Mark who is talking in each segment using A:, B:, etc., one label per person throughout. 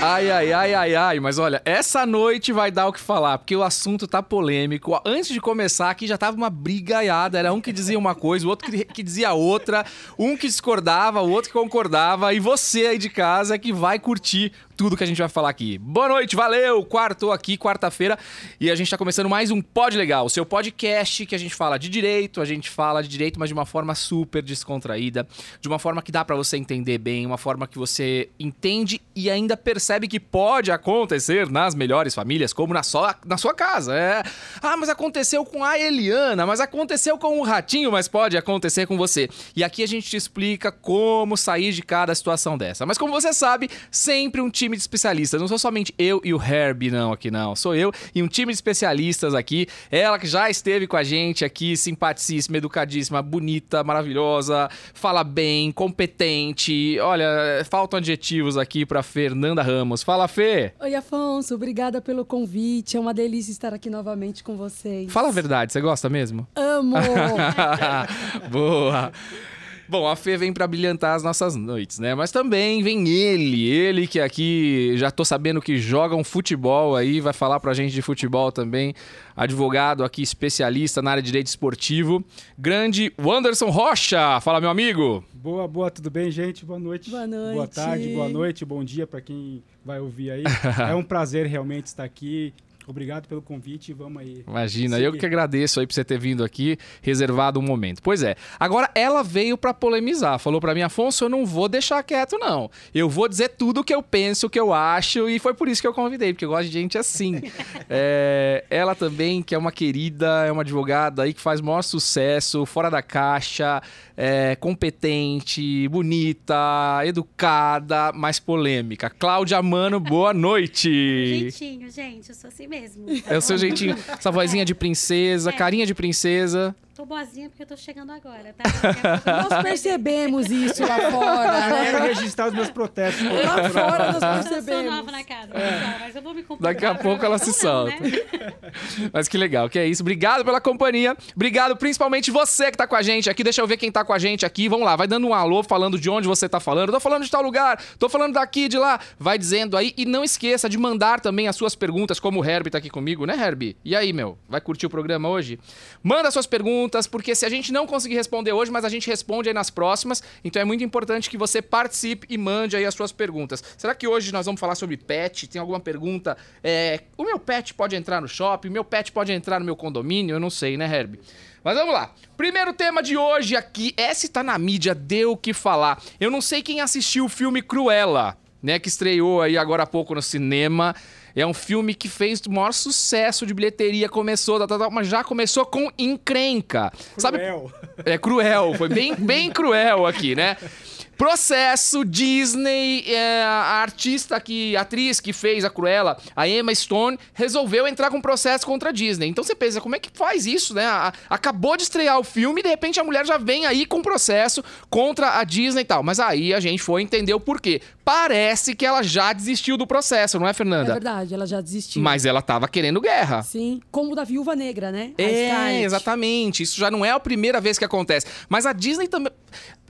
A: Ai, ai, ai, ai, ai. Mas olha, essa noite vai dar o que falar, porque o assunto tá polêmico. Antes de começar, aqui já tava uma brigaiada. Era um que dizia uma coisa, o outro que, que dizia outra, um que discordava, o outro que concordava. E você aí de casa é que vai curtir tudo que a gente vai falar aqui. Boa noite, valeu! Quarto aqui, quarta-feira, e a gente tá começando mais um Pod Legal, seu podcast que a gente fala de direito, a gente fala de direito, mas de uma forma super descontraída, de uma forma que dá pra você entender bem, uma forma que você entende e ainda percebe que pode acontecer nas melhores famílias, como na sua, na sua casa. É. Ah, mas aconteceu com a Eliana, mas aconteceu com o Ratinho, mas pode acontecer com você. E aqui a gente te explica como sair de cada situação dessa. Mas como você sabe, sempre um time time de especialistas. Não sou somente eu e o Herbie, não, aqui não. Sou eu e um time de especialistas aqui. Ela que já esteve com a gente aqui, simpaticíssima, educadíssima, bonita, maravilhosa, fala bem, competente. Olha, faltam adjetivos aqui para Fernanda Ramos. Fala, Fê!
B: Oi, Afonso, obrigada pelo convite. É uma delícia estar aqui novamente com vocês.
A: Fala a verdade, você gosta mesmo?
B: Amo!
A: Boa! Bom, a Fê vem para brilhantar as nossas noites, né? Mas também vem ele, ele que aqui já tô sabendo que joga um futebol aí, vai falar pra gente de futebol também. Advogado aqui, especialista na área de direito esportivo. Grande Wanderson Rocha. Fala, meu amigo.
C: Boa, boa, tudo bem, gente? Boa noite.
B: Boa noite.
C: Boa tarde, boa noite, bom dia para quem vai ouvir aí. é um prazer realmente estar aqui. Obrigado pelo convite e vamos aí.
A: Imagina, seguir. eu que agradeço aí por você ter vindo aqui, reservado um momento. Pois é, agora ela veio para polemizar, falou para mim, Afonso, eu não vou deixar quieto não. Eu vou dizer tudo o que eu penso, o que eu acho e foi por isso que eu convidei, porque eu gosto de gente assim. é, ela também, que é uma querida, é uma advogada aí que faz maior sucesso, fora da caixa, é, competente, bonita, educada, mas polêmica. Cláudia Mano, boa noite.
D: Jeitinho, gente, eu sou assim mesmo. Mesmo,
A: tá é o seu jeitinho. Essa vozinha de princesa, é. carinha de princesa.
D: Tô boazinha porque eu tô chegando agora, tá?
B: nós percebemos isso lá fora. né?
A: É
C: Eu quero registrar os meus protestos.
B: Lá fora nós percebemos.
D: Eu sou nova na casa, é. mas eu vou me comportar.
A: Daqui a pouco ela se solta. Não, né? Mas que legal, que é isso. Obrigado pela companhia. Obrigado principalmente você que tá com a gente aqui. Deixa eu ver quem tá com a gente aqui. Vamos lá, vai dando um alô, falando de onde você tá falando. Tô falando de tal lugar, tô falando daqui, de lá. Vai dizendo aí. E não esqueça de mandar também as suas perguntas, como o Herbie tá aqui comigo, né, Herbie? E aí, meu? Vai curtir o programa hoje? Manda suas perguntas porque se a gente não conseguir responder hoje, mas a gente responde aí nas próximas, então é muito importante que você participe e mande aí as suas perguntas. Será que hoje nós vamos falar sobre pet? Tem alguma pergunta? É, o meu pet pode entrar no shopping? O meu pet pode entrar no meu condomínio? Eu não sei, né, Herbie? Mas vamos lá. Primeiro tema de hoje aqui, esse tá na mídia, deu o que falar. Eu não sei quem assistiu o filme Cruella, né, que estreou aí agora há pouco no cinema. É um filme que fez o maior sucesso de bilheteria, começou, tá, tá, tá, mas já começou com encrenca.
C: Cruel. Sabe?
A: É cruel, foi bem, bem cruel aqui, né? Processo Disney, é, a artista que, a atriz que fez a Cruella, a Emma Stone, resolveu entrar com um processo contra a Disney. Então você pensa, como é que faz isso, né? A, acabou de estrear o filme e de repente a mulher já vem aí com um processo contra a Disney e tal. Mas aí a gente foi entender o porquê. Parece que ela já desistiu do processo, não é, Fernanda?
B: É verdade, ela já desistiu.
A: Mas ela tava querendo guerra.
B: Sim, como da Viúva Negra, né?
A: A é, Scarlet. exatamente. Isso já não é a primeira vez que acontece. Mas a Disney também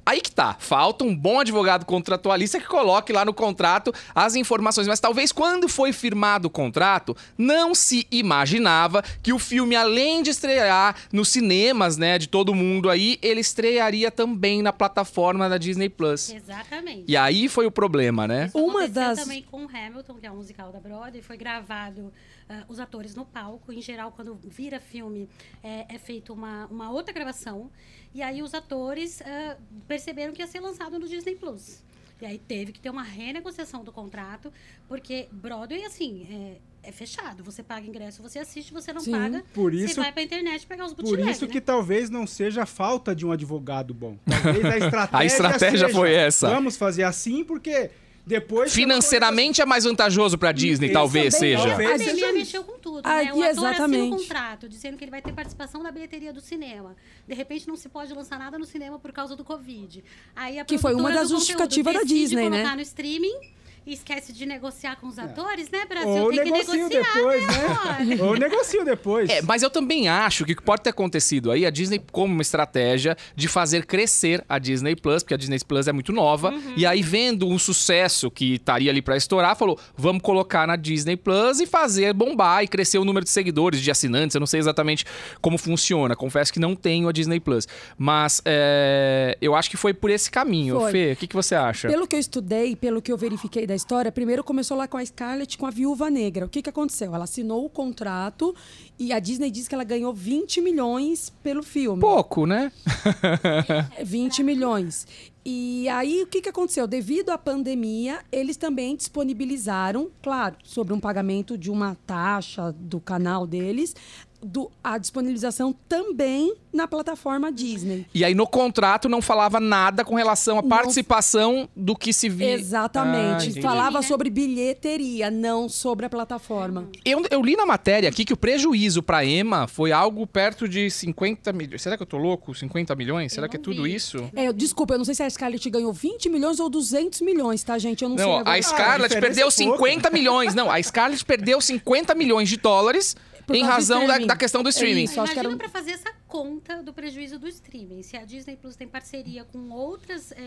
A: aí que tá. Falta um bom advogado contratualista que coloque lá no contrato as informações. Mas talvez quando foi firmado o contrato, não se imaginava que o filme, além de estrear nos cinemas, né, de todo mundo aí, ele estrearia também na plataforma da Disney Plus.
D: É. Exatamente.
A: E aí foi o problema, né?
D: Isso Uma das também com Hamilton, que é um musical da Broadway, foi gravado Uh, os atores no palco. Em geral, quando vira filme, é, é feita uma, uma outra gravação. E aí os atores uh, perceberam que ia ser lançado no Disney Plus. E aí teve que ter uma renegociação do contrato, porque Broadway, assim, é, é fechado. Você paga ingresso, você assiste, você não Sim, paga.
C: Por isso,
D: você vai pra internet pegar os
C: bootlegs. Por isso que
D: né?
C: talvez não seja a falta de um advogado bom. Talvez a estratégia,
A: a estratégia
C: seja,
A: foi essa.
C: Vamos fazer assim porque depois
A: financeiramente é mais vantajoso para Disney, talvez seja.
C: é.
D: Talvez. A pandemia mexeu com tudo, ah, né? O ator exatamente. um contrato dizendo que ele vai ter participação na bilheteria do cinema. De repente não se pode lançar nada no cinema por causa do Covid.
B: Aí que foi uma das justificativas da Disney, né?
D: no streaming E esquece de negociar com os
C: É.
D: atores, né, Brasil?
C: Ou
D: Tem que
C: negocio
D: negociar,
C: depois, né?
D: né?
C: Ou negocio depois.
A: É, mas eu também acho que o que pode ter acontecido aí, a Disney como uma estratégia de fazer crescer a Disney Plus, porque a Disney Plus é muito nova,
B: Uhum.
A: e aí vendo um sucesso que estaria ali pra estourar, falou, vamos colocar na Disney Plus e fazer bombar e crescer o número de seguidores, de assinantes, eu não sei exatamente como funciona, confesso que não tenho a Disney Plus, mas é, eu acho que foi por esse caminho.
B: Foi.
A: Fê, o que, que você acha?
B: Pelo que eu estudei, pelo que eu verifiquei da história, primeiro começou lá com a Scarlett, com a Viúva Negra. O que, que aconteceu? Ela assinou o contrato e a Disney diz que ela ganhou 20 milhões pelo filme.
A: Pouco, né?
B: É, 20 milhões. E aí, o que, que aconteceu? Devido à pandemia, eles também disponibilizaram, claro, sobre um pagamento de uma taxa do canal deles, do, a disponibilização também na plataforma Disney.
A: E aí no contrato não falava nada com relação à
B: Não.
A: participação do que se via. Ah,
B: Exatamente.
A: entendi.
B: Falava
D: Né?
B: sobre bilheteria, não sobre a plataforma.
A: Eu, eu li na matéria aqui que o prejuízo pra Emma foi algo perto de 50 milhões. Será que eu tô louco? 50 milhões? Será
D: Eu
A: que é
D: não
A: tudo
D: vi.
A: isso?
B: É, eu- desculpa, eu não sei se a Scarlett ganhou 20 milhões ou 200 milhões, tá, gente? Eu não, sei.
A: Não, ó,
B: agora.
A: a Scarlett
C: diferença
A: perdeu
C: é pouco.
A: 50 milhões. Não, a Scarlett perdeu 50 milhões de dólares
B: Por
A: em
B: causa do
A: razão da,
B: streaming.
A: da questão do
B: É
A: streaming.
B: isso. Só acho que
D: Imagina
B: era um-
D: pra fazer essa conta do prejuízo do streaming. Se a Disney Plus tem parceria com outras é, é,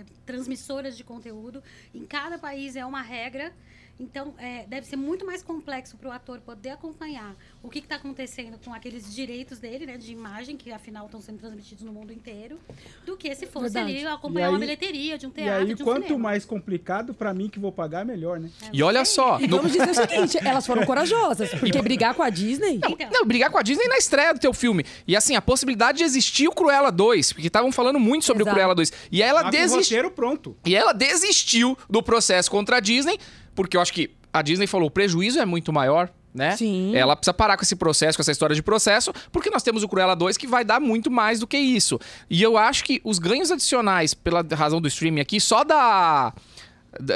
D: é, transmissoras de conteúdo, em cada país é uma regra. Então, é, deve ser muito mais complexo para o ator poder acompanhar o que está acontecendo com aqueles direitos dele, né, de imagem, que afinal estão sendo transmitidos no mundo inteiro, do que se fosse
B: Verdade.
D: ali acompanhar uma
C: aí-
D: bilheteria de um
C: E
D: teatro,
C: aí,
D: de um
C: quanto
D: cinema.
C: mais complicado, pra mim que vou pagar, melhor, né?
A: E olha só.
B: E
A: no-
B: vamos dizer o seguinte, elas foram corajosas, porque brigar com a Disney...
D: Então.
A: Não, brigar com a Disney na estreia do teu filme. E assim, a possibilidade de existir o Cruella 2, porque estavam falando muito sobre o
B: Exato.
A: Cruella 2. E aí ela
C: Tá com o
A: desistiu.
C: roteiro pronto.
A: E ela desistiu do processo contra a Disney, porque eu acho que a Disney falou: o prejuízo é muito maior. Né?
B: Sim.
A: Ela precisa parar com esse processo, com essa história de processo, porque nós temos o Cruella 2 que vai dar muito mais do que isso. E eu acho que os ganhos adicionais, pela razão do streaming aqui, só da.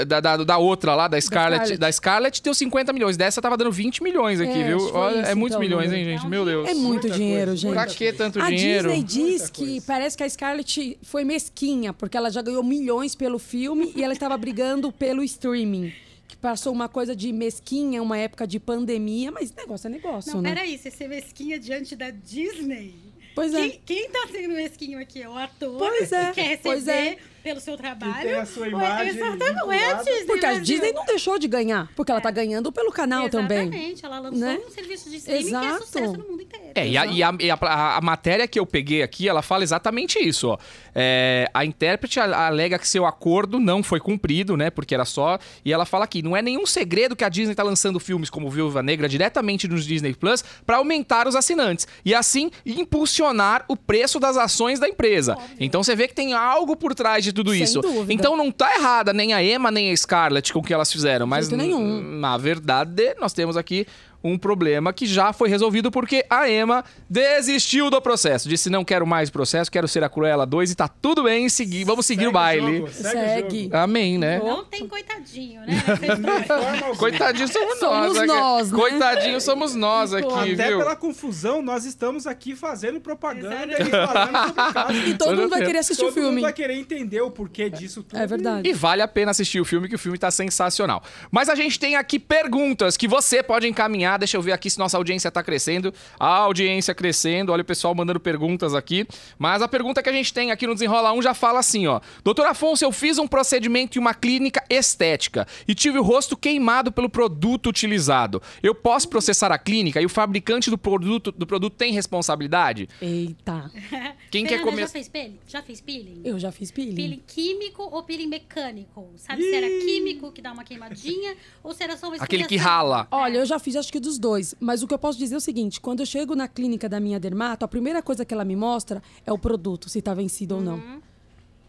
A: Da, da, da outra lá, da Scarlett,
B: Scarlett.
A: da Scarlett deu 50 milhões. Dessa tava dando 20 milhões aqui,
B: É, acho
A: viu?
B: que foi
A: Olha, é
B: isso,
A: muitos
B: então,
A: milhões,
B: né?
A: hein, gente?
D: É um
A: Meu Deus.
B: É muito
C: Muita
B: dinheiro,
C: coisa,
B: gente.
A: pra que tanto
B: a
A: dinheiro?
B: Disney diz
C: Muita
B: que
C: coisa.
B: parece que a Scarlett foi mesquinha, porque ela já ganhou milhões pelo filme e ela estava brigando pelo streaming. Que passou uma coisa de mesquinha, uma época de pandemia, mas negócio é negócio,
D: Não,
B: né?
D: peraí, você ser mesquinha diante da Disney?
B: Pois é.
D: Quem, quem tá sendo mesquinho aqui? É o ator
B: Pois é,
D: que quer receber
B: pois é.
D: pelo seu trabalho.
C: Que tem a sua
D: Ou é-
C: imagem
D: Exatamente, não é a
C: vinculada.
D: Disney.
B: Porque a
D: Brasil.
B: Disney não deixou de ganhar, porque ela tá ganhando pelo canal também.
D: Exatamente, ela lançou
B: né?
D: um serviço de streaming que é
B: Exato.
D: sucesso no mundo inteiro.
A: É, e a, e a- e a- a- a matéria que eu peguei aqui, ela fala exatamente isso, ó. É, a intérprete a- alega que seu acordo não foi cumprido, né? Porque era só. E ela fala aqui: não é nenhum segredo que a Disney tá lançando filmes como Viúva Negra diretamente nos Disney Plus pra aumentar os assinantes e assim impulsionar o preço das ações da empresa. Então você vê que tem algo por trás de tudo
B: Sem
A: isso.
B: dúvida.
A: Então não tá errada nem a Emma nem a Scarlett com o que elas fizeram, mas
B: jeito nenhum.
A: na verdade, nós temos aqui um problema que já foi resolvido porque a Emma desistiu do processo. Disse: não quero mais processo, quero ser a Cruella 2 e tá tudo bem, segui, vamos seguir
C: Segue
A: o baile.
C: jogo,
B: Segue.
C: o jogo.
A: Amém, né?
D: Não tem coitadinho, né? Vocês-
C: Forma alguma.
A: Coitadinho somos,
B: Somos
A: nós.
B: nós, né?
A: Coitadinho somos nós aqui,
C: Até
A: viu?
C: pela confusão, nós estamos aqui fazendo propaganda e falando sobre o caso.
B: E todo
A: Mas
B: mundo vai
A: eu-
B: querer assistir
C: Todo
B: o filme.
C: mundo vai querer entender o porquê disso tudo.
B: É verdade.
A: E vale a pena assistir o filme, que o filme tá sensacional. Mas a gente tem aqui perguntas que você pode encaminhar. Deixa eu ver aqui se nossa audiência tá crescendo. A audiência crescendo, olha o pessoal mandando perguntas aqui. Mas a pergunta que a gente tem aqui no Desenrola 1 já fala assim, ó. Doutor Afonso, eu fiz um procedimento em uma clínica estética e tive o rosto queimado pelo produto utilizado. Eu posso processar a clínica e o fabricante do produto, do produto tem responsabilidade?
B: Eita,
A: Quem
D: Fernanda,
A: quer
D: Já
A: começar?
D: fez peeling? Já fez peeling?
B: eu já fiz peeling.
D: Peeling químico ou peeling mecânico? Sabe se era químico que dá uma queimadinha ou se era só uma
A: Aquele que
D: esfoliação?
A: rala.
B: Olha, eu já fiz acho que dos dois, mas o que eu posso dizer é o seguinte: quando eu chego na clínica da minha dermato, a primeira coisa que ela me mostra é o produto, se tá vencido ou não.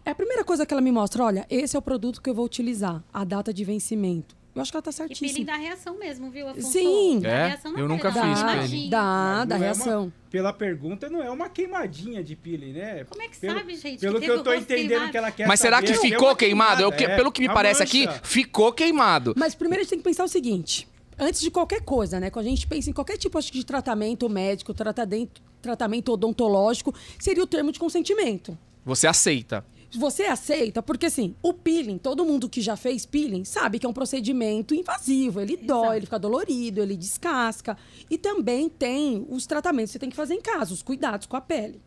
B: É a primeira coisa que ela me mostra: olha, esse é o produto que eu vou utilizar, a data de vencimento. Eu acho que ela tá
D: E peeling
B: certíssima.
D: dá reação mesmo, viu, Afonso?
B: Sim.
D: Dá
A: É?
D: reação na
A: Eu
D: pele,
A: nunca
D: dá uma
A: fiz
B: Dá,
A: peeling.
D: queimadinha.
B: dá,
C: Mas
B: dá
C: não é uma-
B: Ah, reação.
C: pela pergunta, não é uma queimadinha de peeling, né?
D: Como é que
C: Pelo-
D: sabe, gente, que
C: Pelo que,
D: teve
C: eu
D: o
C: tô
D: rosto
C: entendendo
D: queimado?
C: que ela quer
A: Mas será que
C: saber, deu
A: ficou
C: uma
A: queimado? É o que,
C: queimada, é.
A: pelo que me
C: A
A: parece
C: mancha.
A: aqui, ficou queimado.
B: Mas primeiro a gente tem que pensar o seguinte: antes de qualquer coisa, né? Quando a gente pensa em qualquer tipo acho que, de tratamento médico, trataden- tratamento odontológico, seria o termo de consentimento.
A: Você aceita.
B: Você aceita? Porque assim, o peeling, todo mundo que já fez peeling sabe que é um procedimento invasivo. Ele dói,
D: Exato.
B: ele fica dolorido, ele descasca. E também tem os tratamentos que você tem que fazer em casa, os cuidados com a pele.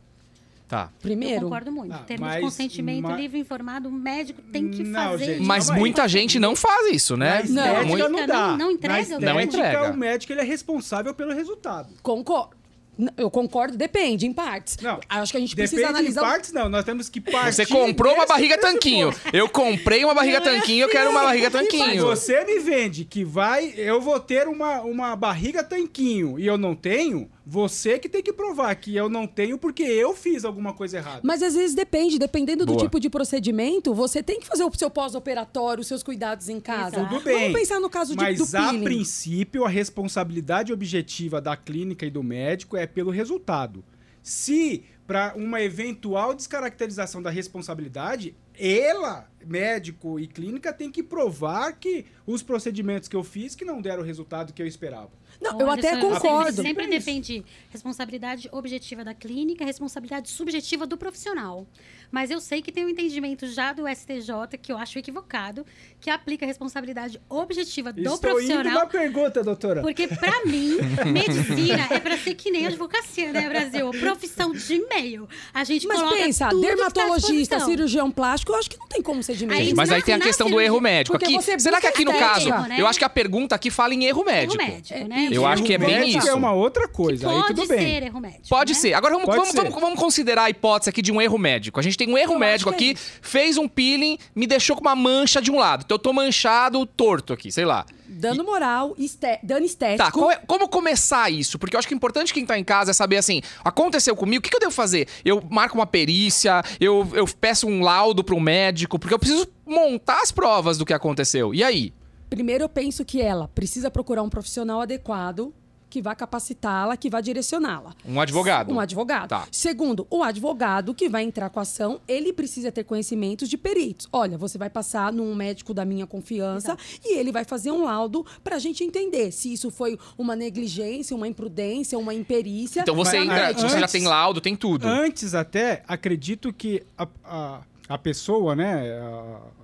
A: Tá.
D: Eu
B: Primeiro.
D: concordo muito.
C: Ah,
D: Em termos
C: mas-
D: de consentimento
C: mas-
D: livre informado, o médico tem que
C: Não,
D: fazer.
C: gente,
D: isso.
A: Mas
C: Calma aí. é,
A: muita gente não faz isso, né?
C: Na
B: Não.
C: estética
A: Muito-
C: não
D: Não,
C: dá.
D: não
C: Na
D: entrega,
C: estética,
A: Não entrega.
C: O médico ele é responsável pelo resultado.
B: Concordo. N- Eu concordo, depende, em partes.
C: Não.
B: Acho que a gente
C: Depende
B: precisa analisar.
C: de partes, não. Nós temos que partir.
A: Você comprou uma
C: desse
A: barriga
C: pressuposto.
A: tanquinho. Eu comprei uma barriga tanquinho, eu quero uma barriga
C: Se
A: tanquinho.
C: você me vende que vai, eu vou ter uma, uma barriga tanquinho e eu não tenho, você que tem que provar que eu não tenho porque eu fiz alguma coisa errada.
B: Mas às vezes depende, dependendo do
A: Boa.
B: tipo de procedimento, você tem que fazer o seu pós-operatório, os seus cuidados em casa.
D: Exato.
C: Tudo bem.
B: Vamos pensar no caso de,
C: Mas
B: do
C: a
B: peeling.
C: princípio, a responsabilidade objetiva da clínica e do médico é pelo resultado. Se para uma eventual descaracterização da responsabilidade, ela, médico e clínica, tem que provar que os procedimentos que eu fiz que não deram o resultado que eu esperava.
B: Não,
D: Olha
B: eu até
D: só,
B: concordo.
D: Sempre, sempre
C: Sempre
D: defendi responsabilidade objetiva da clínica, responsabilidade subjetiva do profissional. Mas eu sei que tem um entendimento já do STJ que eu acho equivocado, que aplica a responsabilidade objetiva do
C: Estou indo na
D: profissional.
C: pergunta, doutora.
D: Porque, pra mim, medicina é pra ser que nem advocacia, né, Brasil? Profissão de meio. A gente
B: Mas
D: coloca
B: pensa,
D: tudo que tá à
B: dermatologista,
D: disposição.
B: cirurgião plástico, eu acho que não tem como ser de
D: Aí
A: Gente,
B: meio.
A: mas
D: na-
A: aí tem a
D: na
A: questão do
D: cirurgia-
A: erro médico.
B: Porque
A: Aqui,
B: você
A: será que
B: busca
A: aqui no caso,
D: estética, né?
A: eu acho que a pergunta aqui fala em erro
D: Erro
A: médico.
D: médico, né?
A: Eu acho que é
C: Erro
A: bem
C: médico
A: isso.
C: É uma outra coisa. Aí
D: Pode
C: tudo
D: ser
C: bem.
D: erro médico.
A: Pode
D: né?
A: ser. Agora vamos,
C: Pode
A: vamos,
C: ser.
A: vamos- vamos considerar a hipótese aqui de um erro médico. A gente tem um erro
B: Eu
A: médico
B: acho que é
A: aqui, fez um peeling, me deixou com uma mancha de um lado. Então eu tô manchado, torto aqui, sei lá.
B: Dano moral, esté- dano estético.
C: tipo
A: Tá, qual é- como começar isso? Porque eu acho que o importante quem tá em casa é saber assim: aconteceu comigo, o que, que eu devo fazer? Eu marco uma perícia, eu, eu peço um laudo para um médico, porque eu preciso montar as provas do que aconteceu. E aí?
B: Primeiro, eu penso que ela precisa procurar um profissional adequado que vá capacitá-la, que vá direcioná-la.
A: Um advogado.
B: Um advogado.
A: Tá.
B: Segundo, o advogado que vai entrar com a ação, ele precisa ter conhecimentos de peritos. Olha, você vai passar num médico da minha confiança e ele vai fazer um laudo pra gente entender se isso foi uma negligência, uma imprudência, uma imperícia.
A: Então você
B: Pra
A: entra,
B: médico.
A: você já
C: antes-
A: tem laudo, tem tudo.
C: Antes até, acredito que a, a, a pessoa, né, a-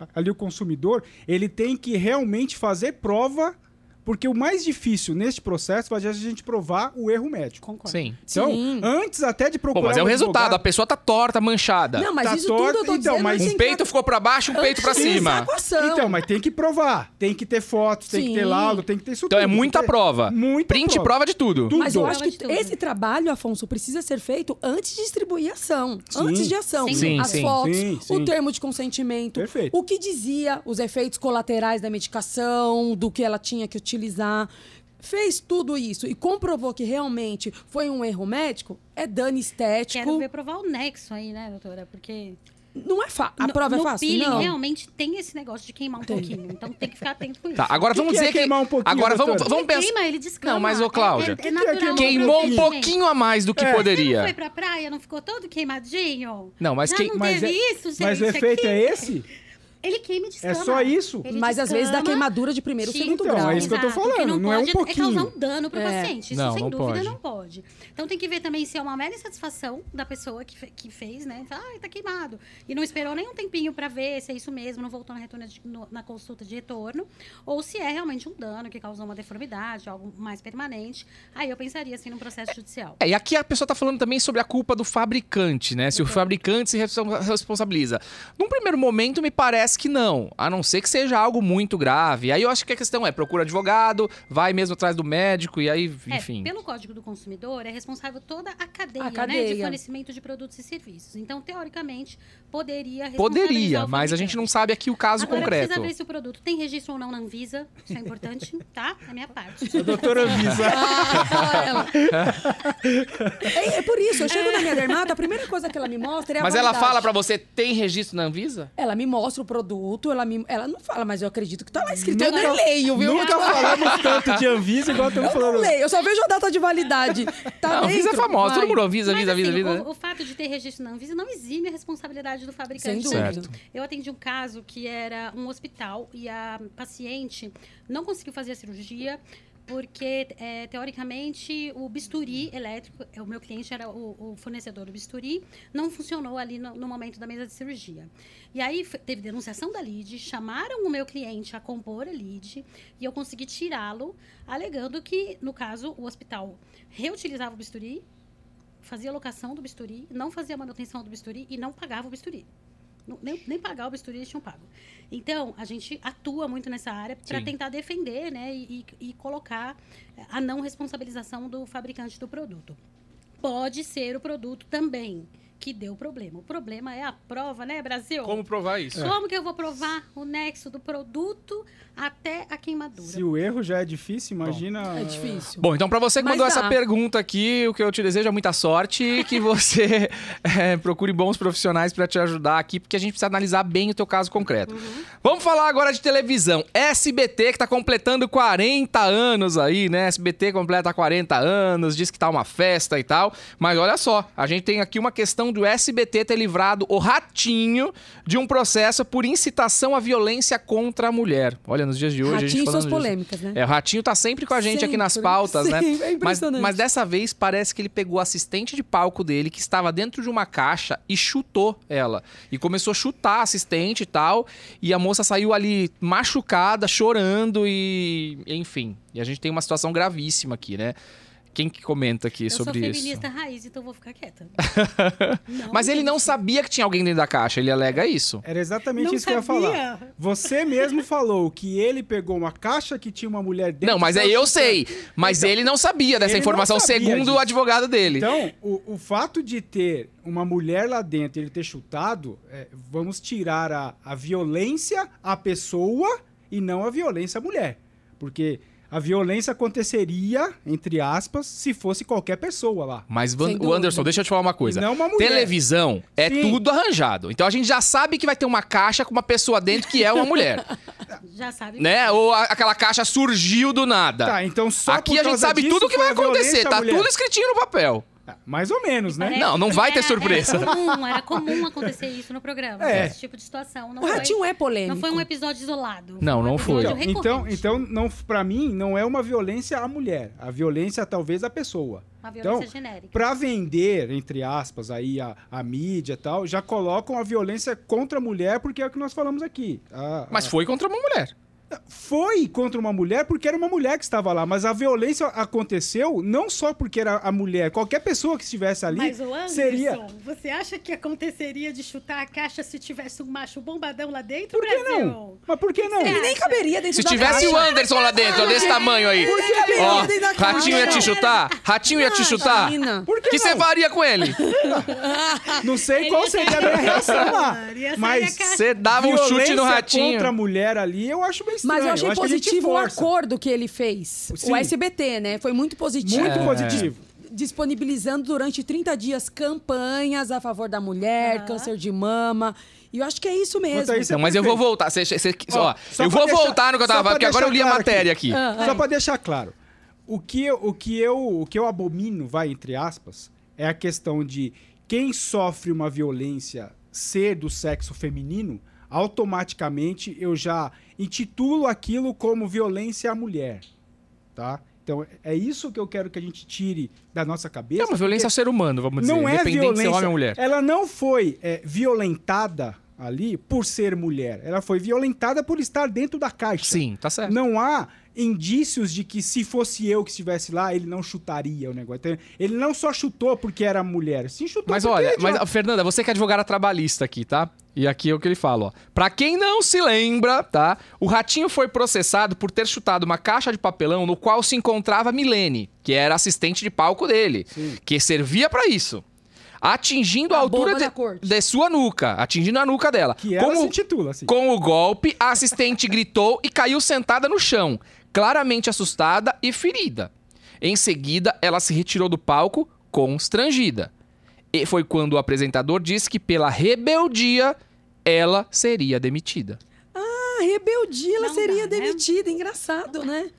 C: a- ali o consumidor, ele tem que realmente fazer prova, porque o mais difícil neste processo vai ser a gente provar o erro médico.
D: Concordo.
A: Sim.
C: Então,
B: Sim.
C: antes até de
A: Bom,
C: procurar
A: mas é o
C: um
A: resultado, a
C: advogado-
A: pessoa tá torta, manchada.
B: Não, mas
C: Tá
B: isso
C: torto,
B: tudo eu tô
C: então,
B: dizendo.
C: mas
B: isso
A: Um
B: em
A: peito
B: cada-
A: sim, ficou pra baixo, um peito pra
B: Antes de usar
A: cima.
B: com a ação.
C: Então, mas tem que provar, tem que ter fotos, tem que ter
B: Sim.
C: laudo, tem que ter isso
A: Então é
C: tudo,
A: muita
C: porque-
A: prova.
C: Muita
A: Print
C: prova.
A: prova de tudo.
C: Tudo.
B: Mas eu acho
D: Prova de
B: que
D: tudo.
B: esse trabalho, Afonso, precisa ser feito antes de distribuir a ação.
C: Sim.
B: Antes de ação.
D: Sim,
A: Sim,
B: As
A: sim.
B: fotos,
C: Sim, sim.
B: o termo de consentimento.
C: Perfeito.
B: O que dizia os efeitos colaterais da medicação, do que ela tinha que utilizar. Fez tudo isso e comprovou que realmente foi um erro médico, é dano
D: Quero
B: estético.
D: ver provar o nexo aí, né, doutora? Porque
B: Não é fácil. A
D: no-
B: prova
D: no
B: é fácil?
D: peeling
B: Não.
D: realmente tem esse negócio de queimar um pouquinho. Então tem que ficar atento com isso.
A: Tá, agora
C: O que
A: vamos
C: que é
A: dizer que.
C: queimar um pouquinho,
A: agora vamos,
C: doutora?
A: vamos
D: Ele
A: pensar.
D: queima, ele descama.
A: Não, mas, ô,
D: É-
A: Cláudia,
D: é- é
C: que é
D: natural
C: queimar É.
D: do
A: Queimou um
D: procedimento.
A: pouquinho a mais do que
D: Você não foi
A: poderia.
D: pra praia, não ficou todo queimadinho?
A: Não, mas
D: Já
A: que-
D: não
C: Mas,
D: teve
C: é-
D: isso, gente.
C: mas o efeito
D: aqui?
C: é esse?
D: Ele queima e descama.
C: É só isso?
D: Ele
B: Mas às vezes dá
D: descama,
B: queimadura de primeiro ou
D: Sim,
B: segundo
C: então,
B: grau.
C: é isso que eu tô
D: Exato, o
C: falando, não é um
D: É
C: pouquinho.
D: causar um dano pro
B: É.
D: paciente. Isso,
A: Não,
D: sem
A: não
D: dúvida,
A: pode.
D: não pode. Então tem que ver também se é uma mera insatisfação da pessoa que, fe- que fez, né? Fala, ai, tá queimado. E não esperou nem um tempinho pra ver se é isso mesmo, não voltou na, retorno de- no- na consulta de retorno. Ou se é realmente um dano que causou uma deformidade, algo mais permanente. Aí eu pensaria, assim, num processo judicial.
A: É, e aqui a pessoa tá falando também sobre a culpa do fabricante, né? Se
D: Uhum.
A: o fabricante se respon- responsabiliza. Num primeiro momento, me parece que não, a não ser que seja algo muito grave. Aí eu acho que a questão é: procura advogado, vai mesmo atrás do médico, e aí,
D: É,
A: enfim.
D: pelo Código do Consumidor, é responsável toda a cadeia,
B: A
D: Né, de
B: cadeia.
D: fornecimento de produtos e serviços. Então, teoricamente, poderia
A: Poderia,
D: responsabilizar o
A: mas a gente
D: fabricante.
A: não sabe aqui o caso
D: Agora
A: concreto.
D: precisa ver se o produto tem registro ou não na Anvisa. Isso é importante, tá? É minha parte.
C: A doutora avisa.
B: Ah, ela. é, é por isso, eu chego na minha dermata, a primeira coisa que ela me mostra é a
A: Mas ela
B: validade.
A: fala pra você, tem registro na Anvisa?
B: Ela me mostra o produto, ela, me, ela não fala, mas eu acredito que tá lá escrito. eu nem leio, viu?
C: Nunca falamos tanto de Anvisa igual estamos
B: Eu não
C: falando.
B: leio, eu só vejo a data de validade. Tá
A: Não, Anvisa é
B: dentro?
A: famosa,
B: Vai.
A: todo mundo Anvisa,
D: Mas,
A: Anvisa, Anvisa, né?
D: assim,
A: Anvisa.
D: O, o fato de ter registro na Anvisa não exime a responsabilidade do
B: Sem
D: fabricante.
B: dúvida.
A: Certo.
D: Eu atendi um caso que era um hospital e a paciente não conseguiu fazer a cirurgia porque, eh, teoricamente, o bisturi elétrico, eh, o meu cliente era o, o fornecedor do bisturi, não funcionou ali no, no momento da mesa de cirurgia. E aí fe- teve denunciação da LID, chamaram o meu cliente a compor a LID e eu consegui tirá-lo, alegando que, no caso, o hospital reutilizava o bisturi, fazia locação do bisturi, não fazia manutenção do bisturi e não pagava o bisturi. Não- Nem, nem pagar o bisturi eles tinham pago. Então, a gente atua muito nessa área para
A: Sim.
D: tentar defender né, e, e- e colocar eh, a não responsabilização do fabricante do produto. Pode ser o produto também que deu problema. O problema é a prova, né, Brasil?
A: Como provar isso?
C: É.
D: Como que eu vou provar o nexo do produto até a queimadura?
C: Se o erro já é difícil, imagina.
B: É difícil.
A: Bom, então pra você que
B: Mas
A: mandou
B: dá.
A: essa pergunta aqui, o que eu te desejo é muita sorte e que você eh, procure bons profissionais pra te ajudar aqui, porque a gente precisa analisar bem o teu caso concreto.
B: Uhum.
A: Vamos falar agora de televisão. SBT que tá completando 40 anos aí, né? SBT completa 40 anos, diz que tá uma festa e tal. Mas olha só, a gente tem aqui uma questão do SBT ter livrado o Ratinho de um processo por incitação à violência contra a mulher. Olha, nos dias de hoje a gente
B: Ratinho e
A: falando
B: suas
A: disso.
B: polêmicas, né?
A: É, o Ratinho tá sempre com a gente aqui nas
B: Sempre.
A: pautas, né?
B: Sempre, é
A: Mas,
B: impressionante.
A: mas dessa vez parece que ele pegou o assistente de palco dele, que estava dentro de uma caixa, e chutou ela. E começou a chutar a assistente e tal. E a moça saiu ali machucada, chorando e. Enfim. E a gente tem uma situação gravíssima aqui, né? Quem que comenta aqui
D: eu
A: sobre
D: sou
A: isso?
D: feminista raiz, então vou ficar quieta.
A: Mas ele não
D: gente.
A: sabia que tinha alguém dentro da caixa, ele alega isso.
C: Era exatamente
D: Não
C: isso que eu ia falar.
D: sabia.
C: Você mesmo falou que ele pegou uma caixa que tinha uma mulher dentro.
A: Não, mas
C: e
A: aí eu
C: saiu
A: sei. Mas ele não sabia dessa
C: ele não
A: informação,
C: sabia
A: segundo o
C: disso.
A: advogado dele.
C: Então, o, o fato de ter uma mulher lá dentro e ele ter chutado, é, vamos tirar a, a violência à pessoa e não a violência à mulher. Porque a violência aconteceria, entre aspas, se fosse qualquer pessoa lá.
A: Mas Van-
B: Sem
A: o
B: dúvida.
A: Anderson, deixa eu te falar uma coisa.
C: E não uma mulher.
A: Televisão é
C: Sim.
A: tudo arranjado. Então a gente já sabe que vai ter uma caixa com uma pessoa dentro que é uma mulher,
D: Já sabe.
A: né? Ou a- aquela caixa surgiu do nada.
C: Tá, então só
A: Aqui
C: por
A: a gente
C: causa
A: sabe
C: disso
A: tudo o que
C: foi
A: vai
C: a violência
A: acontecer,
C: à
A: tá
C: mulher.
A: tudo escritinho no papel.
C: Ah, Mais ou menos, né?
D: Parece
A: Não, não vai ter
D: era-
A: surpresa.
D: Era comum, era comum acontecer isso no programa,
C: É.
D: esse tipo de situação. Não
B: O Ratinho
D: foi,
B: é polêmico.
D: Não foi um episódio isolado.
A: Não,
D: um
A: não
E: É,
A: foi.
D: episódio
C: Então, então,
D: recorrente.
C: então não, pra mim, não é uma violência à mulher. A violência, talvez, à pessoa.
D: Uma
C: então,
D: violência genérica.
C: Pra vender, entre aspas, aí a, a mídia e tal, já colocam a violência contra a mulher, porque é o que nós falamos aqui. A-
A: Mas
C: a-
A: foi contra uma mulher.
C: foi contra uma mulher porque era uma mulher que estava lá, mas a violência aconteceu não só porque era a mulher, qualquer pessoa que estivesse ali
E: Mas, o Anderson,
C: seria.
E: você acha que aconteceria de chutar a caixa se tivesse um macho bombadão lá dentro,
C: Por que
E: Brasil?
C: não? Mas por que não?
B: Ele nem caberia dentro
A: Se
B: da
A: tivesse um o
B: caixa.
A: Anderson lá dentro, ó, desse tamanho aí.
B: Ele nem caberia
A: Ó,
B: dentro da caixa.
A: ratinho ia te chutar? Ratinho ia te chutar?
B: Imagina.
C: Por
A: O que
C: que
A: você
C: não?
A: faria com ele?
C: Não sei qual seria a minha reação lá.
E: Ia sair
C: Mas
A: Você dava um chute no
C: violência
A: ratinho.
C: contra a mulher ali, eu acho bem estranho.
B: Mas eu achei
C: acho que a gente
B: positivo o
C: força.
B: acordo que ele fez.
C: Sim.
B: O SBT, né? Foi muito positivo. É.
C: Muito positivo.
B: Disponibilizando durante 30 dias campanhas a favor da mulher, câncer de mama. E eu acho que é isso mesmo.
C: Quanto a isso,
A: Não, mas eu vou
C: perfeito.
A: voltar. Cê- cê- cê-
C: Ó,
A: ó,
C: só
A: eu
C: pra
A: vou
C: deixar-
A: voltar no que eu tava
C: só pra
A: falando, porque agora eu li
C: deixar
A: a
C: claro
A: matéria aqui.
B: Ah,
C: Só pra deixar claro. O que, eu- o, que eu, o que eu abomino, vai, entre aspas, é a questão de quem sofre uma violência ser do sexo feminino, automaticamente eu já intitulo aquilo como violência à mulher. Tá? Então, é isso que eu quero que a gente tire da nossa cabeça.
A: É uma violência ao ser humano, vamos dizer.
C: não é
A: independente
C: violência.
A: se é homem ou mulher.
C: Ela não foi é, violentada ali por ser mulher. Ela foi violentada por estar dentro da caixa.
A: Sim, tá certo.
C: É. Não há indícios de que se fosse eu que estivesse lá, ele não chutaria o negócio. Então, Ele não só chutou porque era mulher, sim chutou
A: Mas
C: porque
A: olha,
C: ele
A: mas,
C: já-
A: Fernanda, você que é advogada trabalhista aqui, tá? E aqui é o que ele fala, ó. Pra quem não se lembra, tá? O Ratinho foi processado por ter chutado uma caixa de papelão no qual se encontrava Milene, que era assistente de palco dele, que servia pra isso. Atingindo a,
B: A
A: altura
B: Tá boba da
A: de,
B: corte.
A: de sua nuca, atingindo a nuca dela.
C: que ela
A: como,
C: se intitula, assim.
A: Com o golpe, a assistente gritou e caiu sentada no chão, claramente assustada e ferida. Em seguida, ela se retirou do palco, constrangida. E foi quando o apresentador disse que, pela rebeldia, ela seria demitida.
B: A Ah, rebeldia ela
D: Não
B: seria
D: dá, né?
B: demitida. Engraçado, né?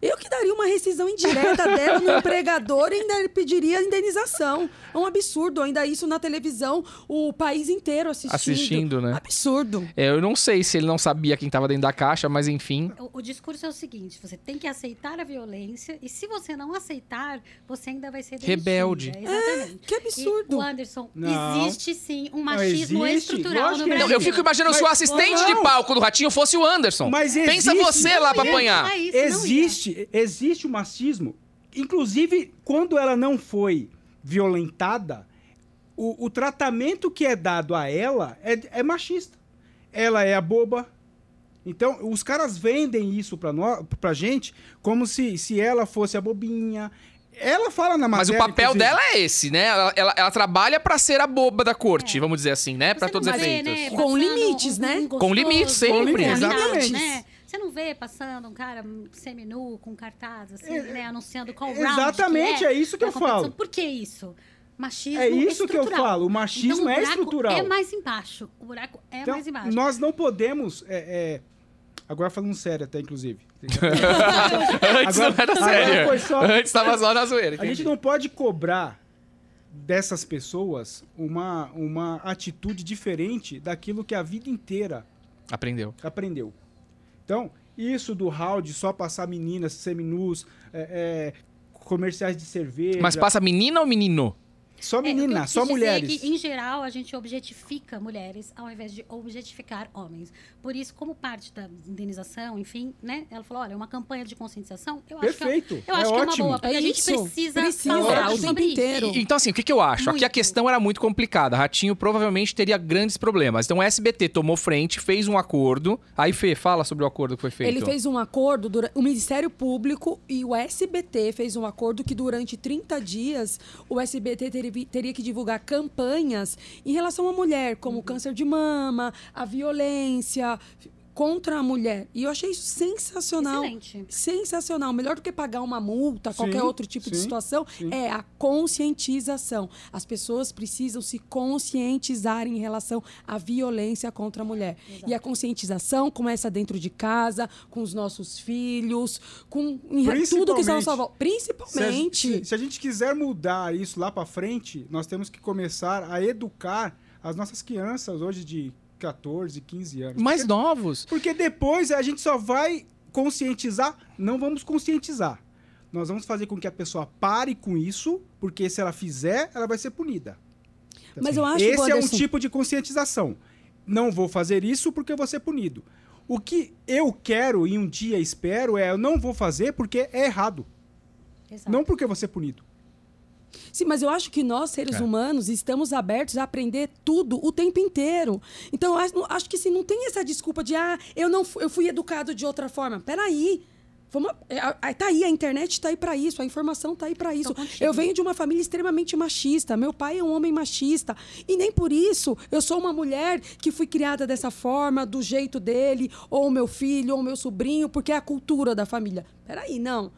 B: Eu que daria uma rescisão indireta dela no empregador e ainda pediria indenização. É um absurdo. Ainda isso na televisão, o país inteiro assistindo.
A: Assistindo, né?
B: Absurdo.
A: É, eu não sei se ele não sabia quem estava dentro da caixa, mas enfim.
D: O, o discurso é o seguinte: você tem que aceitar a violência, e se você não aceitar, você ainda vai ser demitida. É,
A: Rebelde. Ah,
D: Exatamente.
B: Que
D: E,
B: absurdo.
D: o Anderson,
C: Não.
D: existe sim um machismo
C: existe.
D: estrutural
C: Lógico
D: no
C: que
A: Não,
D: Brasil.
C: existe.
A: eu fico imaginando se o
C: Mas-
A: assistente de
C: Não.
A: palco do Ratinho fosse o Anderson.
C: Mas
A: Pensa
C: existe-
A: você lá pra
D: Não ia
A: apanhar.
D: falar é isso, não ia.
C: Existe, existe o machismo. Inclusive, quando ela não foi violentada, o, o tratamento que é dado a ela é, é machista. Ela é a boba. Então, os caras vendem isso pra, nós, pra gente como se, se ela fosse a bobinha. Ela fala na
A: Mas
C: matéria...
A: o papel
C: inclusive.
A: dela é esse, né? Ela, ela- ela trabalha pra ser a boba da corte,
D: É.
A: vamos dizer assim, né?
D: Você
A: Pra
D: não
A: todos os
D: vê,
A: efeitos.
D: né,
B: Com
D: passando
B: limites, né?
D: gostoso,
A: Com limites, sempre.
D: um combinado,
C: Exatamente.
D: né? Você não vê passando um cara seminu com cartaz, assim, né? Anunciando qual round
C: Exatamente,
D: que
C: é isso que
D: da
C: eu falo.
D: competição. Por que isso? Machismo
C: É isso que eu
D: estrutural.
C: falo, o machismo
D: então, o
C: é
D: buraco
C: estrutural.
D: É mais embaixo. O buraco é
C: Então,
D: mais embaixo.
C: Nós não podemos... é, é, Agora falando sério até, inclusive.
A: Antes
C: Agora-
A: não era
C: agora
A: sério.
C: foi só-
A: Antes tava só na zoeira.
C: A gente
A: entendi.
C: não pode cobrar dessas pessoas uma, uma atitude diferente daquilo que a vida inteira
A: Aprendeu.
C: aprendeu. Então, isso do round, só passar meninas, seminus, é, é, comerciais de cerveja.
A: Mas passa menina ou menino?
C: Só
D: É, o que eu
C: menina,
D: quis
C: só
D: dizer
C: mulheres.
D: É que, em geral, a gente objetifica mulheres ao invés de objetificar homens. Por isso, como parte da indenização, enfim, né? Ela falou, olha, uma campanha de conscientização, eu acho que é-
C: Perfeito.
D: eu acho
C: é
D: que é uma
C: ótimo.
D: boa. Porque
B: É
D: a gente
B: isso.
D: precisa
B: Precisa,
D: falar
B: o
D: sobre
B: tempo
D: isso.
B: inteiro.
A: E- Então, assim, o que, que eu acho? Aqui a
D: Muito.
A: questão era muito complicada. Ratinho provavelmente teria grandes problemas. Então, o SBT tomou frente, fez um acordo. Aí, Fê, fala sobre o acordo que foi feito.
B: Ele fez um acordo, dura- o Ministério Público e o SBT fez um acordo que durante 30 dias o SBT teri- teria que divulgar campanhas em relação à mulher, como o câncer de mama, a violência contra a mulher. E eu achei isso sensacional.
D: Excelente.
B: Sensacional. Melhor do que pagar uma multa,
C: Sim,
B: qualquer outro tipo de
C: sim,
B: situação, é a conscientização. As pessoas precisam se conscientizar em relação à violência contra a mulher. E a conscientização começa dentro de casa, com os nossos filhos, com em re- tudo que está ao
C: Principalmente.
B: salvo.
C: Se a, gente,
B: Principalmente.
C: se a gente quiser mudar isso lá pra frente, nós temos que começar a educar as nossas crianças hoje de 14, 15 anos.
A: Mais
C: Porque-
A: novos.
C: Porque depois a gente só vai conscientizar, não vamos conscientizar. Nós vamos fazer com que a pessoa pare com isso, porque se ela fizer, ela vai ser punida.
B: Mas eu acho, assim
C: Esse é um
B: Anderson-
C: tipo de conscientização. Não vou fazer isso porque eu vou ser punido. O que eu quero e um dia espero é eu não vou fazer porque é errado,
D: Exato.
C: não porque eu vou ser punido.
B: Sim, mas eu acho que nós, seres
A: É.
B: humanos, estamos abertos a aprender tudo o tempo inteiro. Então, eu acho, acho que se não tem essa desculpa de, ah, eu, não, fu- eu fui educado de outra forma. Peraí. Vamos, é, a- a- tá aí, a internet tá aí para isso, a informação tá aí para isso.
D: contigo.
B: Eu venho de uma família extremamente machista. Meu pai é um homem machista. E nem por isso eu sou uma mulher que fui criada dessa forma, do jeito dele, ou meu filho, ou meu sobrinho, porque é a cultura da família. Peraí, não.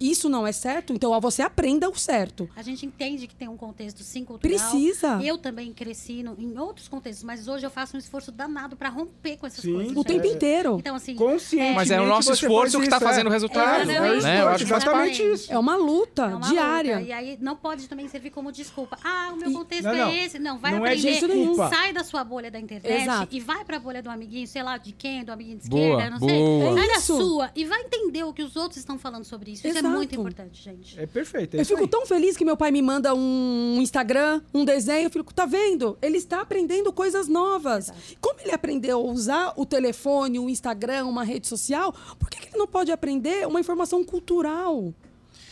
B: Isso não é certo, então ó, você aprenda o certo.
D: A gente entende que tem um contexto sim cultural.
B: Precisa.
D: Eu também cresci no- em outros contextos, mas hoje eu faço um esforço danado para romper com essas
C: Sim.
D: coisas.
B: O
C: É.
B: tempo
D: gente.
B: inteiro.
D: Então, assim,
C: Consciente.
A: Mas é o nosso esforço que tá fazendo o resultado.
D: É, né?
C: É,
D: né? Eu acho que faz
C: exatamente
D: parte.
C: isso.
B: É uma luta
D: é uma
B: diária.
D: luta. E aí não pode também servir como desculpa. Ah, o meu
B: E-
D: contexto
C: Não, não.
D: é esse. Não, vai
C: Não é
D: aprender.
B: jeito nenhum.
D: sai da sua bolha da internet
B: Exato.
D: e vai pra bolha do amiguinho, sei lá, de quem, do amiguinho de
A: Boa,
D: esquerda, não
A: boa.
D: sei. Sai da
B: Isso.
D: sua e vai entender o que os outros estão falando sobre isso.
B: Exato.
D: Isso é muito importante, gente.
C: É perfeito. é
B: Eu
C: isso
B: fico
C: aí.
B: tão feliz que meu pai me manda um Instagram, um desenho. Eu fico, tá vendo? Ele está aprendendo coisas novas. Como ele aprendeu a usar o telefone, o Instagram, uma rede social, por que, que ele não pode aprender uma informação cultural?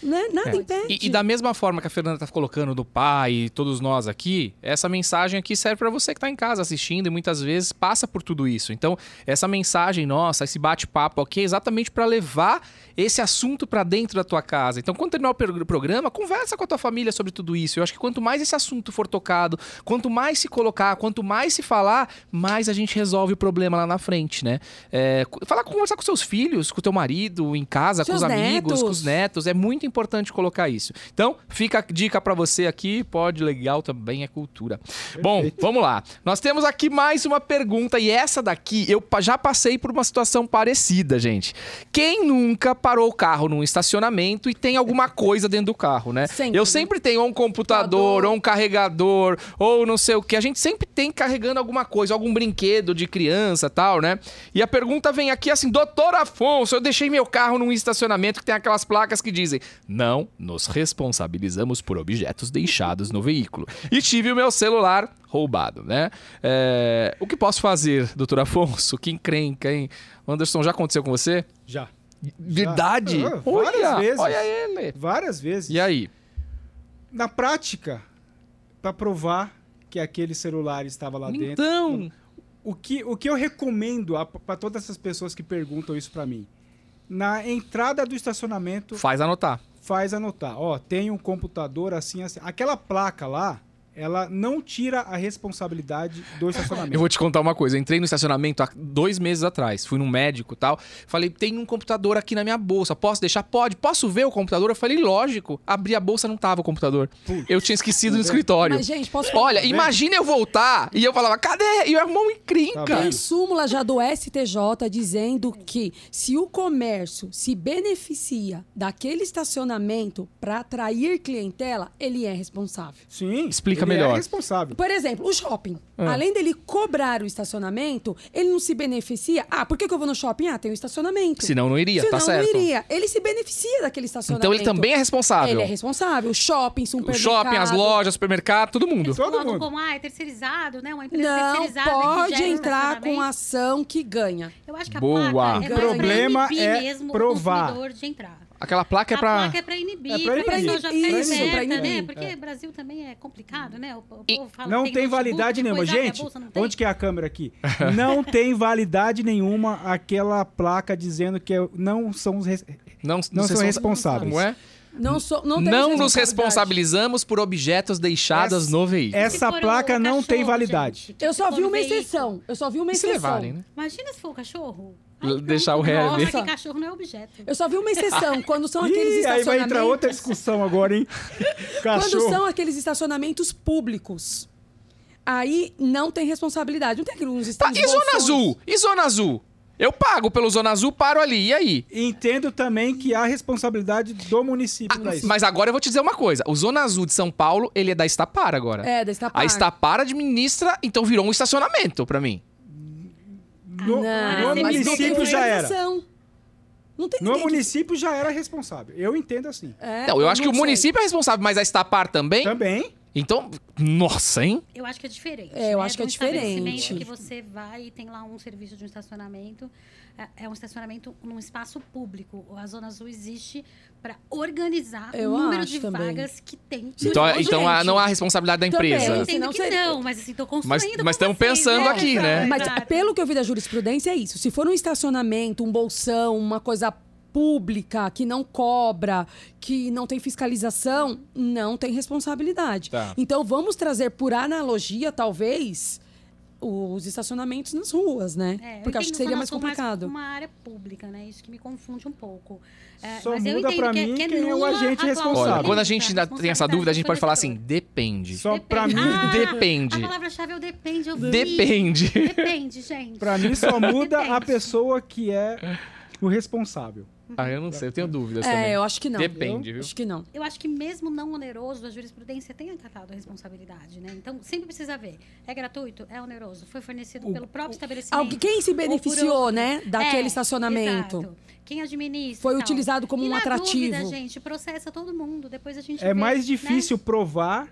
B: Né? Nada impede.
A: É. E, e da mesma forma que a Fernanda tá colocando do pai e todos nós aqui, essa mensagem aqui serve para você que tá em casa assistindo e muitas vezes passa por tudo isso. Então, essa mensagem nossa, esse bate-papo aqui é exatamente para levar esse assunto para dentro da tua casa. Então, quando terminar o per- programa, conversa com a tua família sobre tudo isso. Eu acho que quanto mais esse assunto for tocado, quanto mais se colocar, quanto mais se falar, mais a gente resolve o problema lá na frente, né? É, cu- falar, conversar com seus filhos, com teu marido, em casa, com
B: Seus
A: os amigos, com os
B: netos.
A: netos, é muito muito importante colocar isso. Então, fica a dica pra você aqui, pode legal também é cultura. Bom, vamos lá. Nós temos aqui mais uma pergunta e essa daqui eu pa- já passei por uma situação parecida, gente. Quem nunca parou o carro num estacionamento e tem alguma coisa dentro do carro, né?
B: Sempre,
A: Eu
B: né?
A: sempre tenho ou um computador, ou um carregador, ou não sei o que. A gente sempre tem carregando alguma coisa, algum brinquedo de criança, tal, né? E a pergunta vem aqui assim: "Doutor Afonso, eu deixei meu carro num estacionamento que tem aquelas placas que dizem: "Não nos responsabilizamos por objetos deixados no veículo". E tive o meu celular roubado, né? É, o que posso fazer, doutor Afonso? Que encrenca, hein? Anderson, já aconteceu com você?
C: Já.
A: Verdade?
C: Ah, várias
A: olha,
C: vezes.
A: olha ele.
C: Várias vezes.
A: E aí?
C: Na prática, pra provar que aquele celular estava lá dentro.
A: Então,
C: O que, o que eu recomendo para todas essas pessoas que perguntam isso pra mim? Na entrada do estacionamento,
A: faz anotar.
C: faz anotar. Ó, tem um computador assim, assim. Aquela placa lá, ela não tira a responsabilidade do estacionamento.
A: Eu vou te contar uma coisa. Eu entrei no estacionamento há dois meses atrás. Fui num médico e tal. Falei, tem um computador aqui na minha bolsa. Posso deixar? Pode. Posso ver o computador? Eu falei, lógico. Abri a bolsa, não tava o computador. Eu tinha esquecido no escritório.
B: Mas, gente, posso falar?
A: Olha,
C: vendo?
A: imagina eu voltar e eu falava, cadê? E eu arrumou um
C: Tá
A: encrenca.
C: vendo?
B: Tem súmula já do STJ dizendo que se o comércio se beneficia daquele estacionamento para atrair clientela, ele é responsável.
C: Sim.
A: Explica
C: ele
A: melhor.
C: É responsável.
B: Por exemplo, o shopping.
A: Ah.
B: Além dele cobrar o estacionamento, ele não se beneficia. Ah, por que, que eu vou no shopping? Ah, tem o estacionamento.
A: Senão não iria,
B: Senão
A: tá
B: não
A: certo.
B: iria. Ele se beneficia daquele estacionamento.
A: Então ele também é responsável.
B: Ele é responsável. Shopping,
A: o
B: supermercado.
A: shopping, as lojas, supermercado, todo mundo.
C: Todo
D: Colocam
C: mundo.
D: como, ah, é terceirizado, né? Uma empresa
B: Não
D: terceirizada que
B: pode
D: gera um
B: entrar com
D: estacionamento.
B: ação que ganha.
D: Eu acho que a
A: Boa.
D: placa é
B: O
D: mais pra
C: problema
D: inibir
C: é
D: mesmo
C: provar.
D: o consumidor de entrar.
A: Aquela placa é
D: a
A: pra...
D: placa é pra inibir,
C: É pra
D: pra,
C: inibir.
D: pessoa já ficar
B: Isso, pra
D: esperta,
B: inibir.
D: né? Porque o Brasil também é complicado, né? O povo fala
C: Não
D: que
C: tem,
D: notebook,
C: validade nenhuma.
D: depois abre a
C: Gente,
D: bolsa, não tem.
C: onde que é a câmera aqui? Não tem validade nenhuma aquela placa dizendo que eu- não são os res-
A: Não,
C: não
A: sei
C: são
A: se-
C: responsáveis.
A: Como é?
B: Não, sou, não,
A: Não,
B: temos
A: nos
B: responsabilidade.
A: responsabilizamos por objetos deixados
C: Essa-
A: no veículo.
D: Se
C: Essa
D: for o
C: placa não
D: cachorro,
C: tem validade.
D: gente, que
B: Eu só
D: ficou
B: vi
D: no
B: uma
D: veículo.
B: exceção. Eu só vi uma
A: E se
B: exceção.
A: levarem, né?
D: Imagina se for o cachorro.
A: L- deixar o
D: Nossa,
A: Herbie.
D: que cachorro não é objeto.
B: Eu só vi uma exceção. Quando
D: Então,
B: são aqueles
C: Ih, aí
B: estacionamentos.
C: vai entrar outra discussão agora, hein?
B: Quando
C: Cachorro.
B: são aqueles estacionamentos públicos. Aí não tem responsabilidade. Não tem aquilo nos
A: Tá,
B: estados.
A: e Zona Azul? E Zona Azul? Eu pago pelo Zona Azul, paro ali. E aí?
C: Entendo também que há responsabilidade do
B: Tipo,
C: município pra isso.
A: Ah, Mas agora eu vou te dizer uma coisa. O Zona Azul de São Paulo, ele é da Estapara agora.
B: É, da Estapar.
A: A Estapara administra, então virou um estacionamento pra mim.
C: No,
D: Não,
C: no
D: mas não
C: município já era.
B: organização. Não tem
C: No
B: ninguém que-
C: município já era responsável. Eu entendo assim.
B: É,
A: Não, eu acho que o
B: sei.
A: município é responsável, mas a Estapar também?
C: Também.
A: Então, nossa, hein?
D: Eu acho que é diferente.
B: É, eu
D: né?
B: acho que
D: De um
B: é diferente.
D: estabelecimento que você vai e tem lá um serviço de um estacionamento. É- É um estacionamento num espaço público. A Zona Azul existe para organizar
B: Eu
D: o número
B: acho
D: de
B: também.
D: vagas que tem.
A: Então,
B: bom,
A: então
C: ah,
B: gente.
A: há- não há responsabilidade da
B: Também.
A: empresa.
D: É, Eu
B: Sim,
D: entendo
B: não
D: que
B: seria.
D: não, mas assim, tô construindo.
A: Mas-
D: com
A: mas tamo
D: vocês,
A: pensando
D: né?
A: aqui, né?
B: É Mas
D: Exato.
B: pelo que eu vi da jurisprudência é isso. Se for um estacionamento, um bolsão, uma coisa pública que não cobra, que não tem fiscalização, não tem responsabilidade.
A: Tá.
B: Então vamos trazer por analogia talvez os estacionamentos nas ruas, né?
D: É, eu
B: Porque acho que
D: entendo
B: seria
D: Zona
B: mais
D: Sul
B: complicado.
D: uma área pública, né? Isso que me confunde um pouco. É,
C: Só
D: mas eu
C: muda
D: entendo
C: pra
D: que
C: mim
D: que é
C: quem é o
D: nula
C: agente
D: cláusula
C: responsável.
A: Olha,
D: jurídica,
A: quando a gente ainda tem essa dúvida, a gente pode falar assim,
D: responsabilidade do
A: depende.
C: Só pra mim,
D: fornecedor.
A: Depende.
D: Ah, A palavra-chave é o depende. Eu vi.
A: Depende.
D: Depende, gente.
C: pra mim só muda a
D: Depende.
C: pessoa que é o responsável.
A: Ah, eu não sei, eu tenho dúvidas também.
B: É, eu acho que não.
A: Depende,
B: Eu
A: viu?
B: Acho que não.
D: Eu acho que mesmo não oneroso, a jurisprudência tem acatado a responsabilidade, né? Então, sempre precisa ver. É gratuito? É oneroso? Foi fornecido pelo próprio estabelecimento?
B: Alguém, quem se
D: Ou por
B: beneficiou,
D: outro?
B: né, daquele
D: É,
B: estacionamento?
D: exato. Quem administra?
B: Foi
D: e tal.
B: utilizado como
D: E
B: um
D: na
B: atrativo.
D: Dúvida, gente, processa todo mundo. Depois a gente
C: É
D: vê,
C: mais
D: né?
C: difícil provar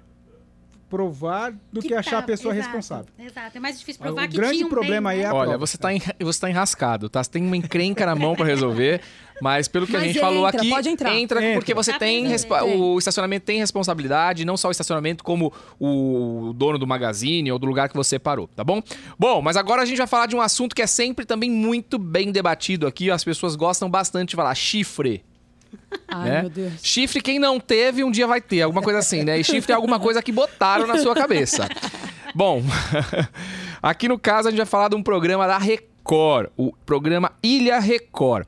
C: provar do que, achar a
D: tá,
C: pessoa
D: exato,
C: responsável.
D: Exato. É mais difícil
C: O
D: provar que
C: grande
D: tinha um
C: problema
D: bem,
C: aí é
D: né?
C: a
A: Olha,
C: prova.
A: você tá, en- você tá enrascado, tá? Você tem uma encrenca na mão pra resolver, mas pelo que a
B: Mas
A: gente falou
B: entra,
A: aqui,
B: pode entrar.
A: entra
C: Entra.
A: porque você
D: Dá pra
A: tem
D: resolver.
A: respa-
B: Tem.
A: o estacionamento tem responsabilidade, não só o estacionamento como o dono do magazine ou do lugar que você parou, tá bom? Bom, mas agora a gente vai falar de um assunto que é sempre também muito bem debatido aqui, as pessoas gostam bastante de falar chifre.
B: Ai,
A: né?
B: meu Deus.
A: Chifre, quem não teve, um dia vai ter. Alguma coisa assim, né? E chifre é alguma coisa que botaram na sua cabeça. Bom, aqui no caso a gente vai falar de um programa da Record. Record, o programa Ilha Record.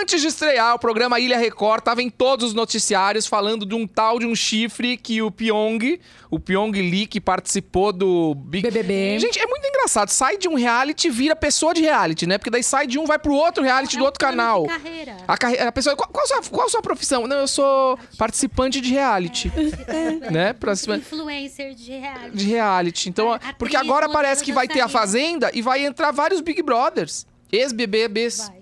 A: Antes de estrear, o programa Ilha Record estava em todos os noticiários falando de um tal de um chifre que o Pyong, o Pyong Lee, que participou do Big...
B: BBB.
A: Gente, é muito engraçado. Sai de um reality e vira pessoa de reality, né? Porque daí sai de um, vai pro outro reality
D: É
A: do
D: um
A: outro
D: plano de
A: canal.
D: Carreira.
A: A, carre- a pessoa, qual, qual sua, qual sua profissão? Não, eu sou participante de reality. Né? Pra cima-
D: Influencer de reality.
A: de reality. Então,
D: Atriz,
A: porque agora parece que vai ter a
D: dançarina.
A: Fazenda e vai entrar vários Big Brothers. Ex-BBBs.
D: Vai.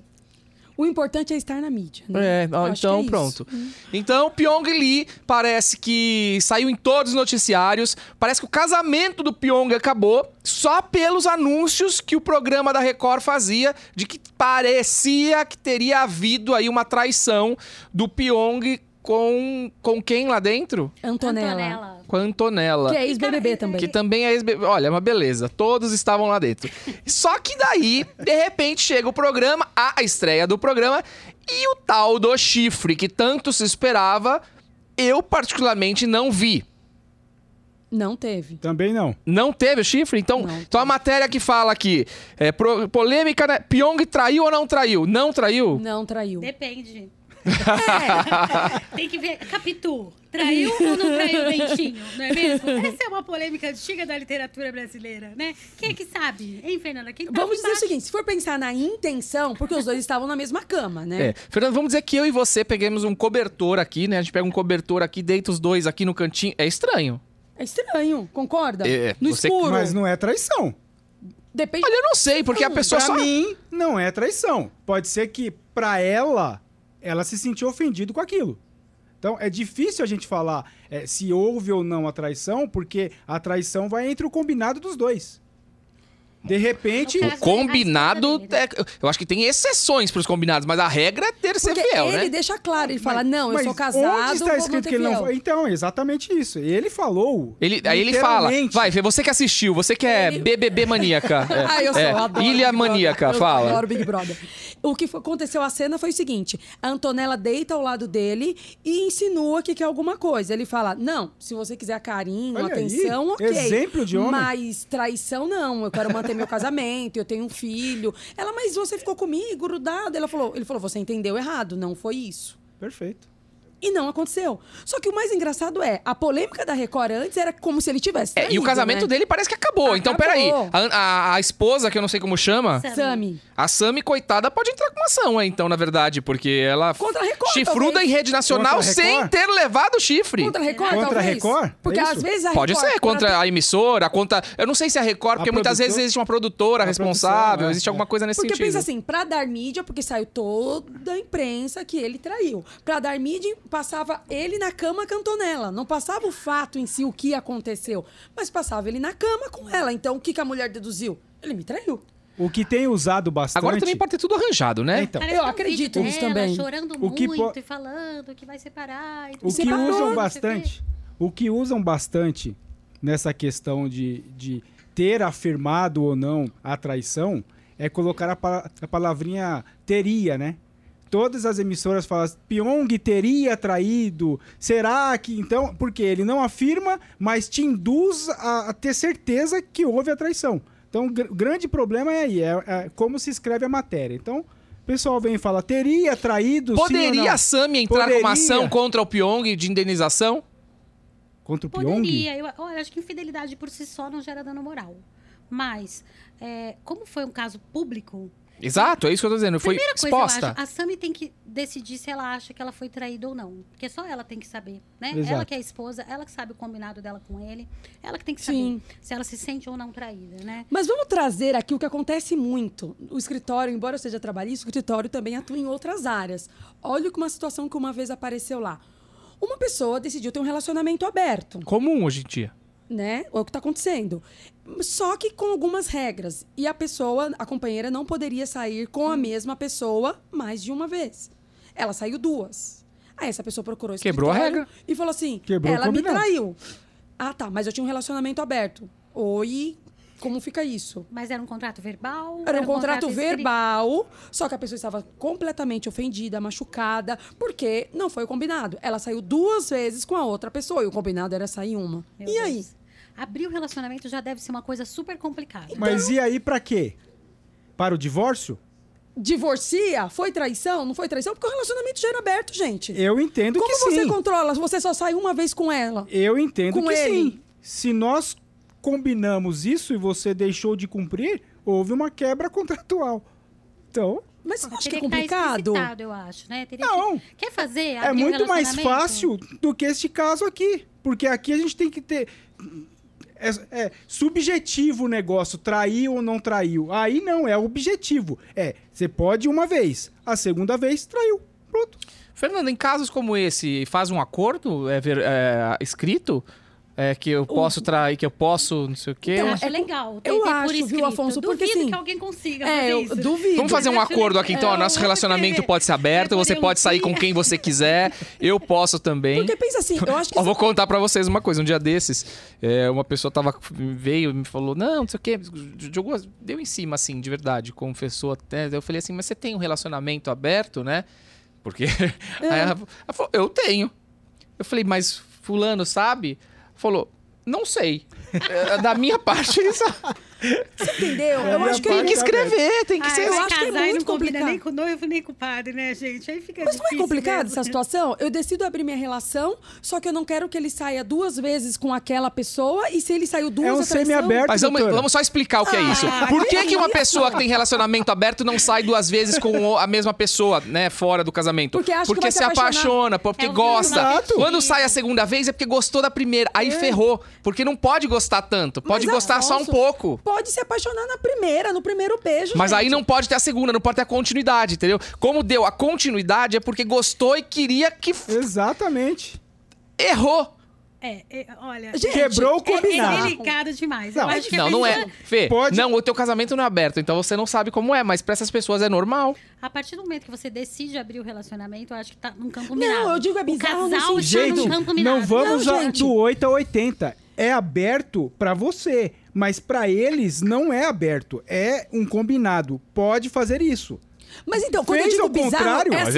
B: O importante é estar na mídia, né?
A: É,
B: Eu
A: ó,
B: acho que é
A: então
B: isso.
A: pronto. Então, Pyong Lee parece que saiu em todos os noticiários. Parece que o casamento do Pyong acabou só pelos anúncios que o programa da Record fazia de que parecia que teria havido aí uma traição do Pyong com, com quem lá dentro?
B: Antonella.
D: Antonella. tá
A: Com a Antonella.
B: Que é ex-BBB também.
A: Que também é ex Olha, uma beleza. Todos estavam lá dentro. Só que daí, de repente, chega o programa, a estreia do programa, e o tal do chifre que tanto se esperava, eu particularmente não vi.
B: Não teve.
C: Também não.
A: Não teve o chifre? Então,
B: Não
A: então a
B: teve.
A: matéria que fala aqui, é, pro- polêmica, né? Pyong traiu ou não traiu? Não traiu?
B: Não traiu.
D: Depende. É. Tem que ver. Capitu, traiu ou não traiu o dentinho?
E: Não é mesmo? Essa é uma polêmica antiga da literatura brasileira, né?
D: Né? Quem é que sabe? Hein, Fernanda? Quem tá
B: Vamos dizer o
D: embaixo?
B: seguinte, se for pensar na intenção, porque os dois estavam na mesma cama, né?
A: É. Fernando, vamos dizer que eu e você peguemos um cobertor aqui, né? A gente pega um cobertor aqui, deita os dois aqui no cantinho. É estranho.
B: É estranho, concorda?
A: É,
B: no
A: você-
B: escuro.
C: Mas não é traição.
B: Depende.
A: Olha, eu não sei, porque a pessoa
C: Pra
A: É só...
C: mim, não é traição. Pode ser que, pra ela, ela se sentiu ofendido com aquilo. Então, é difícil a gente falar eh, se houve ou não a traição, porque a traição vai entre o combinado dos dois. De repente,
D: No
A: O
D: caso,
A: combinado.
D: a esposa
A: é- eu acho que tem exceções para os combinados, mas a regra é ter ser
B: porque
A: fiel,
B: ele
A: né?
B: deixa claro, ele fala, não, eu
C: mas
B: sou casado,
C: onde está
B: vou
C: escrito
B: manter
C: que ele não...
B: fiel.
C: fa- Então, é exatamente isso. Ele falou.
A: Ele, aí ele fala.
C: literalmente.
A: Vai, Fê, você que assistiu, você que é BBB maníaca. É,
B: Ah, eu sou,
A: é,
B: eu adoro.
A: Ilha
B: Big Brother.
A: maníaca,
B: Eu
A: fala.
B: adoro Big Brother. O que foi- aconteceu a cena foi o seguinte: a Antonella deita ao lado dele e insinua que quer alguma coisa. Ele fala: Não, se você quiser carinho,
C: Olha aí,
B: atenção, ok.
C: exemplo de homem.
B: Mas traição não, eu quero manter meu casamento, eu tenho um filho. Ela, mas você ficou comigo, grudado. Ela falou, ele falou: Você entendeu errado, não foi isso.
C: Perfeito.
B: E não aconteceu. Só que o mais engraçado é, a polêmica da Record antes era como se ele tivesse.
A: É, e o
B: traído,
A: casamento
B: né?
A: dele parece que acabou. Então,
B: Acabou.
A: peraí. A, a, a esposa, que eu não sei como chama,
D: Sam.
B: Sami.
A: a Sami, coitada, pode entrar com uma ação, é, então, na verdade, porque ela.
B: Contra a Record,
A: Chifruda
B: talvez.
A: em rede nacional
C: Contra a
A: sem
C: Record?
A: ter levado o chifre.
B: Contra a Record,
C: Contra a
B: talvez?
C: Record?
B: Porque
C: É
B: às
C: isso?
B: vezes a
A: Pode
B: Record,
A: ser contra a emissora, contra. Eu não sei se é a Record,
C: A
A: porque muitas
C: produtora-
A: vezes existe uma produtora
C: A produção,
A: responsável,
C: é,
A: existe
C: é.
A: alguma coisa nesse
B: Porque
A: sentido.
B: pensa assim, pra dar mídia, porque saiu toda a imprensa que ele traiu. Pra dar mídia, passava ele na cama com a Antonella. Não passava o fato em si, o que aconteceu. Mas passava ele na cama com ela. Então, o que, que a mulher deduziu? Ele me traiu.
C: O que tem usado bastante...
A: Agora também pode ter tudo arranjado, né?
C: É, então.
D: Parece
B: Eu
D: que tem um
B: acredito
D: vídeo
B: nisso
D: dela
B: também.
D: chorando
C: O que
D: muito
C: po-
D: e falando que vai separar. e
C: O
D: tudo
C: que
B: Separou,
D: mais, não sei
C: usam
D: quê.
C: bastante, o que usam bastante nessa questão de, de ter afirmado ou não a traição é colocar a, pa- a palavrinha teria, né? Todas as emissoras falam, Pyong teria traído, será que então... Porque ele não afirma, mas te induz a, a ter certeza que houve a traição. Então, o gr- grande problema é aí, é, é como se escreve a matéria. Então, o pessoal vem e fala, teria traído, sim ou
A: Poderia
C: não?"
A: a Sami entrar com uma
C: Poderia.
A: ação contra o Pyong de indenização?
C: Contra o Pyong?
D: Poderia. Eu, olha, acho que infidelidade por si só não gera dano moral. Mas, é, como foi um caso público,
A: Exato, é isso que eu tô dizendo. Foi
D: primeira coisa, eu
A: exposta.
D: acho, a Sami tem que decidir se ela acha que ela foi traída ou não. Porque só ela tem que saber, né? Ela
C: Exato.
D: que é a esposa, ela que sabe o combinado dela com ele. Ela que tem que saber
B: Sim.
D: se ela se sente ou não traída, né?
B: Mas vamos trazer aqui o que acontece muito. O escritório, embora eu seja trabalhista, o escritório também atua em outras áreas. Olha uma situação que uma vez apareceu lá. Uma pessoa decidiu ter um relacionamento aberto.
A: Comum hoje em dia.
B: né? É o que está acontecendo. Só que com algumas regras. E a pessoa, a companheira, não poderia sair com a mesma pessoa mais de uma vez. Ela saiu duas. Aí essa pessoa procurou esse
A: Quebrou a regra.
B: E falou assim:
C: Quebrou o
B: ela me
C: combinado."
B: traiu. Ah, tá, mas eu tinha um relacionamento aberto. Oi, como fica isso?
D: Mas era um contrato verbal?
B: Era um contrato
D: escrito?
B: verbal, só que a pessoa estava completamente ofendida, machucada, porque não foi o combinado. Ela saiu duas vezes com a outra pessoa e o combinado era sair uma.
D: Meu
B: e
D: Deus.
B: aí? Então-
D: Abrir o relacionamento já deve ser uma coisa super complicada.
C: Mas e aí pra quê? para o divórcio?
B: Divorcia? Foi traição? Não foi traição? Porque o relacionamento já era aberto, gente.
C: Eu entendo
B: Como
C: que
B: você
C: sim.
B: controla se você só sai uma vez com ela?
C: Eu entendo
B: com
C: que
B: ele?
C: sim. Se nós combinamos isso e você deixou de cumprir, houve uma quebra contratual. Então,
B: Mas você não acha que é
D: Teria estar
B: complicado?
D: explicitado, eu acho, né? Teria
C: Não.
D: Que... Quer fazer?
C: é
D: abrir um
C: muito mais
D: relacionamento?
C: fácil do que este caso aqui. Porque aqui a gente tem que ter. É, é subjetivo o negócio, traiu ou não traiu. Aí não, é objetivo. É, você pode uma vez, a segunda vez traiu. Pronto.
A: Fernando, em casos como esse, faz um acordo é, ver- é, escrito? É, que eu posso trair, que eu posso não sei o quê?
D: Eu
B: Então,
D: acho
B: é-
D: legal.
B: eu
D: ter
B: acho,
D: por
B: viu,
D: escrito.
B: Afonso, porque
D: Duvido
B: assim-
D: que alguém consiga fazer
B: É, eu
D: isso.
B: duvido.
A: Vamos fazer um acordo aqui, então. ó, Nosso
D: Não,
A: relacionamento
D: porque-
A: pode ser aberto,
D: é por
A: você
D: eu
A: pode sair
D: que-
A: com quem você quiser. Eu posso também.
B: Porque pensa assim, eu acho que
A: Ó, vou contar pra vocês uma coisa. Um dia desses, é, uma pessoa tava, veio e me falou: Não, não sei o quê. Jogou, as- deu em cima, assim, de verdade. Confessou até. Eu falei assim: Mas você tem um relacionamento aberto, né? Porque. Aí ela, ela falou: Eu tenho. Eu falei: Mas Fulano sabe? Falou: Não sei. É, da minha parte, isso.
B: entendeu? Eu
C: É,
B: acho que
C: a
A: Tem
B: ele
A: que
C: parte-
A: escrever, tem
D: Ah,
A: que
E: Ai,
A: ser.
B: eu
E: vai
B: acho que é
E: casar e
B: muito
E: não combina
B: complicado.
E: nem com o noivo, nem com o padre, né, gente? Aí fica
B: Mas não é
D: né,
E: difícil
B: complicado
E: mesmo.
B: essa situação? Eu decido abrir minha relação, só que eu não quero que ele saia duas vezes com aquela pessoa, e se ele saiu duas,
C: É um
B: a traição-
C: semi-aberto.
A: Mas vamos,
C: doutora.
A: vamos só explicar o que é isso.
E: Ah,
A: Por
B: que
A: que, que uma
B: isso?
A: pessoa que tem relacionamento aberto não sai duas vezes com o- a mesma pessoa, né, fora do casamento?
B: Porque acha que vai se
A: se apaixona,
B: apaixonar. um
A: porque
D: É o
A: gosta.
D: vínculo
C: afetivo.
A: Quando sai a segunda vez é porque gostou da primeira, aí ferrou. Porque não pode gostar tanto, pode
B: É. Mas, é
A: gostar só um
B: Afonso,
A: pouco.
B: Pode se apaixonar na primeira, no primeiro beijo.
A: Mas
B: gente.
A: aí não pode ter a segunda, não pode ter a continuidade, entendeu? Como deu a continuidade é porque gostou e queria que f-
C: Exatamente.
A: errou.
E: É, é, olha.
B: Gente,
C: Quebrou
E: é,
C: o
E: é
C: combinado.
E: delicado demais.
C: Não,
E: Eu acho que a
A: Não, não é.
E: pessoa-
A: Fê,
C: Pode-
A: não, o teu casamento não é aberto, então você não sabe como é, mas pra essas pessoas é normal.
D: A partir do momento que você decide abrir o relacionamento, eu acho que tá num campo minado.
B: eu digo é bizarro
D: O
B: no
D: casal está
C: Gente,
D: num campo minado.
C: não vamos
B: Não,
C: a-
B: gente.
C: do 8 a 80. É aberto pra você, mas pra eles não é aberto. É um combinado. Pode fazer isso.
B: Mas então, quando eu
C: Fez
B: digo
C: ao
B: bizarro,
C: contrário.
B: é,
C: Mas
B: assim,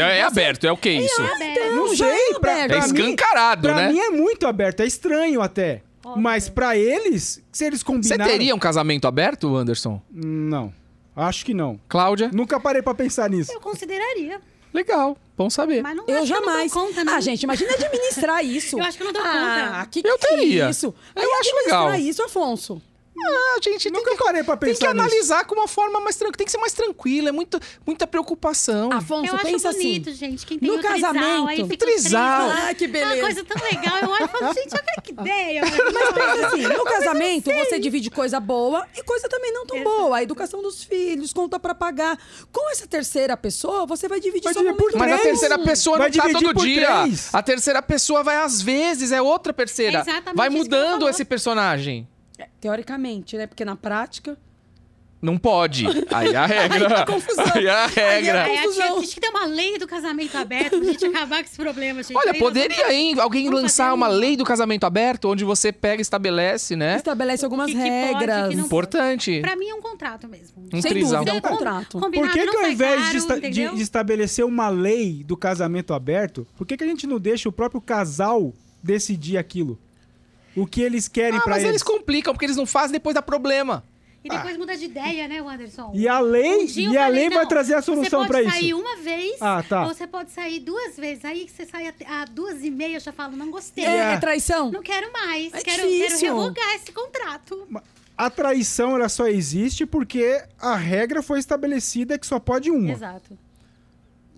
B: você-
A: é o que isso?
D: Aberto.
B: Não,
C: não
B: já
C: sei,
B: é
C: pra-
B: aberto.
A: É
C: pra mim-
A: escancarado,
C: pra
A: né?
C: mim é muito aberto, é estranho até.
D: Óbvio.
C: Mas pra eles, se eles
A: Você
C: combinaram...
A: teria um casamento aberto, Anderson?
C: Não, acho que não.
A: Cláudia?
C: Nunca parei pra pensar nisso.
D: Eu consideraria.
A: Legal, bom saber.
D: Mas não
B: Eu
D: acho que
B: jamais.
D: Eu não dou conta, não.
B: Ah, gente, imagina administrar isso.
D: Eu acho que eu não dou
B: Ah,
D: conta.
B: que que
A: Eu teria.
B: É isso?
A: Eu
B: Aí
A: acho
B: administrar
A: legal.
B: isso, Afonso.
A: Ah, gente, tem
C: Nunca
A: que,
C: parei pra
A: tem que
C: pensar nisso.
A: analisar com uma forma mais tranquila. Tem que ser mais tranquila, é muito, muita preocupação.
B: Afonso,
D: eu acho
B: pensa
D: bonito,
B: assim.
D: gente. Quem tem
B: no
D: o trisal,
B: casamento.
D: aí fica o
A: Trisal.
B: Ah, que
D: É
B: beleza.
D: uma coisa tão legal. Eu olho e falo, gente, olha que ideia.
B: Mas pensa assim, no casamento você divide coisa boa e coisa também não tão boa. A educação dos filhos, conta pra pagar. Com essa terceira pessoa, você vai dividir
C: Vai
B: só com
C: dividir por
B: uma
A: Mas a
C: três.
A: terceira pessoa
C: Vai
A: não tá
C: dividir
A: todo
C: por
A: dia.
C: três.
A: A terceira pessoa vai às vezes, é outra terceira.
D: É exatamente
A: vai
D: isso que ela
A: mudando
D: falou.
A: esse personagem.
B: Teoricamente, né? Porque na prática.
A: Não pode. Aí é a regra.
B: Aí tá confusão.
A: Aí é a regra.
D: é Aí, é a gente
B: confusão.
D: tinha que ter uma lei do casamento aberto pra gente acabar com esse problema, gente.
A: Olha,
D: Aí nós
A: poderia, hein? Alguém
D: Vamos
A: lançar
D: fazer
A: uma
D: um-
A: lei do casamento aberto, onde você pega e estabelece, né?
B: Estabelece algumas
D: que que pode, né?
B: regras.
D: que não-
A: Importante.
D: Pra mim é um contrato mesmo.
A: Um
B: Sem
A: trisal.
B: dúvida, é um
D: Então,
B: contrato.
D: combinado,
C: Por que,
D: não
C: que ao
D: sai
C: invés
D: caro,
C: de, esta- de-
D: entendeu?
C: de estabelecer uma lei do casamento aberto, por que, que a gente não deixa o próprio casal decidir aquilo? O que eles querem
A: Ah,
C: pra
A: mas
C: eles.
A: eles complicam, porque eles não fazem, depois dá problema.
D: E depois muda de ideia, né, Anderson?
C: E a lei,
D: Um dia eu
C: e a
D: falei,
C: lei vai
D: não,
C: trazer a solução pra
D: Você pode sair
C: isso.
D: uma vez,
C: Ah, tá.
D: ou você pode sair duas vezes. Aí que você sai até- a duas e meia, eu já falo, não gostei.
B: É, é traição?
D: Não quero mais.
B: É
D: quero, quero
B: difícil.
D: revogar esse contrato.
C: A traição ela só existe porque a regra foi estabelecida que só pode uma.
D: Exato.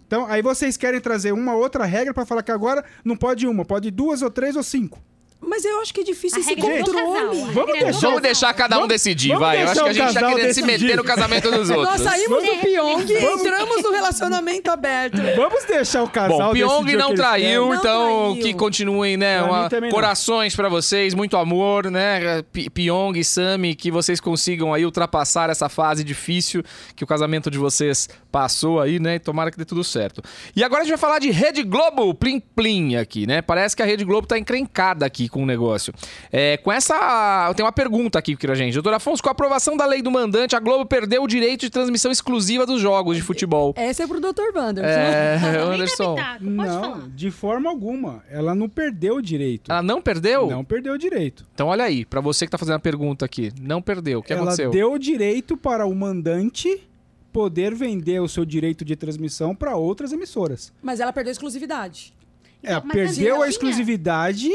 C: Então, aí vocês querem trazer uma outra regra pra falar que agora não pode uma, pode duas ou três ou cinco.
B: Mas eu acho que é difícil
D: A
B: esse
D: regra é do casal.
B: controle.
D: A
C: Vamos
D: regra é do
C: deixar-
D: casal.
A: Vamos deixar cada um
C: Vamos-
A: decidir,
C: vamos
A: vai. Eu acho
C: deixar
A: que a
C: o
A: gente tá
C: casal
A: querendo se
C: decidir.
A: meter no casamento dos outros.
B: Nós saímos do
D: Vamos-
B: Pyong e entramos no relacionamento aberto.
C: Vamos deixar o
A: Bom,
C: casal
A: o Pyong
C: decidir o que
A: não
C: eles
A: traiu,
B: querem.
A: então
B: Não traiu.
A: que continuem, né?
C: Pra
A: uma-
C: mim também não.
A: corações pra vocês, muito amor, né? P- Pyong e Sami, que vocês consigam aí ultrapassar essa fase difícil que o casamento de vocês passou aí, né? E tomara que dê tudo certo. E agora a gente vai falar de Rede Globo, plim plim aqui, né? Parece que a Rede Globo tá encrencada aqui com o negócio. É, com essa. Eu tenho uma pergunta aqui pra gente. Doutor Afonso, com a aprovação da lei do mandante, a Globo perdeu o direito de transmissão exclusiva dos jogos de futebol.
B: Essa é pro Dr. Wanderson.
A: É,
D: Nem
A: Anderson.
D: dá pitaco, Pode
C: Não,
D: falar.
C: de forma alguma. Ela não perdeu o direito.
A: Ela não perdeu?
C: Não perdeu o direito.
A: Então olha aí, pra você que tá fazendo a pergunta aqui, não perdeu. O que
C: ela
A: aconteceu?
C: deu o direito para o mandante poder vender o seu direito de transmissão para outras emissoras.
B: mas ela perdeu a exclusividade.
C: É,
E: Mas
C: perdeu
E: antes
C: a
E: tinha.
C: exclusividade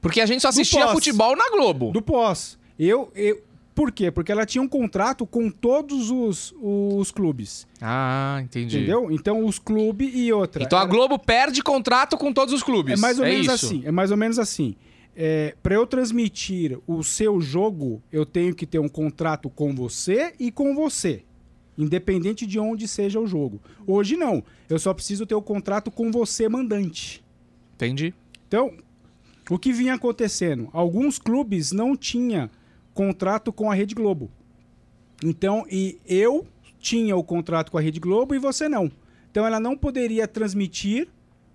A: Porque a gente só assistia
C: pós.
A: futebol na Globo.
C: do pós. Eu, eu, por quê? Porque ela tinha um contrato com todos os, os clubes,
A: Ah, entendi.
C: entendeu? Então os clubes e outra.
A: Então a
C: Era-
A: Globo perde contrato com todos os clubes.
C: É mais ou menos
A: isso.
C: assim. É mais ou menos assim. É, para eu transmitir o seu jogo, eu tenho que ter um contrato com você e com você. Independente de onde seja o jogo. Hoje não. Eu só preciso ter o contrato com você, mandante.
A: Entendi.
C: Então, o que vinha acontecendo? Alguns clubes não tinham contrato com a Rede Globo. Então, e eu tinha o contrato com a Rede Globo e você não. Então, ela não poderia transmitir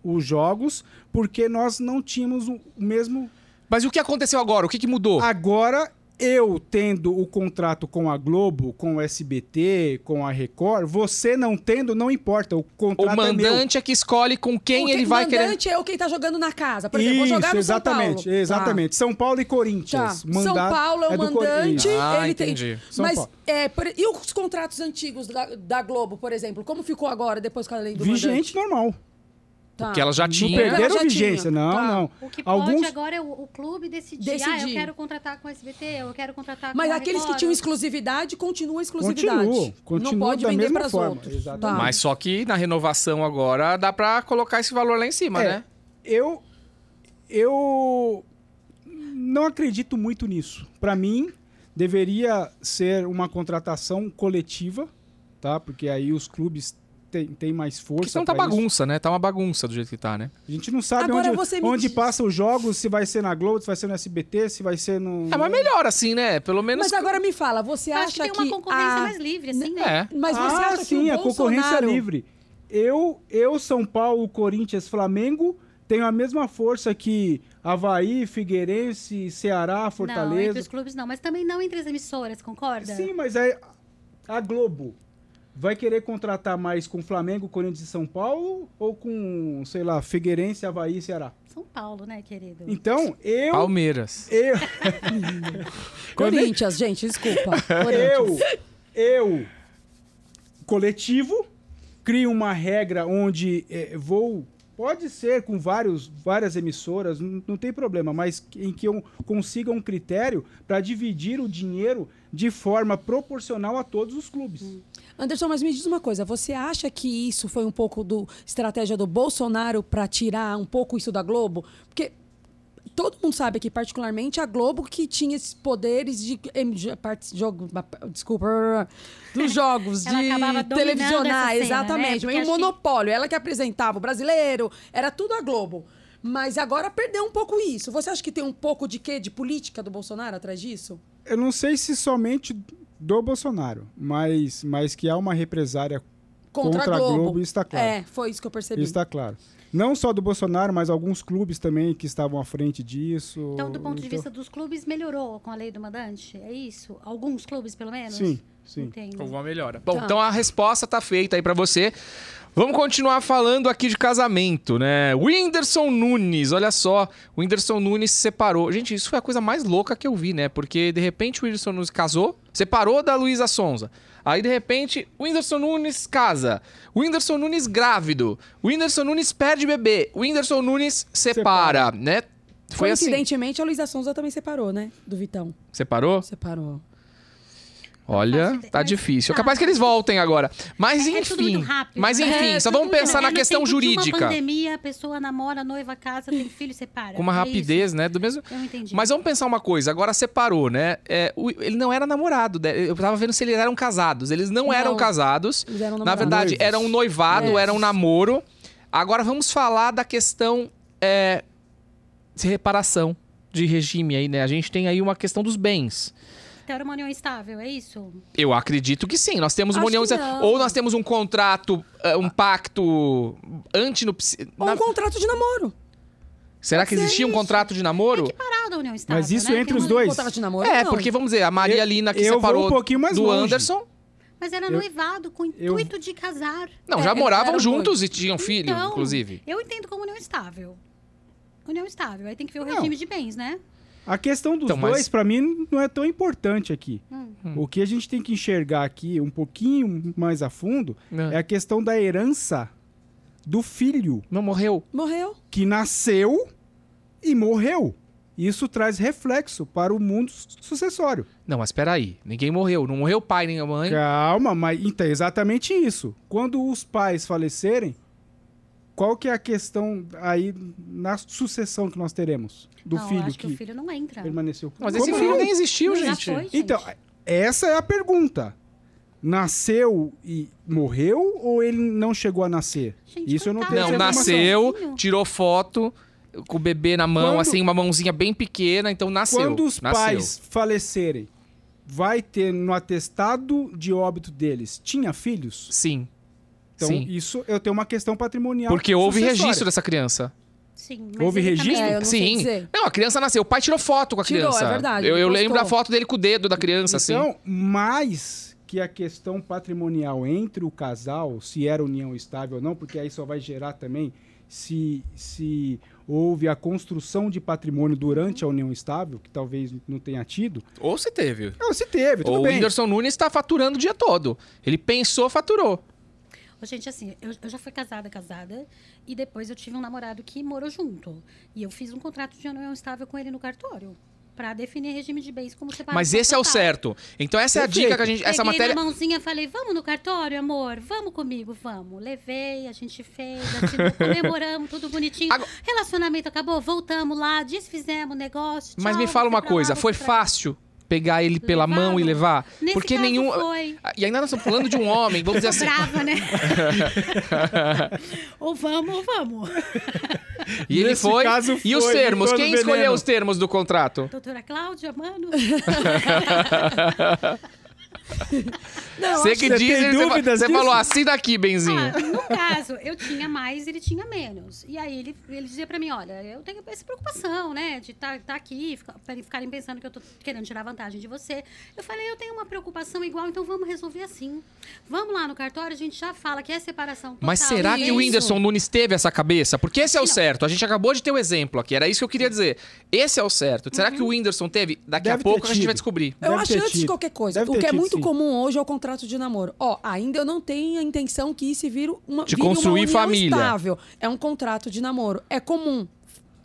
C: os jogos porque nós não tínhamos o o mesmo.
A: Mas o que aconteceu agora? O que, que
C: Ah,
A: mudou?
C: Agora, eu tendo o contrato com a Globo, com o SBT, com a Record, você não tendo, não importa. O
A: o
C: contrato é meu.
A: mandante é, que escolhe com quem
B: O que-
A: ele vai querer.
B: mandante é o quem tá jogando na casa. Por exemplo, vou jogar no São Paulo.
C: exatamente,
B: Tá.
C: exatamente. São Paulo e
B: Tá.
C: Corinthians.
B: São
C: Mandado-
B: Paulo é o
C: do Cor-
B: mandante.
C: Isso.
A: Ah,
B: ele
A: entendi.
B: Tem...
C: São
B: Mas
C: Paulo.
B: é, por- e os contratos antigos da, da Globo, por exemplo? Como ficou agora, depois que a lei do
C: Vigente normal.
B: mandante? Tá.
A: Porque ela já
C: Não
A: tinha.
C: perderam
B: Ela já
C: vigência,
B: tinha.
C: não,
B: Tá.
C: não.
D: O que pode
C: Alguns
D: agora é o, o clube decidir. Ah, eu
B: Decidir.
D: quero contratar com o SBT, eu quero contratar
B: Mas
D: com a
B: aqueles que
D: Record.
B: tinham exclusividade, continuam a exclusividade.
C: continuam, continuam
B: Não pode
C: da
B: vender
C: mesma
B: para
C: forma.
B: outros.
C: Exatamente.
B: Tá.
A: Mas só que na renovação agora dá pra colocar esse valor lá em cima,
C: É.
A: né?
C: Eu eu não acredito muito nisso. Pra mim deveria ser uma contratação coletiva, tá? Porque aí os clubes têm têm mais
A: Porque
C: força.
A: senão tá
C: pra isso.
A: bagunça, né? Tá uma bagunça do jeito que tá, né?
C: A gente não sabe
B: Agora
C: onde,
B: você me
C: onde
B: diz.
C: passa os jogos, se vai ser na Globo, se vai ser no SBT, se vai ser no.
A: É, mas melhor assim, né? Pelo menos.
B: Mas agora me fala, você
D: Eu acho
B: acha
D: que tem uma concorrência
B: a-
D: mais livre, assim, né?
A: É.
B: Mas você
C: ah,
B: acha
C: sim,
B: que o
C: a concorrência é
B: Bolsonaro-
C: livre. Eu, eu, São Paulo, Corinthians, Flamengo tenho a mesma força que Havaí, Figueirense, Ceará,
D: Não, entre
C: Fortaleza.
D: os clubes não, mas também não entre as emissoras, concorda?
C: sim, mas é a Globo vai querer contratar mais com Flamengo, Corinthians e São Paulo ou com, sei lá, Figueirense, Havaí e Ceará?
D: São Paulo, né, querido?
C: Então, eu
A: Palmeiras.
C: eu
B: Corinthians, gente, desculpa.
C: eu, eu, coletivo, crio uma regra onde eh, vou. Pode ser com vários, várias emissoras, não, não tem problema, mas em que eu consiga um critério para dividir o dinheiro de forma proporcional a todos os clubes.
B: Anderson, mas me diz uma coisa, você acha que isso foi um pouco do estratégia do Bolsonaro para tirar um pouco isso da Globo? Porque todo mundo sabe aqui, particularmente a Globo que tinha esses poderes de em- de parte- jogo, desculpa, dos jogos
D: Ela acabava
B: de
D: dominando essa
B: televisionar,
D: cena, né?
B: exatamente,
D: Porque
B: um
D: acho que-
B: monopólio, ela que apresentava o brasileiro, era tudo a Globo. Mas agora perdeu um pouco isso. Você acha que tem um pouco de quê? De política do Bolsonaro atrás disso?
C: Eu não sei se somente do Bolsonaro, mas, mas que há uma represária contra, a Globo, está claro. tá
B: É, foi isso que eu percebi.
C: Está claro. Não só do Bolsonaro, mas alguns clubes também que estavam à frente disso.
D: Então, do ponto de
C: Então-
D: vista dos clubes, melhorou com a lei do mandante? É isso? Alguns clubes, pelo menos?
C: Sim, sim.
D: Entendo.
A: Houve uma melhora. Bom,
B: Tá.
A: então a resposta tá feita aí pra você. Vamos continuar falando aqui de casamento, né? Whindersson Nunes, olha só. O Whindersson Nunes se separou. Gente, isso foi a coisa mais louca que eu vi, né? Porque de repente o Whindersson Nunes casou, separou da Luísa Sonza. Aí de repente o Whindersson Nunes casa. O Whindersson Nunes grávido. O Whindersson Nunes perde bebê. O Whindersson Nunes separa, né? Foi assim.
B: Coincidentemente, a Luísa Sonza também separou, né? Do Vitão.
A: Separou?
B: Separou.
A: Olha,
D: Mas-
A: tá
D: mas-
A: difícil. É
D: tá.
A: capaz que eles voltem agora. Mas
D: É- é tudo
A: enfim.
D: muito rápido,
A: mas
D: né?
A: enfim,
D: É,
A: só
D: tudo
A: vamos
D: muito
A: pensar
D: rápido.
A: na
D: É no
A: questão
D: tempo de uma
A: jurídica.
D: pandemia, a pessoa namora, noiva, casa, tem filho, separa.
A: Com uma
D: É isso.
A: rapidez, né? Do mesmo.
D: Eu entendi.
A: Mas vamos pensar uma coisa, agora separou, né? É, o- ele não era namorado, né? eu tava vendo se eles eram casados. Eles não,
B: Não.
A: eram casados.
B: Eles eram
A: Na
B: namorados.
A: verdade,
C: Noivos.
A: era um noivado,
B: É.
A: era um namoro. Agora vamos falar da questão é, de reparação de regime aí, né? A gente tem aí uma questão dos bens.
D: Então era uma união estável, é isso?
A: Eu acredito que sim. Nós temos uma
B: Acho
A: união.
B: que não.
A: Ou nós temos um contrato, eh, um pacto antinupcial.
B: Ou um contrato de namoro.
A: Será que
B: ser
A: existia um
B: isso. É
A: contrato de namoro?
D: Parar da união estável.
C: Mas isso
D: né?
C: entre
D: Porque
C: os
D: uma-
C: dois.
B: Um contrato de namoro?
A: É,
B: não.
A: porque vamos dizer, a Maria
C: Eu-
A: Lina que
C: eu vou
A: separou
C: um pouquinho mais
A: do
C: longe.
A: Anderson.
D: Mas era
C: Eu-
D: noivado com o
C: eu-
D: intuito de casar.
A: Não,
B: É,
A: já
B: eles
A: moravam
B: eram
A: juntos e tinham filho,
D: Então,
A: inclusive.
D: Eu entendo como união estável. União estável. Aí tem que ver o regime de bens, né?
C: A questão dos
A: Então, mas-
C: dois, pra mim, não é tão importante aqui.
E: Hum.
C: O que a gente tem que enxergar aqui um pouquinho mais a fundo
A: Não,
C: é a questão da herança do filho
A: não morreu.
B: Morreu.
C: que nasceu e morreu. Isso traz reflexo para o mundo su- sucessório.
A: Não, mas peraí. Ninguém morreu. Não morreu o pai nem a mãe.
C: Calma, mas então, é exatamente isso. Quando os pais falecerem, qual que é a questão aí na sucessão que nós teremos do
D: não, eu
C: filho
D: acho que...
C: que,
D: o filho não entra.
C: permaneceu?
A: Mas
C: Como
A: esse filho
C: não?
A: nem existiu,
D: Já
A: gente.
D: foi, gente.
C: Então, essa é a pergunta. Nasceu e morreu ou ele não chegou a nascer?
D: Gente,
C: isso eu não
D: coitado,
C: tenho
A: Não,
C: essa informação.
A: nasceu, tirou foto com o bebê na mão,
C: Quando-
A: assim, uma mãozinha bem pequena, então nasceu.
C: Quando os
A: nasceu.
C: pais falecerem, vai ter no atestado de óbito deles, tinha filhos?
A: Sim.
C: Então,
A: Sim.
C: isso eu tenho uma questão patrimonial.
A: Porque houve
C: sucessória.
A: registro dessa criança.
D: Sim, mas
C: Houve
D: ele
C: registro?
D: também-
B: É, eu não sei
A: Sim.
B: dizer.
A: Não, a criança nasceu. O pai tirou foto com a
B: Tirou,
A: criança.
B: é verdade,
A: Eu, eu
B: ele
A: lembro da
B: postou.
A: foto dele com o dedo da criança, assim.
C: Então, mais que a questão patrimonial entre o casal, se era união estável ou não, porque aí só vai gerar também se, se houve a construção de patrimônio durante a união estável, que talvez não tenha tido.
A: Ou se teve.
C: Não, se teve, tudo
A: Ou o
C: bem.
A: Whindersson Nunes tá faturando o dia todo. Ele pensou, faturou.
D: Ô, Gente, assim, eu, eu já fui casada, casada, e depois eu tive um namorado que morou junto. E eu fiz um contrato de união estável com ele no cartório. Pra definir regime de bens como separado.
A: Mas esse é o
D: total.
A: certo. Então essa é a
C: Perfeito.
A: dica que a gente... Essa
D: Peguei
A: matéria...
D: na mãozinha falei, vamos no cartório, amor? Vamos comigo, vamos. Levei, a gente fez, atinou, comemoramos, tudo bonitinho.
A: Agora-
D: Relacionamento acabou, voltamos lá, desfizemos o negócio.
A: Mas
D: tchau,
A: me fala
D: você
A: uma
D: pra
A: coisa,
D: lá, você
A: foi
D: pra cá.
A: fácil pegar ele pela
D: Levaram?
A: mão e levar?
D: Nesse
A: Porque
D: caso
A: nenhum...
D: Foi.
A: E ainda nós estamos falando de um homem, vamos dizer assim...
D: Brava, né?
E: Ou vamos, ou vamos.
A: E ele
C: Nesse
A: foi.
C: caso
A: E
C: foi,
A: os termos?
C: limpando
A: Quem
C: o
A: escolheu
C: veneno.
A: os termos do contrato?
D: Doutora Cláudia, mano.
B: Não,
A: Você
B: acho
A: que
C: Você
A: diz,
C: tem
A: você fa-
C: dúvidas
A: você
C: disso?
A: falou assim daqui, Benzinho.
D: Ah, no caso, eu tinha mais, ele tinha menos. E aí ele, ele dizia pra mim, olha, eu tenho essa preocupação, né? De estar aqui, fica- pra eles ficarem pensando que eu tô querendo tirar vantagem de você. Eu falei, eu tenho uma preocupação igual, então vamos resolver assim. Vamos lá no cartório, a gente já fala que é separação total.
A: Mas será que
D: e
A: o
D: isso-
A: Whindersson Nunes teve essa cabeça? Porque esse é o
D: Não.
A: certo. A gente acabou de ter o exemplo aqui. Era isso que eu queria dizer. Esse é o certo. Será que o Whindersson teve? Daqui a
C: Deve ter
A: pouco a gente
C: tido.
A: vai descobrir.
B: Eu
C: Deve
B: acho
C: ter
B: antes de
C: tido.
B: qualquer coisa.
C: Deve
B: o
C: ter
B: que é
C: tido,
B: muito
C: sim.
B: comum hoje é o contrato de namoro. Ó, ainda eu não tenho a intenção que isso vira uma,
A: De
B: vire uma
A: construir
B: união
A: família.
B: estável. É um contrato de namoro. É comum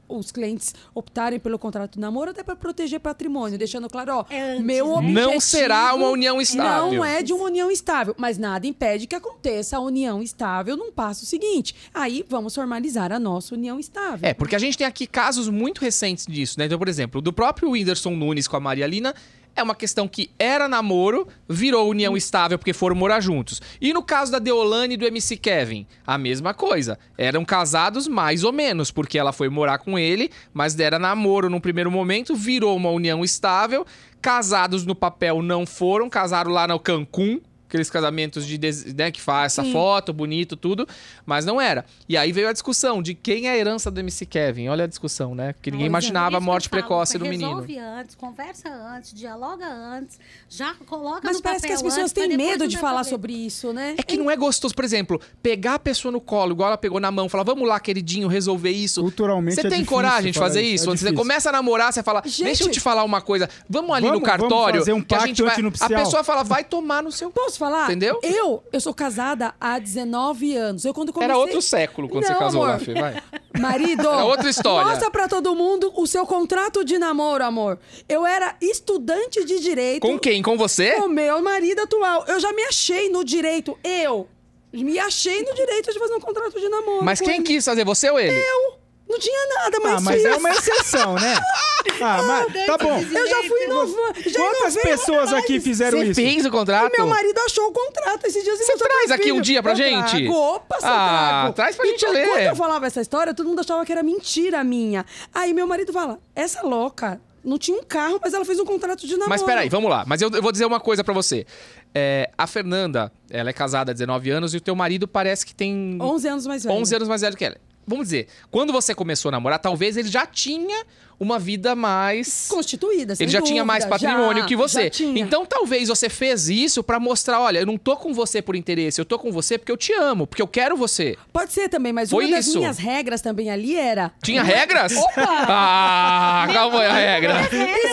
B: os clientes optarem pelo contrato de namoro até para proteger patrimônio, deixando claro, ó,
E: É antes,
B: meu
E: né?
B: um objetivo
A: Não será uma união estável.
B: Não é de uma união estável, mas nada impede que aconteça a união estável num passo seguinte. Aí vamos formalizar a nossa união estável.
A: É, porque a gente tem aqui casos muito recentes disso, né? Então, por exemplo, do próprio Whindersson Nunes com a Maria Lina, é uma questão que era namoro, virou união estável porque foram morar juntos. E no caso da Deolane e do MC Kevin, a mesma coisa. Eram casados mais ou menos, porque ela foi morar com ele, mas era namoro num primeiro momento, virou uma união estável. Casados no papel não foram, casaram lá no Cancún. Aqueles casamentos de, des- né, que faz essa foto, bonito, tudo. Mas não era. E aí veio a discussão de quem é a herança do MC Kevin. Olha a discussão, né? Porque ninguém
D: Pois é.
A: imaginava a
D: Isso que
A: morte
D: eu falo,
A: precoce do
D: resolve
A: menino.
D: Resolve antes, conversa antes, dialoga antes, já coloca
B: Mas
D: no
B: parece
D: papel
B: que as pessoas
D: antes, pra
B: têm
D: depois
B: medo
D: não
B: de
D: dar
B: falar
D: problema.
B: sobre isso, né?
A: É que não é gostoso, por exemplo, pegar a pessoa no colo, igual ela pegou na mão, falar, vamos lá, queridinho, resolver isso.
C: Culturalmente
A: Você
C: é
A: tem
C: difícil
A: coragem de
C: falar
A: fazer
C: é
A: isso? Quando você
C: difícil.
A: começa a namorar, você fala,
B: Gente-
A: deixa eu te falar uma coisa, vamos ali no
C: Vamos- vamos
A: cartório.
C: fazer um
A: que a,
C: pacto
A: gente vai... a
C: antinupcial.
A: pessoa fala, vai tomar no seu.
B: Posso falar?
A: Entendeu?
B: Eu, eu sou casada há 19 anos. Eu quando comecei...
A: Era outro século quando você
B: Não,
A: casou lá,
B: amor.
A: Fê, vai.
B: Marido,
A: Era outra história.
B: mostra pra todo mundo o seu contrato de namoro, amor. Eu era estudante de direito
A: Com quem? Com você?
B: com meu marido atual. Eu já me achei no direito. Eu me achei no direito de fazer um contrato de namoro.
A: Mas
B: com
A: quem
B: ele.
A: quis fazer, você ou ele?
B: Não tinha nada, mas,
C: Ah, mas
B: tinha.
C: é uma exceção, né? Ah, mas tá bom.
B: Eu já fui inovando. Já inovei
C: Quantas
B: lá
C: pessoas
B: atrás.
C: aqui fizeram
A: Você
C: isso?
A: fez o contrato?
B: Meu marido achou o contrato esses dias. e
A: Você
B: mostrou
A: traz
B: pro
A: aqui um
B: filho.
A: dia pra
B: Eu
A: gente?
B: Trago. Opa, você
A: Ah,
B: trago.
A: traz pra gente
B: então,
A: ler.
B: Quando eu falava essa história, todo mundo achava que era mentira minha. Aí meu marido fala, essa louca não tinha um carro, mas ela fez um contrato de namoro.
A: Mas peraí, vamos lá. Mas eu, eu vou dizer uma coisa pra você. É, a Fernanda, ela é casada há 19 anos e o teu marido parece que tem
B: 11 anos mais velho.
A: 11 anos mais velho que ela. Vamos dizer, quando você começou a namorar, talvez ele já tinha uma vida mais.
B: Constituída, sem
A: Ele já tinha
B: dúvida,
A: mais patrimônio
B: já,
A: que você.
B: já tinha.
A: Então talvez você fez isso pra mostrar, olha, eu não tô com você por interesse, eu tô com você porque eu te amo, porque eu quero você.
B: Pode ser também, mas
A: Foi
B: uma das
A: isso.
B: minhas regras também ali era.
A: Tinha regras? Ah, qual foi a regra?
B: E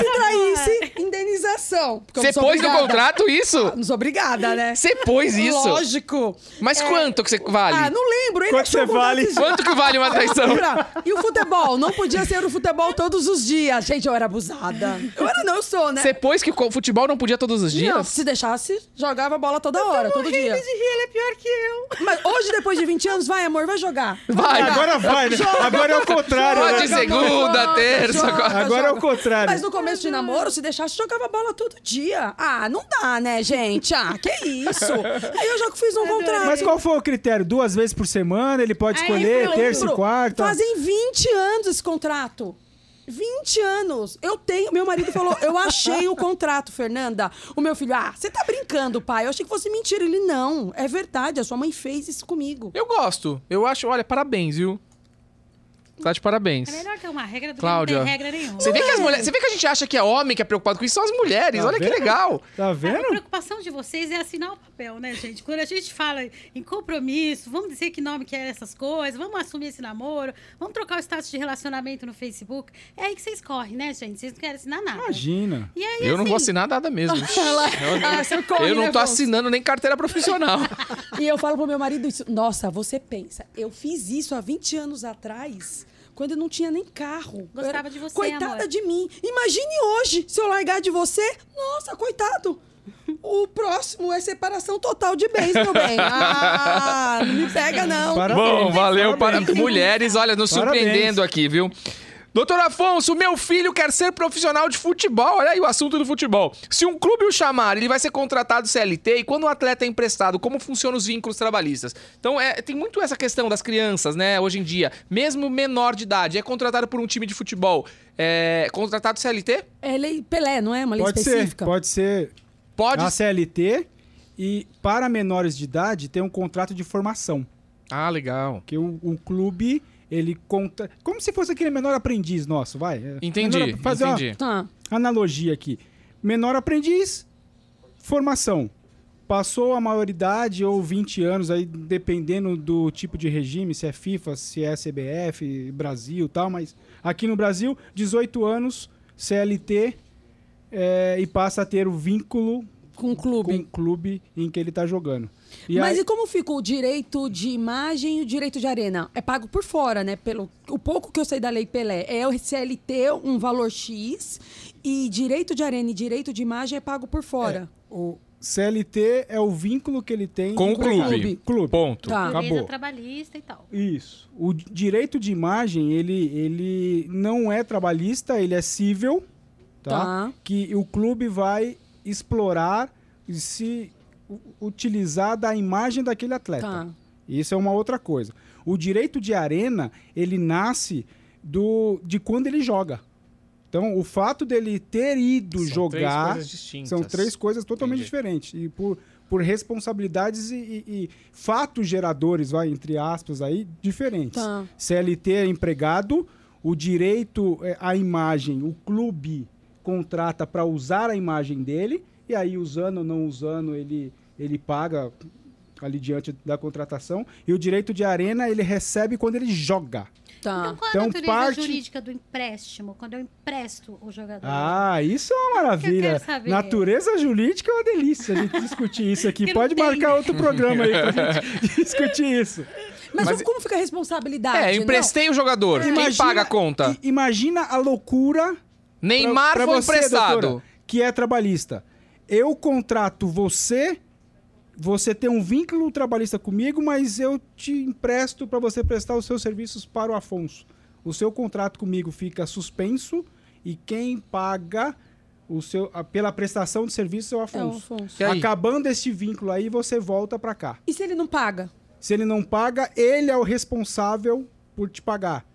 B: se traísse, indenização. Porque eu
A: É. Você
B: não sou
A: pôs no
B: obrigada.
A: contrato isso?
B: Não sou obrigada, né?
A: Você pôs isso?
B: Lógico.
A: Mas
D: É.
A: quanto que você vale?
B: Ah, não lembro. Ele
C: Quanto
B: achou
C: você
B: bom
C: vale?
B: desse jeito.
A: Quanto que vale uma traição?
D: né?
B: Pra- E o futebol? Não podia ser o futebol todos os dias. Gente, eu era abusada. Eu era, não, eu sou, né?
A: Você pôs que o futebol não podia todos os dias?
B: Não, se deixasse, jogava bola toda hora, todo dia.
E: Esse rio, ele é pior que eu.
B: Mas hoje, depois de 20 anos, vai, amor, vai jogar.
A: Vai.
C: Agora vai, né? Agora é o contrário,
A: Pode
C: né?
A: ser. segunda, terça, quarta.
C: Agora é o contrário.
B: Mas no começo de namoro, se deixasse, jogava bola todo dia. Ah, não dá, né, gente? Ah, que isso? Aí eu já fiz um contrário.
C: Mas qual foi o critério? Duas vezes por semana? Ele pode
E: Aí,
C: escolher
E: pronto.
C: terça e
B: Pro-
C: quarta?
B: Fazem 20 anos esse contrato. 20 anos. Eu tenho. Meu marido falou, eu achei o contrato, Fernanda. O meu filho, ah, você tá brincando, pai. Eu achei que fosse mentira. Ele, não. É verdade. A sua mãe fez isso comigo.
A: Eu gosto. Eu acho, olha, parabéns, viu? Tá de parabéns.
D: É melhor ter uma regra do
A: Cláudia.
D: que não ter regra nenhuma.
A: Você vê, que as mulheres, você vê que a gente acha que é homem que é preocupado com isso, são as mulheres.
C: Tá
A: Olha que
C: vendo?
A: legal.
C: Tá
D: A
C: vendo?
D: preocupação de vocês é assinar o papel, né, gente? Quando a gente fala em compromisso, vamos dizer que nome que é essas coisas, vamos assumir esse namoro, vamos trocar o status de relacionamento no Facebook. É aí que vocês correm, né, gente? Vocês não querem assinar nada.
C: Imagina.
D: E aí,
A: Eu não
D: assim,
A: vou assinar nada mesmo.
B: Ela- Ah, você corre,
A: Eu não
B: né,
A: tô
B: Val?
A: assinando nem carteira profissional.
B: E eu falo pro meu marido isso. Nossa, você pensa, eu fiz isso há 20 anos atrás, quando eu não tinha nem carro. Eu
D: Gostava de você,
B: Coitada
D: amor.
B: de mim. Imagine hoje, se eu largar de você. Nossa, coitado. O próximo é separação total de bens, meu bem. Ah, não me pega, não.
C: Parabéns.
A: Bom, valeu. Para...
C: Parabéns.
A: Mulheres, olha, nos
C: Parabéns.
A: surpreendendo aqui, viu? Doutor Afonso, meu filho quer ser profissional de futebol. Olha aí o assunto do futebol. Se um clube o chamar, ele vai ser contratado CLT. E quando o atleta é emprestado, como funcionam os vínculos trabalhistas? Então, é, tem muito essa questão das crianças, né? Hoje em dia, mesmo menor de idade, é contratado por um time de futebol. É contratado CLT?
B: É lei Pelé, não é? Uma lei
C: Pode ser,
B: específica.
C: pode ser
A: Pode.
C: na CLT e para menores de idade tem um contrato de formação.
A: Ah, legal.
C: Que o, o clube, ele conta. Como se fosse aquele menor aprendiz nosso, vai. É,
A: Entendi,
C: menor- fazer uma-
A: entendi.
B: Tá.
C: analogia aqui. Menor aprendiz, formação. Passou a maioridade ou 20 anos, aí dependendo do tipo de regime, se é FIFA, se é CBF, Brasil e tal, mas aqui no Brasil, 18 anos, CLT, é, e passa a ter o vínculo
B: Com o clube.
C: com o clube em que ele está jogando. E
B: Mas
C: aí-
B: e como fica o direito de imagem e o direito de arena? É pago por fora, né? Pelo o pouco que eu sei da Lei Pelé, é o CLT um valor X e direito de arena e direito de imagem é pago por fora.
C: o CLT é o vínculo que ele tem
A: Com o
C: empregado.
A: clube.
C: clube.
A: Ponto.
B: Tá.
D: natureza
C: acabou.
D: trabalhista e tal.
C: Isso. O di- direito de imagem, ele, ele não é trabalhista, ele é civil, tá?
B: Tá.
C: Que o clube vai explorar e se u- utilizar da imagem daquele atleta.
B: Tá.
C: Isso é uma outra coisa. O direito de arena, ele nasce do de quando ele joga. Então, o fato dele ter ido jogar são três coisas totalmente
A: Entendi.
C: diferentes. E por, por responsabilidades e, e- e fatos geradores, vai, entre aspas, aí, diferentes.
B: Tá.
C: CLT é empregado, o direito é, à imagem, o clube contrata para usar a imagem dele, e aí, usando ou não usando, ele, ele paga ali diante da contratação. E o direito de arena, ele recebe quando ele joga.
B: Tá.
A: Ah,
D: Então, qual é a
C: Então,
D: natureza
C: parte-
D: jurídica do empréstimo? Quando eu empresto o jogador?
C: Ah, isso é uma
D: Que eu
C: maravilha.
D: quero saber.
C: Natureza jurídica é uma delícia a gente discutir isso aqui.
D: Que não
C: Pode
D: tem.
C: marcar outro programa aí pra gente discutir isso.
B: Mas, como fica a responsabilidade? né?
A: É,
B: não?
A: emprestei o jogador. Quem
C: Imagina-
A: paga a conta?
C: I- imagina a loucura
A: Neymar
C: pra, pra
A: foi
C: você,
A: emprestado.
C: doutora, que é trabalhista. Eu contrato você, você tem um vínculo trabalhista comigo, mas eu te empresto para você prestar os seus serviços para o Afonso. O seu contrato comigo fica suspenso e quem paga o seu, a- pela prestação de serviço é o
B: É, o
C: Afonso.
B: Afonso.
A: E aí?
C: Acabando este vínculo aí, você volta para cá.
B: E se ele não paga?
C: Se ele não paga, ele é o responsável por te pagar.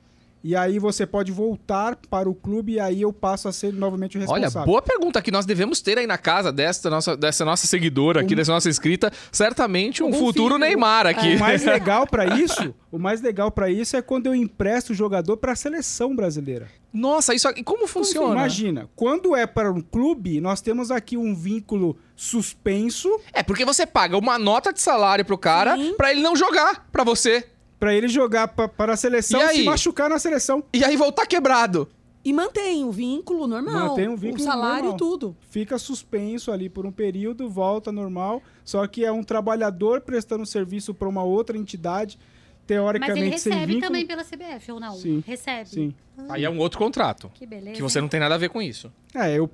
C: E aí você pode voltar para o clube e aí eu passo a ser novamente o
A: Olha,
C: responsável.
A: boa pergunta que nós devemos ter aí na casa desta nossa, dessa nossa seguidora
C: Um
A: aqui, dessa nossa inscrita. Certamente um
B: Algum
A: futuro
B: filho.
A: Neymar aqui.
C: O mais legal para isso, o mais legal para isso é quando eu empresto o jogador para a seleção brasileira.
A: Nossa, isso aqui. Como funciona?
C: assim? Imagina, quando é para um clube, nós temos aqui um vínculo suspenso
A: É porque você paga uma nota de salário pro cara pra ele não jogar pra você.
C: para ele jogar pa- para a seleção
A: E
C: e
A: aí?
C: se machucar na seleção.
A: E aí voltar quebrado.
B: E mantém o vínculo normal.
C: Mantém o vínculo
B: O salário,
C: normal.
B: tudo.
C: Fica suspenso ali por um período, volta normal, só que é um trabalhador prestando serviço para uma outra entidade,
D: Mas
C: teoricamente
D: ele
C: sem
D: recebe
C: vínculo.
D: também pela CBF, ou não?
C: Sim,
D: Recebe.
C: Sim.
A: Aí é um outro contrato.
D: Que beleza.
A: Que você não tem nada a ver com isso.
C: É, eu,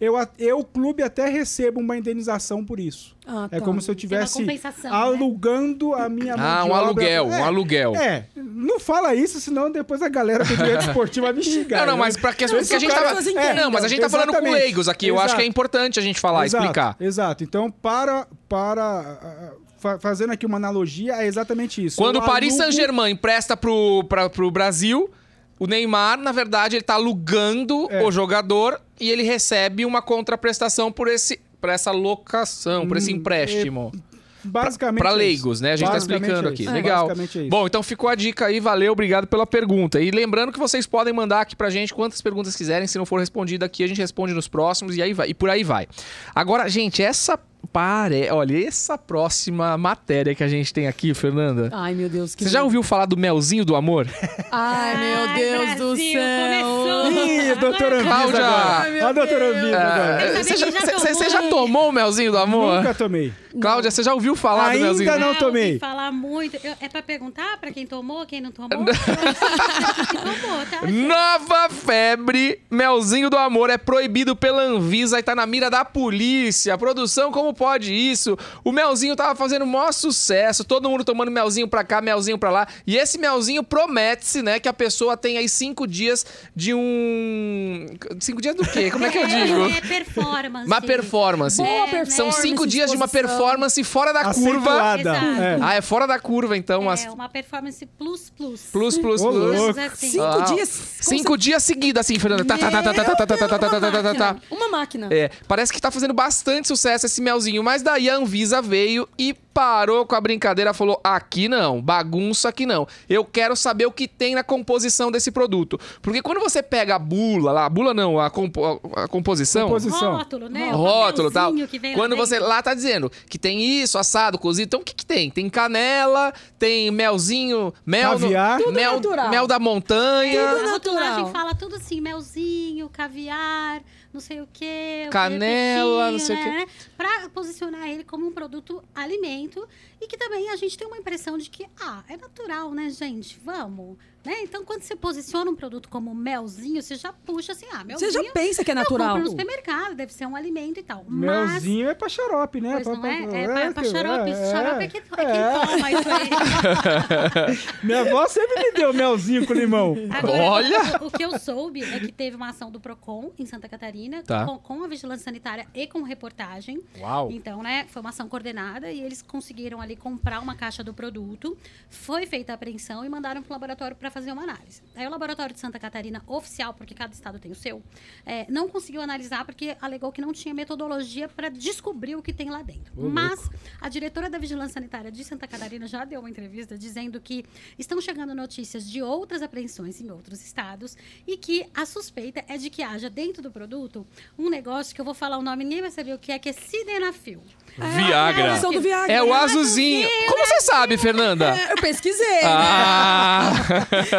C: eu, a- eu, clube, até recebo uma indenização por isso.
B: Ah,
C: É
B: tá.
C: como se eu
D: Tem uma
C: tivesse
D: compensação, né?
C: Ah, alugando a minha mão
A: Ah,
C: de
A: um
C: obra.
A: aluguel,
C: É,
A: um aluguel.
C: É, não fala isso, senão depois a galera do direito esportivo vai me xingar.
A: Não, não,
C: né?
A: mas pra que,
B: Não,
A: porque a
B: só
A: gente
B: pra
A: tava.
B: pessoas
A: É, não,
B: entendam.
A: mas a gente tá falando com
C: Exatamente.
A: leigos aqui. Eu acho que é
C: Exato.
A: importante a gente falar,
C: exato,
A: explicar.
C: Exato. Então, para. para ah, ah, fa- fazendo aqui uma analogia, é exatamente isso.
A: Quando
C: Eu
A: o Paris
C: alugo-
A: Saint-Germain empresta pro, pra, pro Brasil, o Neymar, na verdade, ele tá alugando
C: É.
A: o jogador e ele recebe uma contraprestação por esse por essa locação, por esse empréstimo.
C: Hum, é Basicamente.
A: Pra
C: é isso.
A: leigos, né? A gente tá
C: Basicamente
A: explicando
C: é
A: aqui.
C: isso.
A: Legal.
C: Basicamente é isso.
A: Bom, então ficou a dica aí, valeu, obrigado pela pergunta. E lembrando que vocês podem mandar aqui pra gente quantas perguntas quiserem, se não for respondida aqui, a gente responde nos próximos e aí vai. E por aí vai. Agora, gente, essa pare, olha, essa próxima matéria que a gente tem aqui, Fernanda.
B: Ai, meu Deus. Que
A: Você já
B: lindo.
A: ouviu falar do melzinho do amor?
B: Ai, meu
D: Ai,
B: Deus do
D: Brasil,
B: céu.
D: começou.
C: Ih, doutora
D: é
C: Anvisa.
A: Cláudia!
C: agora.
B: Ai, meu
C: A doutora
B: Deus.
C: Anvisa.
A: Ah.
C: agora.
D: sabia
A: Você
D: que
A: já,
D: já
A: você-
D: tomou,
A: você já
D: hein?
A: tomou o melzinho do amor?
C: Nunca tomei.
A: Cláudia, você já ouviu falar do
C: Ainda
A: melzinho? do
C: não.
A: amor?
D: Ah,
C: tomei.
D: ouvi falar muito. Eu- é pra perguntar pra quem tomou, quem não tomou? Quem tomou, tá?
A: Nova febre, melzinho do amor é proibido pela Anvisa e tá na mira da polícia. Produção, como pode isso? O melzinho tava fazendo o maior sucesso, todo mundo tomando melzinho pra cá, melzinho pra lá. E esse melzinho promete-se, né, que a pessoa tem aí cinco dias de um. Cinco dias do quê? Como é que eu digo?
D: É performance.
A: Uma performance.
B: Boa
D: né?
B: performance.
A: assim, São cinco dias de uma
B: exposição.
A: performance fora da Tá curva.
C: Acentuada.
D: Exato.
C: É.
A: Ah, é fora da curva, então. as-
D: É, uma performance plus plus.
A: Plus, plus,
C: Ô,
A: plus.
C: louco.
D: Assim.
B: Cinco
A: Ah,
B: dias.
A: Cinco dias seguidos, assim, Fernanda. Tá, tá, tá, tá, tá, tá, tá, tá, tá, tá, tá, tá, tá, tá.
B: Uma máquina.
A: É, parece que tá fazendo bastante sucesso esse melzinho, mas daí a Anvisa veio e parou com a brincadeira, falou: aqui não, bagunça aqui não. Eu quero saber o que tem na composição desse produto. Porque quando você pega a bula lá, a bula não, a, compo- a- a composição.
C: Composi-
D: Rótulo, né? O
A: Rótulo tal.
D: papelzinho que vem lá
A: Quando
D: dentro.
A: você lá tá dizendo que tem isso, assado, cozido. Então o que, que tem? Tem canela, tem melzinho, mel. É no-
C: Caviar.
B: Tudo
A: mel,
D: é
B: natural.
A: mel da montanha.
B: Tudo
D: A
B: natural.
D: rotulagem fala tudo assim, melzinho, caviar, não sei o quê. o
A: Canela, não sei o
D: peixinho, né? Pra posicionar ele como um produto alimento e que também a gente tem uma impressão de que, ah, é natural, né, gente? Vamos. Né? Então, quando você posiciona um produto como melzinho, você já puxa assim, ah, melzinho.
B: Você já pensa que é
D: Eu
B: natural.
D: compro no supermercado, deve ser um alimento e tal. Mas
C: Melzinho é pra xarope, né?
D: Pois
C: Pra-
D: não é?
C: pra-
D: É, pra, pra
C: que-
D: xarope.
C: é,
D: xarope é, que, é quem
C: é.
D: toma isso aí.
C: Minha avó sempre me deu melzinho com limão.
D: Agora,
A: Olha!
D: O que eu soube é que teve uma ação do PROCON em Santa Catarina
A: Tá.
D: com, com a Vigilância Sanitária e com reportagem.
A: Uau!
D: Então, né, foi uma ação coordenada e eles conseguiram ali comprar uma caixa do produto. Foi feita a apreensão e mandaram para o laboratório para fazer uma análise. Aí o laboratório de Santa Catarina, oficial, porque cada estado tem o seu, eh, não conseguiu analisar porque alegou que não tinha metodologia para descobrir o que tem lá dentro. Mas a diretora da Vigilância Sanitária de Santa Catarina já deu uma entrevista dizendo que estão chegando notícias de outras apreensões em outros estados e que a suspeita é de que haja dentro do produto um negócio que eu vou falar o nome, ninguém vai saber o que é, que é Sidenafil.
B: A
A: Viagra.
B: versão do Viagra.
A: É o azulzinho. Como você sabe, Fernanda?
B: Eu pesquisei. né?
A: Ah!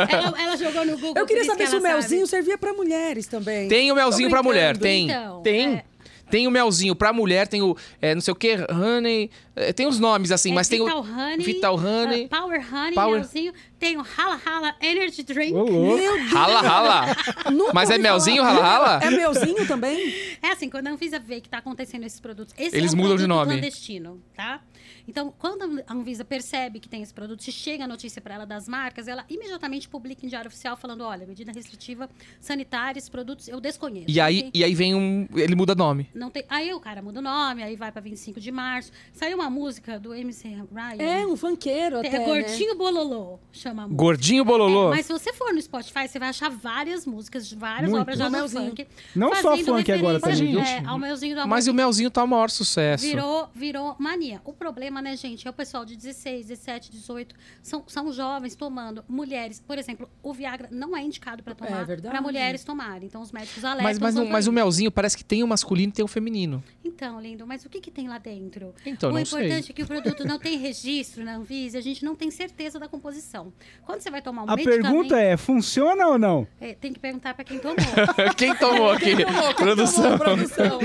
D: ela, ela jogou no Google.
B: Eu queria
D: por isso
B: saber
D: que
B: se o
D: ela um sabe.
B: melzinho servia pra mulheres também.
A: Tem o melzinho pra mulher,
B: brincando.
A: tem.
D: Então,
A: tem.
D: é.
A: Tem o melzinho pra mulher, tem o é, não sei o que, honey. é, tem os nomes assim,
D: É
A: mas tem
D: Vital
A: o.
D: Honey,
A: Vital Honey.
D: ah, Power Honey,
A: Power-
D: melzinho. Tem o Hala Hala Energy Drink.
C: Ô, louco.
B: Meu Deus.
A: Rala, rala.
B: Nunca
A: um? Mas é
B: ouvi
A: melzinho,
B: falar.
A: rala, rala?
B: É melzinho também?
D: É assim, quando a Anvisa vê que tá acontecendo esses produtos, esse
A: Eles
D: é um
A: mudam de
D: produto
A: nome.
D: clandestino, tá? Então, quando a Anvisa percebe que tem esse produto, se chega a notícia para ela das marcas, ela imediatamente publica em diário oficial falando: olha, medida restritiva sanitária, esses produtos eu desconheço.
A: E aí,
D: Não tem-
A: e aí vem um. Ele muda nome.
D: não tem- aí o cara muda o nome, aí vai para 25 de março. Saiu uma música do MC Ryan.
B: É, um funkeiro
D: É,
B: até, né?
D: Gordinho Bololô, chama a música.
A: Gordinho Bololô.
D: É, mas se você for no Spotify, você vai achar várias músicas de várias
C: Muito.
D: obras de Amel
B: Melzinho.
D: Funk.
C: Não só
D: fazendo
C: funk agora
D: referência,
C: também,
D: É, ao Melzinho do Amor.
A: Mas o Melzinho tá o maior sucesso.
D: Virou, virou mania. O problema, né, gente, é o pessoal de 16, 17, 18, são, são jovens tomando. Mulheres, por exemplo, o Viagra não é indicado para tomar,
B: verdade.
D: para mulheres tomarem. Então os médicos alertam.
A: Mas, mas, não-
D: quanto a
A: mas o
D: isso.
A: melzinho parece que tem o masculino e tem o feminino.
D: Então, lindo, mas o que, que tem lá dentro?
A: Então,
D: o
A: não
D: importante
A: sei.
D: é que o produto não tem registro na Anvisa, a gente não tem certeza da composição. Quando você vai tomar um
C: A
D: medicamento...
C: pergunta é, funciona ou não?
D: é, Tem que perguntar para quem tomou.
A: Quem tomou aqui? Produção.
D: produção.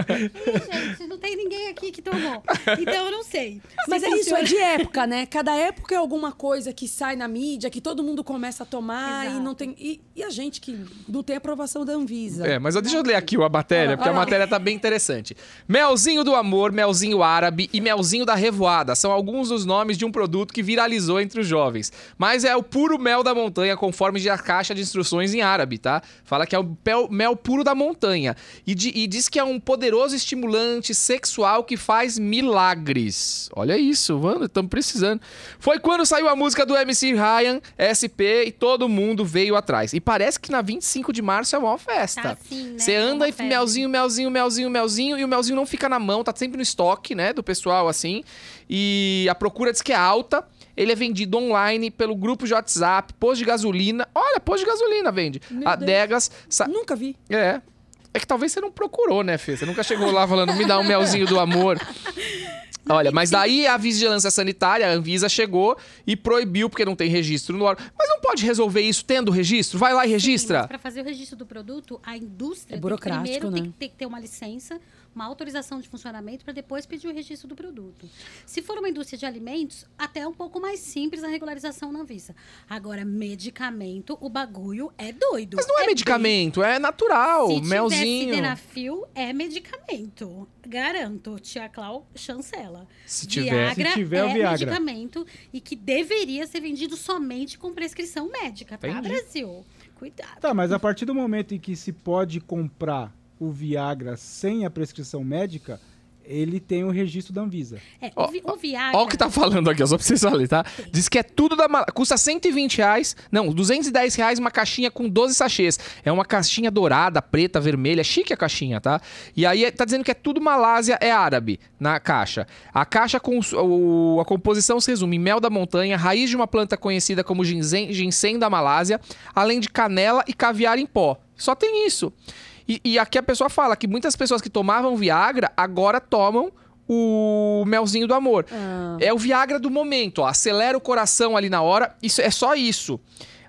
D: gente, não tem ninguém aqui que tomou. Então eu não sei. Se
B: Mas é isso,
D: funciona-
B: é de época, né? Cada época é alguma coisa que sai na mídia, que todo mundo começa a tomar e
D: Exato.
B: não tem. E, e a gente que não tem aprovação da Anvisa.
A: É, mas eu- deixa eu ler aqui a matéria, porque a matéria tá bem interessante. Melzinho do Amor, Melzinho Árabe e Melzinho da Revoada são alguns dos nomes de um produto que viralizou entre os jovens. Mas é o puro mel da montanha, conforme diz a caixa de instruções em árabe, tá? Fala que é o pel- mel puro da montanha. E, di- e diz que é um poderoso estimulante sexual que faz milagres. Olha isso, mano, estamos precisando. Foi quando saiu a música do MC Ryan, SP, e todo mundo veio atrás. E parece que na 25 de março é uma festa.
D: Tá assim, né?
A: Você
D: É
A: anda
D: uma
A: e
D: febre.
A: melzinho, melzinho, melzinho, melzinho, e o melzinho não fica na mão, tá sempre no estoque, né, do pessoal, assim. E a procura diz que é alta. Ele é vendido online pelo grupo de WhatsApp, posto de gasolina. Olha, posto de gasolina vende.
B: Meu
A: Adegas. sa-
B: Nunca vi.
A: É. É que talvez você não procurou, né, Fê? Você nunca chegou lá falando, me dá um melzinho do amor. Olha, mas daí a vigilância sanitária, a Anvisa, chegou e proibiu, porque não tem registro no órgão. Mas não pode resolver isso tendo registro? Vai lá e registra.
D: Para fazer o registro do produto, a
B: É
D: indústria tem que
B: burocrático,
D: primeiro
B: né?
D: tem, que- tem que ter uma licença, uma autorização de funcionamento para depois pedir o registro do produto. Se for uma indústria de alimentos, até é um pouco mais simples a regularização na Anvisa. Agora, medicamento, o bagulho é doido.
A: Mas não é,
D: bem-
A: medicamento, é natural,
D: Se
A: melzinho.
D: tiver sidenafil, é medicamento. Garanto, tia Clau chancela.
A: Se
D: Viagra
C: Se tiver,
D: é
C: o Viagra.
D: medicamento e que deveria ser vendido somente com prescrição médica, tá,
A: Entendi.
D: Brasil? Cuidado.
C: Tá, mas a partir do momento em que se pode comprar o Viagra sem a prescrição médica, ele tem o registro da Anvisa.
D: É,
A: Ó,
D: o, vi- o Viagra...
A: Olha o que tá falando aqui, ó, só pra vocês falarem, tá? Diz que é tudo da mala. Custa 120 reais. Não, 210 reais uma caixinha com 12 sachês. É uma caixinha dourada, preta, vermelha. Chique a caixinha, tá? E aí é- tá dizendo que é tudo Malásia, é árabe na caixa. A caixa com su- o- a composição se resume em mel da montanha, raiz de uma planta conhecida como ginseng, ginseng da Malásia, além de canela e caviar em pó. Só tem isso. E, e aqui a pessoa fala que muitas pessoas que tomavam Viagra agora tomam o melzinho do amor.
B: Ah,
A: É o Viagra do momento, ó. Acelera o coração ali na hora. Isso é só isso.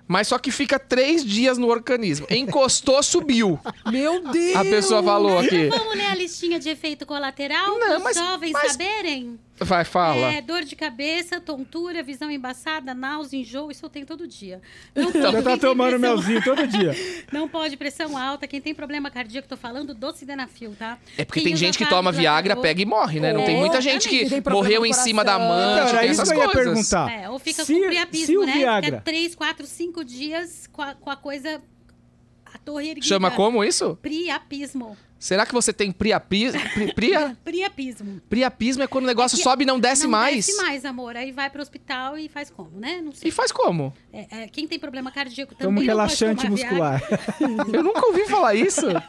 A: Mas só que fica três dias no organismo. Encostou, subiu.
B: Meu Deus!
A: A pessoa falou aqui.
D: Vamos ler a listinha de efeito colateral
A: Não,
D: para
A: mas-
D: os jovens
A: mas-
D: saberem?
A: Vai, fala.
D: É, dor de cabeça, tontura, visão embaçada, náusea, enjoo, isso eu tenho todo dia. Não pode,
C: Já
D: quem
C: tá
D: tem
C: tomando
D: pressão-
C: melzinho todo dia.
D: Não pode, pressão alta, quem tem problema cardíaco, tô falando do Sidenafil, tá?
A: É, porque
D: Quem
A: tem
D: usa
A: gente que
D: Viagra,
A: toma Viagra,
D: ou-
A: pega e morre, né? Não tem
B: É,
A: muita gente que
B: exatamente. Tem problema
A: morreu
B: no
A: em cima da
B: coração.
A: amante,
C: Cara,
A: tem
C: Então, isso
A: essas
C: que eu ia
A: coisas.
C: perguntar.
D: É, ou fica
C: Se-
D: com
C: se o
D: priapismo, né?
C: Viagra-
D: Fica 3, 4, 5 dias com a, com a coisa... A torre erguida.
A: Chama como isso?
D: Priapismo.
A: Será que você tem priapismo? Pria,
D: Priapismo.
A: priapismo é quando o negócio sobe e não desce
D: não
A: mais.
D: desce mais, amor. Aí vai pro hospital e faz como, né? Não sei.
A: E faz como?
D: É, é, quem tem problema cardíaco também
C: Toma um
D: não
C: relaxante
D: pode tomar
C: muscular.
A: Eu nunca ouvi falar isso.
D: Viagra.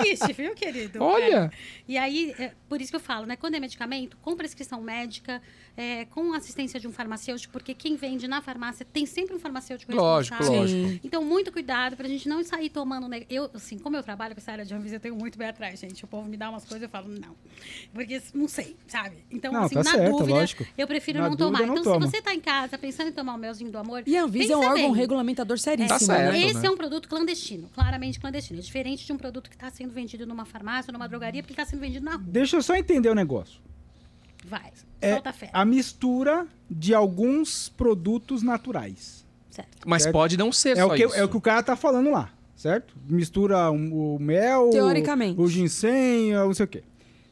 D: Existe, viu, querido?
A: Olha.
D: É. E aí, é, por isso que eu falo, né? Quando é medicamento, com prescrição médica, é, com assistência de um farmacêutico, porque quem vende na farmácia tem sempre um farmacêutico
A: Lógico,
D: responsável.
A: lógico.
D: Então, muito cuidado pra gente não sair tomando. Né? Eu, assim, como eu trabalho com essa área de Anvisa, eu tenho muito bem atrás, gente. O povo me dá umas coisas e eu falo, não. Porque não sei, sabe? Então,
C: Não,
D: assim,
C: tá
D: na
C: certo,
D: dúvida,
C: lógico.
D: eu prefiro
C: Na
D: não
C: dúvida,
D: tomar.
C: não
D: então,
C: toma.
D: se você tá em casa pensando em tomar o melzinho do amor.
B: E a Anvisa é um
D: pensa
B: órgão
D: bem.
B: regulamentador
A: Tá
B: seríssimo.
A: certo.
B: Né?
D: Esse
A: né?
D: é um produto clandestino, claramente clandestino. É diferente de um produto que está sendo vendido numa farmácia, numa drogaria, porque está sendo vendido na rua.
C: Deixa eu só entender o negócio.
D: Vai,
C: É,
D: solta a fé.
C: A mistura de alguns produtos naturais.
D: Certo.
A: Mas
C: Certo.
A: pode não ser
C: É
A: só
C: o, que,
A: isso.
C: é o que o cara tá falando lá, certo? Mistura um- o mel,
B: Teoricamente.
C: o ginseng, o não sei o quê.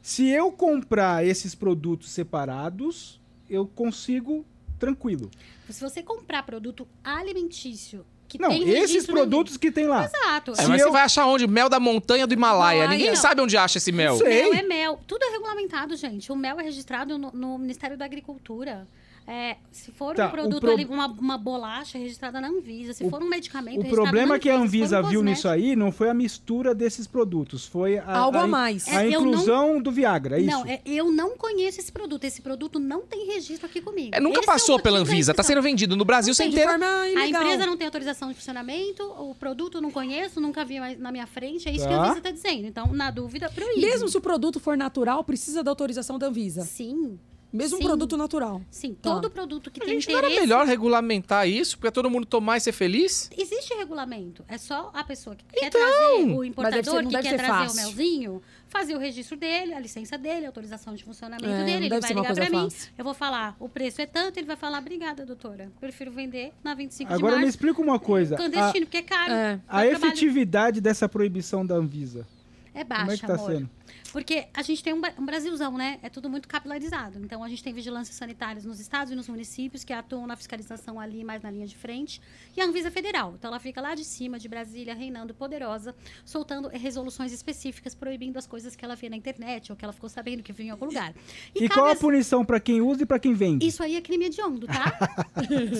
C: Se eu comprar esses produtos separados, eu consigo tranquilo.
D: Se você comprar produto alimentício que
C: Não,
D: tem
C: esses
D: registro
C: produtos que tem lá.
D: no... Exato.
A: É,
C: Se
A: mas
C: eu-
A: você vai achar onde? Mel da montanha do Himalaia.
D: Himalaia,
A: Ninguém
D: não.
A: sabe onde acha esse mel.
C: Isso Sei.
D: Mel é mel. Tudo é regulamentado, gente. O mel é registrado no, no Ministério da Agricultura. É, se for
C: Tá, o
D: um produto
C: pro-
D: ali, uma, uma bolacha é registrada na Anvisa, se
C: O-
D: for um medicamento
C: O
D: é registrado
C: problema
D: na
C: que a
D: Anvisa, se
C: Anvisa
D: for um
C: viu nisso
D: cosmético-
C: aí não foi a mistura desses produtos, foi a,
B: Algo
C: a-
B: a mais.
C: a
D: É, eu não-
C: inclusão do Viagra, é isso?
D: Não, é- eu não conheço esse produto. Esse produto não tem registro aqui comigo.
A: É, nunca
D: Esse é o
A: passou pela
D: motivo da
A: Anvisa, tá sendo
D: inscrição.
A: vendido no Brasil sem
D: tem
B: De
A: ter.
B: forma
D: A
B: ilegal.
D: empresa não tem autorização de funcionamento, o produto eu não conheço, nunca vi mais na minha frente. É isso que
C: Tá.
D: a Anvisa tá dizendo. Então, na dúvida, proíbe.
B: Mesmo se o produto for natural, precisa da autorização da Anvisa.
D: Sim,
B: Mesmo um
D: Sim.
B: produto natural.
D: sim.
B: Tá.
D: Todo produto que
A: A
D: tem
A: gente não era
D: interesse
A: melhor regulamentar isso, porque todo mundo tomar e ser feliz?
D: Existe regulamento. É só a pessoa que quer trazer, o
B: Então, deve ser-
D: importador
B: não
D: que
B: deve
D: quer
B: ser
D: trazer
B: fácil.
D: o melzinho, fazer o registro dele, a licença dele, a autorização de funcionamento
B: É, não
D: dele. Ele
B: deve
D: vai
B: ser uma
D: ligar
B: coisa
D: pra mim.
B: fácil.
D: Eu vou falar, o preço é tanto, ele vai falar, obrigada, doutora. Prefiro vender na 25
C: Agora
D: de
C: me
D: março.
C: explica uma coisa. Ah, A,
D: Clandestino, porque é caro.
B: É.
C: a
D: Eu trabalho-
C: efetividade dessa proibição da Anvisa,
D: É baixa,
C: tipo, como é que tá
D: amor.
C: sendo?
D: Porque a gente tem um, ba- um Brasilzão, né? É tudo muito capilarizado. Então, a gente tem vigilâncias sanitárias nos estados e nos municípios que atuam na fiscalização ali, mais na linha de frente. E a Anvisa Federal. Então, ela fica lá de cima, de Brasília, reinando poderosa, soltando eh, resoluções específicas, proibindo as coisas que ela vê na internet ou que ela ficou sabendo que viu em algum lugar.
C: E,
D: cabe
C: qual a
D: às-
C: punição pra quem usa e pra quem vende?
D: Isso aí é crime hediondo, tá?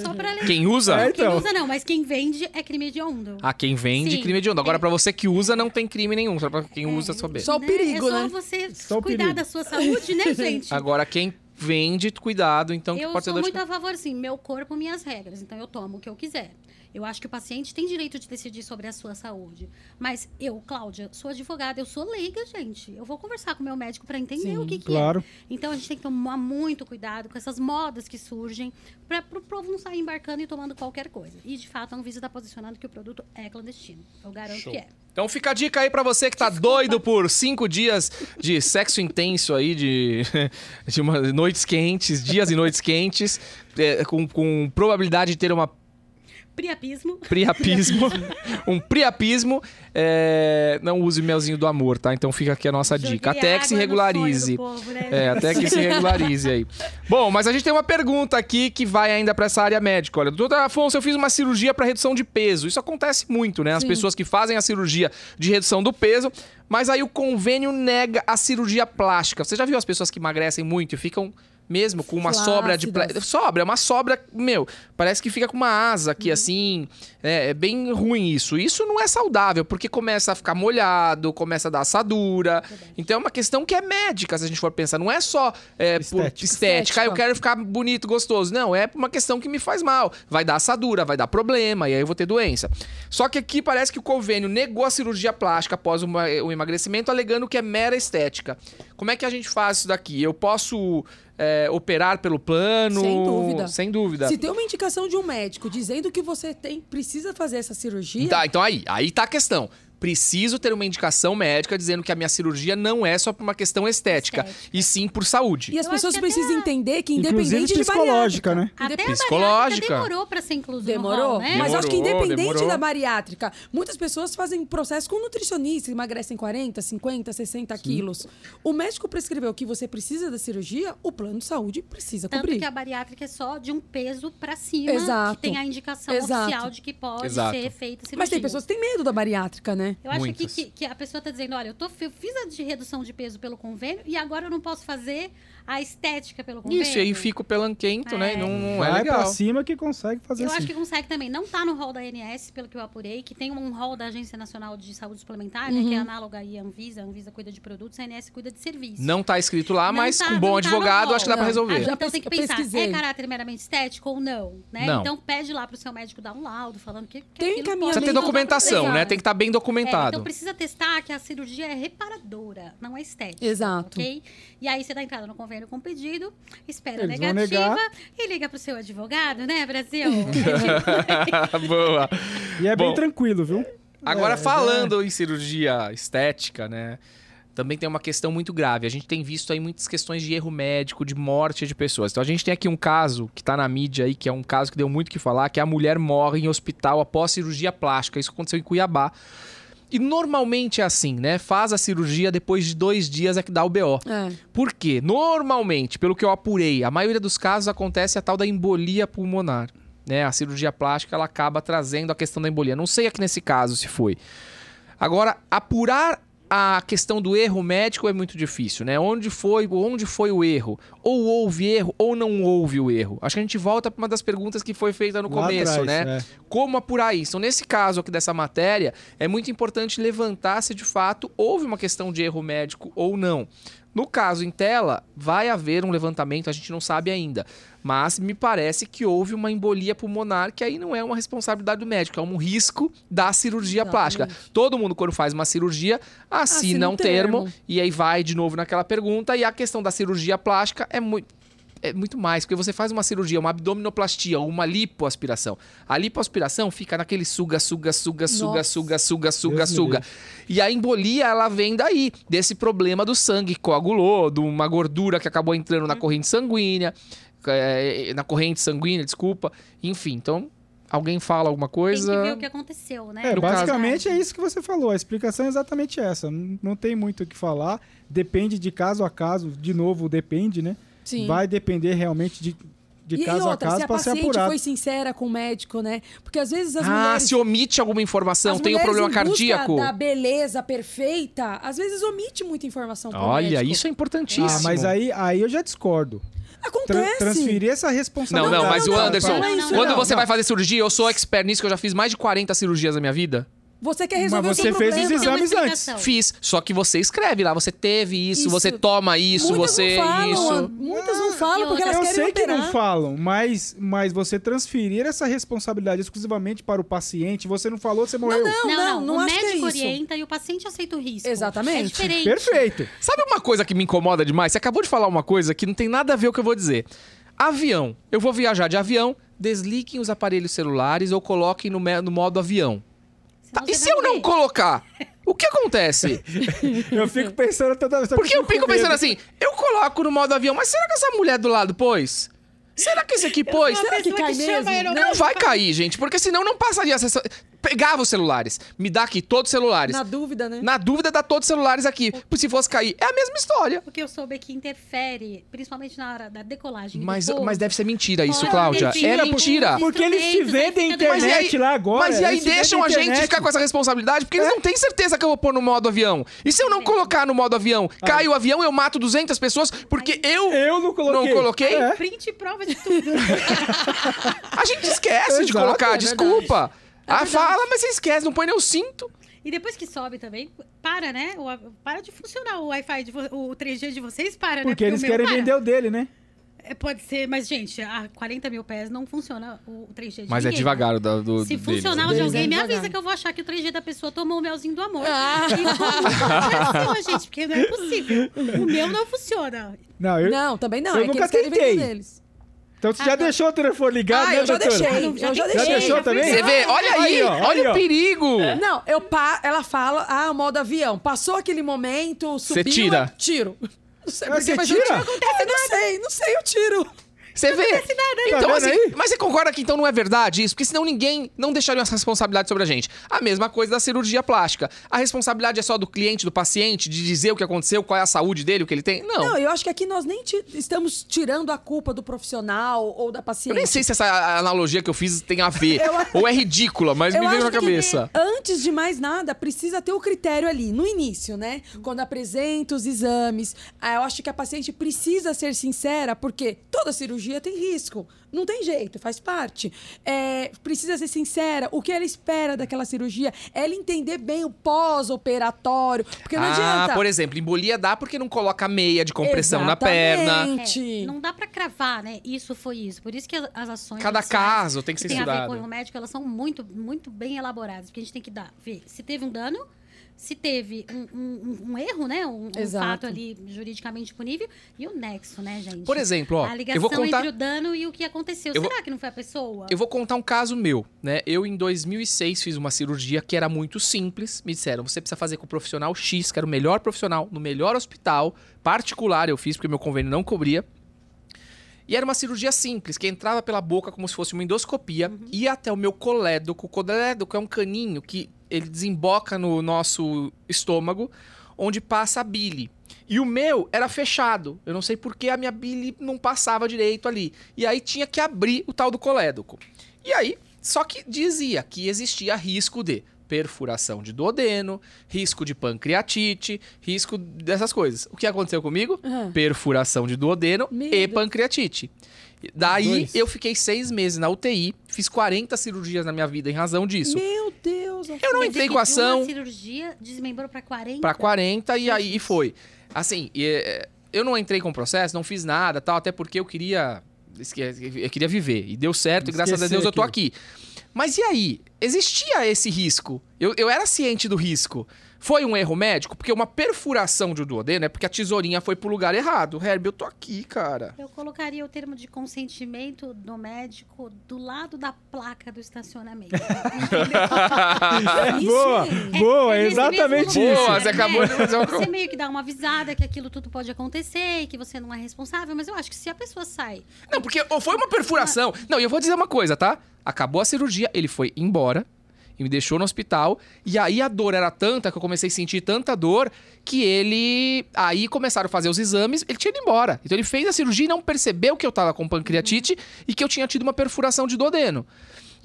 D: Só pra lembrar.
A: Quem usa?
C: É.
D: Quem
C: então.
D: usa não, mas quem vende é crime hediondo.
A: Ah, quem vende,
D: Sim.
A: crime hediondo. Agora, pra você que usa, não tem crime nenhum. Só pra quem usa, saber.
B: Só o perigo,
D: É só
B: né?
D: você
C: Só o
D: cuidar
C: perigo.
D: da sua saúde, né, gente?
A: Agora, quem vende, cuidado. Então, que
D: eu
A: pode ser
D: sou
A: dor de
D: muito a favor, assim, meu corpo, minhas regras. Então, eu tomo o que eu quiser. Eu acho que o paciente tem direito de decidir sobre a sua saúde. Mas eu, Cláudia, sou advogada, eu sou leiga, gente. Eu vou conversar com o meu médico para entender
B: Sim,
D: o que, que
C: Claro.
D: é. Então, a gente tem que tomar muito cuidado com essas modas que surgem para o povo não sair embarcando e tomando qualquer coisa. E, de fato, é um a Anvisa está posicionando que o produto é clandestino. Eu garanto
A: Show.
D: que é.
A: Então fica a dica aí pra você que tá doido por cinco dias de sexo intenso aí, de, de uma- noites quentes, dias e noites quentes, é, com, com probabilidade de ter uma
D: Priapismo.
A: priapismo, um priapismo. é, não use o melzinho do amor, tá? Então fica aqui a nossa dica.
D: Joguei
A: Até
D: água
A: que se
D: no
A: regularize.
D: sonho do povo, né,
A: É, até que se regularize aí. Bom, mas a gente tem uma pergunta aqui que vai ainda pra essa área médica. Olha, doutor Afonso, eu fiz uma cirurgia pra redução de peso. Isso acontece muito, né? As
B: Sim.
A: pessoas que fazem a cirurgia de redução do peso, mas aí o convênio nega a cirurgia plástica. Você já viu as pessoas que emagrecem muito e ficam mesmo com uma sobra de pla-
B: Flácidas.
A: sobra, é uma sobra, meu, parece que fica com uma asa aqui assim, é, é bem ruim isso. Isso não é saudável, porque começa a ficar molhado, começa a dar assadura. Então é uma questão que é médica, se a gente for pensar. Não é só é, por
C: Estética.
A: estética. Ah, eu quero ficar bonito, gostoso. Não, é uma questão que me faz mal. Vai dar assadura, vai dar problema, e aí eu vou ter doença. Só que aqui parece que o convênio negou a cirurgia plástica após uma- o emagrecimento, alegando que é mera estética. Como é que a gente faz isso daqui? Eu posso é, operar pelo plano?
B: Sem dúvida.
A: Sem dúvida.
B: Se tem uma indicação de um médico dizendo que você tem, precisa fazer essa cirurgia,
A: Tá, então aí, aí tá a questão. Preciso ter uma indicação médica dizendo que a minha cirurgia não é só por uma questão estética,
D: Estética.
A: e sim por saúde.
B: e as
D: Eu
B: pessoas
D: acho que até
B: precisam entender que
C: Inclusive
B: independente de
C: psicológica, né?
D: Até a
A: Psicológica.
D: bariátrica demorou para ser incluso no
B: Demorou?
D: rol, né?
B: Mas acho que
A: Demorou,
B: independente
A: demorou.
B: da bariátrica, muitas pessoas fazem um processo com um nutricionista, emagrecem 40, 50, 60 quilos. O médico prescreveu que você precisa da cirurgia, o plano de saúde precisa
D: Tanto
B: cobrir.
D: que a bariátrica é só de um peso pra cima,
B: Exato.
D: que tem a indicação
B: Exato.
D: oficial de que pode
A: Exato.
D: ser feita cirurgia.
B: Mas tem pessoas que têm medo da bariátrica, né?
D: Eu acho que,
A: Muitas.
D: que, que a pessoa tá dizendo, olha, eu, tô, eu fiz a de redução de peso pelo convênio e agora eu não posso fazer a estética pelo convênio.
A: Isso, e aí fica o pelanquento, né? E não, não é
C: Vai pra
A: legal.
C: cima que consegue fazer
D: Eu
C: assim.
D: acho que consegue também. Não tá no rol da ANS, pelo que eu apurei, que tem um rol da Agência Nacional de Saúde Suplementar, né,
B: Uhum.
D: que é análoga aí à Anvisa. A Anvisa cuida de produtos, a ANS cuida de serviços.
A: Não tá escrito lá,
D: Não
A: mas
D: tá-
A: com um bom
D: não tá no
A: advogado,
D: rol.
A: acho que dá pra
B: Não.
A: resolver.
B: Ah, já
D: então tem que
B: pesqui- eu
D: pensar,
B: pesquisei.
D: é caráter meramente estético ou não, né?
A: Não.
D: Então pede lá pro seu médico dar um laudo falando que, que
B: Tem
D: aquilo
B: encaminhamento.
D: pode
A: Precisa ter
D: causar
A: documentação,
D: problema.
A: né? Tem que estar bem
D: É,
A: documentado.
D: então precisa testar que a cirurgia é reparadora, não é estética.
B: Exato.
D: Ok? E aí você dá entrada no convênio com o pedido, espera a
C: Eles vão
D: negativa
C: negar.
D: e liga pro seu advogado, né, Brasil?
A: Boa.
C: E é
A: Bom.
C: bem tranquilo, viu?
A: Agora,
C: É,
A: falando em cirurgia estética, né? Também tem uma questão muito grave. A gente tem visto aí muitas questões de erro médico, de morte de pessoas. Então a gente tem aqui um caso que tá na mídia aí, que é um caso que deu muito o que falar, que a mulher morre em hospital após cirurgia plástica. Isso aconteceu em Cuiabá. E normalmente é assim, né? Faz a cirurgia, depois de dois dias é que dá o BO.
B: É.
A: Por quê? Normalmente, pelo que eu apurei, a maioria dos casos acontece a tal da embolia pulmonar. Né? A cirurgia plástica ela acaba trazendo a questão da embolia. Não sei aqui nesse caso se foi. Agora, apurar a questão do erro médico é muito difícil, né? Onde foi, onde foi o erro? Ou houve erro ou não houve o erro? Acho que a gente volta para uma das perguntas que foi feita no
C: Lá
A: começo,
C: atrás, é.
A: né? Como apurar isso? Então, Nesse caso aqui dessa matéria, é muito importante levantar se de fato houve uma questão de erro médico ou não. No caso em tela, vai haver um levantamento, a gente não sabe ainda. Mas me parece que houve uma embolia pulmonar, que aí não é uma responsabilidade do médico, é um risco da cirurgia
B: Exatamente.
A: plástica. Todo mundo, quando faz uma cirurgia, assina
B: Assina um
A: um termo,
B: termo.
A: e aí vai de novo naquela pergunta. E a questão da cirurgia plástica é muito. É muito mais, porque você faz uma cirurgia, uma abdominoplastia, uma lipoaspiração. A lipoaspiração fica naquele suga, suga, suga, suga,
B: Nossa.
A: suga, suga, suga,
C: Deus me
A: suga. E a embolia, ela vem daí, desse problema do sangue que coagulou, de uma gordura que acabou entrando
B: Hum.
A: na corrente sanguínea, é, na corrente sanguínea, desculpa. Enfim, então, alguém fala alguma
D: Tem que
A: coisa?
D: ver o que aconteceu, né?
C: É,
A: No caso-
C: basicamente é isso que você falou. A explicação é exatamente essa. Não não tem muito o que falar. Depende de caso a caso. De novo, depende, né?
B: Sim.
C: Vai depender realmente de, de
B: e
C: caso
B: outra,
C: a
B: se
C: caso
B: a
C: para ser
B: paciente
C: apurado.
B: foi sincera com o médico, né? Porque às vezes as
A: ah,
B: mulheres...
A: se omite alguma informação,
B: as
A: tem um
B: mulheres
A: problema
B: em busca
A: cardíaco.
B: da beleza perfeita, às vezes omite muita informação pro
A: Olha,
B: médico.
A: isso é importantíssimo.
C: Ah, mas aí, aí eu já discordo. Tra-
B: Acontece.
C: transferir essa
A: Não,
C: responsabilidade.
A: não, mas o
B: Então é assim. não,
A: Anderson,
B: não é isso,
A: quando
B: não.
A: você vai fazer cirurgia, eu sou expert nisso, que eu já fiz mais de 40 cirurgias na minha vida.
B: Você quer resolver
C: Mas
B: o seu
C: você fez
B: problema.
C: os
D: Tem uma
C: exames antes.
D: explicação.
A: Fiz. Só que você escreve lá, você teve isso,
B: Isso.
A: você toma isso,
B: muitas
A: você.
B: não falam, An-
A: isso.
B: Muitas não falam porque
D: Eu
B: elas
C: Eu
B: querem
C: sei que
B: operar.
C: não falam, mas, mas você transferir essa responsabilidade exclusivamente para o paciente, você não falou, você morreu.
B: Não, não, não,
D: o
B: acho que é
D: médico
B: isso.
D: orienta e o paciente aceita o risco.
B: Exatamente.
D: É diferente.
C: Perfeito.
A: Sabe uma coisa que me incomoda demais? Você acabou de falar uma coisa que não tem nada a ver com o que eu vou dizer. Avião. Eu vou viajar de avião, desliguem os aparelhos celulares ou coloquem no, me- no modo avião. Tá,
D: Senão
A: E
D: você
A: se
D: vai
A: eu não
D: morrer.
A: colocar? O que acontece?
C: Eu fico pensando toda vez.
A: Porque eu fico pensando assim, eu coloco no modo avião, mas será que essa mulher do lado pôs? Será que esse aqui pôs?
E: Uma
B: Será é que
E: pessoa
B: cai
E: chama
B: mesmo?
E: a aeronave
A: Não
E: e
A: vai
E: fala,
A: cair, gente, porque senão não passaria essa. Pegava os celulares. Me dá aqui todos os celulares.
B: Na
A: Na,
B: dúvida, né?
A: dúvida, dá todos os celulares aqui. Se fosse cair, é a mesma história.
D: Porque eu soube que interfere, principalmente na hora da decolagem. do
A: Mas,
D: voo.
A: mas deve ser mentira isso,
D: Olha,
A: Cláudia.
D: mentira,
A: É mentira.
D: porque-
C: Porque eles te
D: Instrumentos,
C: vendem
D: aí fica doido.
C: internet lá agora.
A: Mas e aí
C: eles te
A: deixam a
C: vendem
A: gente
C: internet. É.
A: ficar com essa responsabilidade? Porque eles não têm certeza que eu vou pôr no modo avião. E se eu
D: É.
A: não colocar no modo avião?
C: Ah.
A: Cai o avião, eu mato 200 pessoas porque eu
C: Eu não coloquei.
A: não coloquei?
C: É.
E: Print e prova de tudo.
A: A gente esquece de
C: Exato,
A: colocar,
B: é
A: desculpa. ah,
D: É
B: verdade.
A: fala, mas você esquece, não põe nem o cinto.
E: E depois que sobe também, para, né? O, a- para de funcionar o Wi-Fi, de vo- o 3G de vocês para, né?
C: Porque eles
E: o meu
C: querem
E: para.
C: vender o dele, né?
E: É, Pode ser, mas, gente, a 40 mil pés não funciona o 3G de
A: Mas é
E: ninguém,
A: devagar o da- do,
D: Se
A: do deles,
D: funcionar o
A: né?
D: de
B: Deles é
D: alguém, me
B: devagar.
D: avisa que eu vou achar que o 3G da pessoa tomou o melzinho do amor.
B: Ah.
E: E como aconteceu, gente, porque não é possível. O meu não funciona.
C: Não, eu...
B: Não, também não.
C: Eu
B: é que
C: nunca
B: eles querem vender
C: tentei.
B: deles.
C: Então você já deixou o telefone ligado,
B: ah,
C: né,
B: eu já
C: doutora?
B: deixei.
E: Ah,
B: Eu já
E: já
B: deixei.
C: deixou também?
A: Você vê,
B: ah,
A: olha aí,
C: Aí, ó, aí,
A: olha
C: ó.
A: o perigo.
B: Não, eu pa... ela fala, ah, o modo avião. Passou aquele momento, subiu,
A: tira.
B: eu tiro. Não sei
C: Ah,
B: por quê,
C: você
B: mas eu
C: tira?
B: tiro. Ah, não sei, não sei, eu tiro.
A: Você vê.
C: Tá
A: Então,
C: vendo
A: assim,
C: aí?
A: mas você concorda que então não é verdade isso? Porque senão ninguém não deixaria essa responsabilidade sobre a gente. A mesma coisa da cirurgia plástica. A responsabilidade é só do cliente, do paciente, de dizer o que aconteceu, qual é a saúde dele, o que ele tem? Não.
B: Não, eu acho que aqui nós nem ti- estamos tirando a culpa do profissional ou da
A: eu
B: paciente.
A: nem sei se essa analogia que eu fiz tem a ver. Ou é ridícula, mas me
B: Eu
A: veio na
B: acho que,
A: cabeça.
B: Antes de mais nada, precisa ter o critério ali, no início, né?
A: Hum.
B: Quando apresenta os exames. Ah, Eu acho que a paciente precisa ser sincera, porque toda cirurgia tem risco. Não tem jeito, faz parte. É, precisa ser sincera. O que ela espera daquela cirurgia? Ela entender bem o pós-operatório. Porque não
A: ah,
B: adianta.
A: por exemplo, embolia dá porque não coloca meia de compressão na perna.
B: Exatamente.
D: É, não dá pra cravar, né? Isso foi isso. Por isso que as- as ações.
A: Cada
D: judiciais
A: caso tem que ser
D: tem a ver com o
A: estudado.
D: erro médico, elas são muito, muito bem elaboradas. Porque a gente tem que dar, ver se teve um dano, se teve um, um- um- um erro, né? Um, um
B: Exato.
D: fato ali juridicamente punível e o nexo, né, gente?
A: Por exemplo, ó,
D: a
A: eu
D: ligação
A: vou contar
D: entre o dano e o que aconteceu.
A: Eu vou-
D: Será que não foi a pessoa?
A: Eu vou contar um caso meu, né? Eu, em 2006, fiz uma cirurgia que era muito simples. Me disseram, você precisa fazer com o profissional X, que era o melhor profissional, no melhor hospital particular eu fiz, porque meu convênio não cobria. E era uma cirurgia simples, que entrava pela boca como se fosse uma endoscopia, ia até o meu colédoco. O colédoco é um caninho que ele desemboca no nosso estômago, onde passa a bile. E o meu era fechado. Eu não sei porque a minha bile não passava direito ali. E aí tinha que abrir o tal do colédoco. E aí, só que dizia que existia risco de perfuração de duodeno, risco de pancreatite, risco dessas coisas. O que aconteceu comigo?
B: Ah.
A: Perfuração de duodeno
B: Meu
A: e
B: Deus.
A: pancreatite. Daí
C: Dois.
A: eu fiquei seis meses na UTI, fiz 40 cirurgias na minha vida em razão disso.
B: Meu Deus.
A: Eu não
D: Mas
A: entrei
D: de
A: com
D: uma
A: ação
D: cirurgia desmembrou pra 40.
A: pra 40 e aí foi. Assim, e, é, eu não entrei com processo, não fiz nada, tal, até porque eu queria esque- eu queria viver e deu certo, e graças a
C: Esquecer
A: Deus eu tô aqui. Mas e aí? Existia esse risco? Eu, eu era ciente do risco. Foi um erro médico? Porque uma perfuração de duodeno é porque a tesourinha foi pro lugar errado. Herbie, eu tô aqui, cara.
D: Eu colocaria o termo de consentimento do médico do lado da placa do estacionamento.
C: É,
B: Isso
C: boa,
B: aí.
C: boa,
D: É nesse
C: exatamente isso.
D: mesmo lugar,
A: Boa, você
D: né?
A: acabou de fazer uma
D: Você meio que dá uma avisada que aquilo tudo pode acontecer e que você não é responsável, mas eu acho que se a pessoa sai.
A: Não, porque ou foi uma perfuração. Não, e eu vou dizer uma coisa, tá? Acabou a cirurgia, ele foi embora e me deixou no hospital. E aí a dor era tanta que eu comecei a sentir tanta dor que ele. Aí começaram a fazer os exames, ele tinha ido embora. Então ele fez a cirurgia e não percebeu que eu tava com pancreatite e que eu tinha tido uma perfuração de duodeno.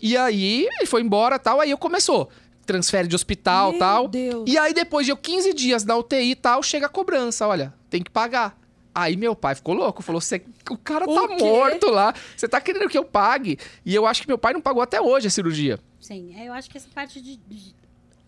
A: E aí ele foi embora tal, aí eu começou. Transfere de hospital
B: Meu
A: tal.
B: Deus.
A: E aí, depois de eu 15 dias na UTI e tal, chega a cobrança, olha, tem que pagar. Aí meu pai ficou louco, falou: "Cê- o cara
B: O
A: tá
B: quê?
A: morto lá, você tá querendo que eu pague? E eu acho que meu pai não pagou até hoje a cirurgia.
D: Sim, é, eu acho que essa parte de. de-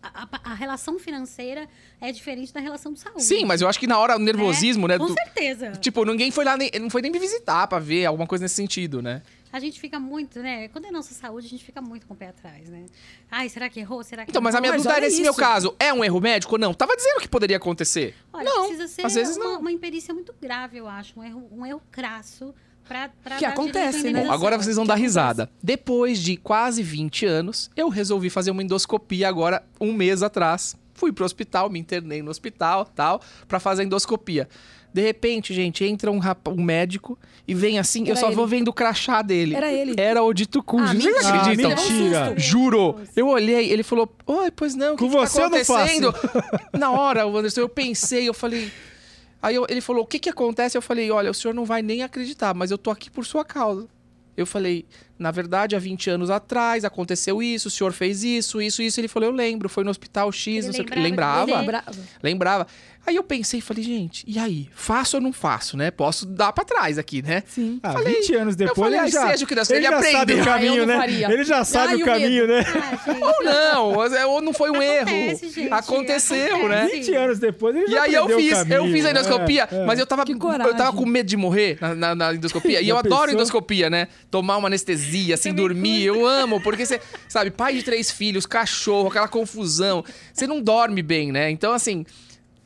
D: a, a- a relação financeira é diferente da relação de
B: Uhum.
D: saúde.
A: Sim, mas eu acho que na hora o
B: É,
A: nervosismo, né?
D: Com
A: do-
D: certeza.
A: tipo, ninguém foi lá, nem, não foi nem me visitar pra ver alguma coisa nesse sentido, né?
D: A gente fica muito, né? Quando é nossa saúde, a gente fica muito com o pé atrás, né? Ai, será que errou? Será que
A: Então, mas a minha
B: Mas
A: dúvida é
B: olha
A: nesse meu
B: isso.
A: caso, é um erro médico ou não? Tava dizendo que poderia acontecer.
D: Olha,
A: Não,
D: precisa ser
A: às vezes
D: uma,
A: não.
D: uma imperícia muito grave, eu acho. Um erro, um erro crasso pra, pra
B: Que
D: dar direito à
B: acontece, né?
A: Bom,
D: indenização. Ah,
A: agora vocês vão dar
D: Que
A: risada. Depois de quase 20 anos, eu resolvi fazer uma endoscopia agora, um mês atrás. Fui pro hospital, me internei no hospital, tal, pra fazer a endoscopia. De repente, gente, entra um, rapa- um médico e vem assim, eu
B: Era
A: só
B: ele.
A: vou vendo o crachá dele.
B: Era ele.
A: Era o dito cujo.
B: Ah,
A: Vocês
B: mentira.
A: acreditam?
C: Ah, mentira.
A: Juro. Eu olhei, ele falou, oi, pois não, o que,
C: Com
A: que tá
C: você eu não faço.
A: acontecendo? Na hora, o Anderson, eu pensei, eu falei... Aí eu- ele falou, o que que acontece? Eu falei, olha, o senhor não vai nem acreditar, mas eu tô aqui por sua causa. Eu falei, na verdade, há 20 anos atrás aconteceu isso, o senhor fez isso, isso, isso. Ele falou, eu lembro, foi no hospital X,
D: Ele
A: não sei o que.
D: lembrava de
A: Lembrava?
D: você.
B: Brava.
A: Lembrava. Aí eu pensei, falei, gente, e aí? Faço ou não faço, né? Posso dar pra trás aqui, né?
B: Sim.
C: Ah,
A: Falei-
C: 20 anos depois
A: falei,
C: ele
A: "Ah,
C: já,
A: seja o que Deus quer",
C: ele
A: ele
C: já sabe
A: aprendeu.
C: o
B: Ah, eu
C: caminho,
B: não
C: né?
B: faria.
C: Ele já sabe
B: Ah, e
C: o
B: o
C: caminho, né?
D: Ah, gente.
A: Ou não, ou não foi um erro.
D: Acontece, gente, é.
A: aconteceu, né?
D: acontece.
C: 20 anos depois ele já
A: E aí eu
C: aprendeu o
A: fiz, eu
C: caminho,
A: fiz a endoscopia,
C: é, é.
A: mas eu tava,
B: Que coragem.
A: eu tava com medo de morrer na, na- na endoscopia. E
C: Já
A: eu adoro
C: pensou?
A: endoscopia, né? Tomar uma anestesia, assim, dormir, eu amo, porque você, sabe, pai de três filhos, cachorro, aquela confusão. Você não dorme bem, né? Então, assim.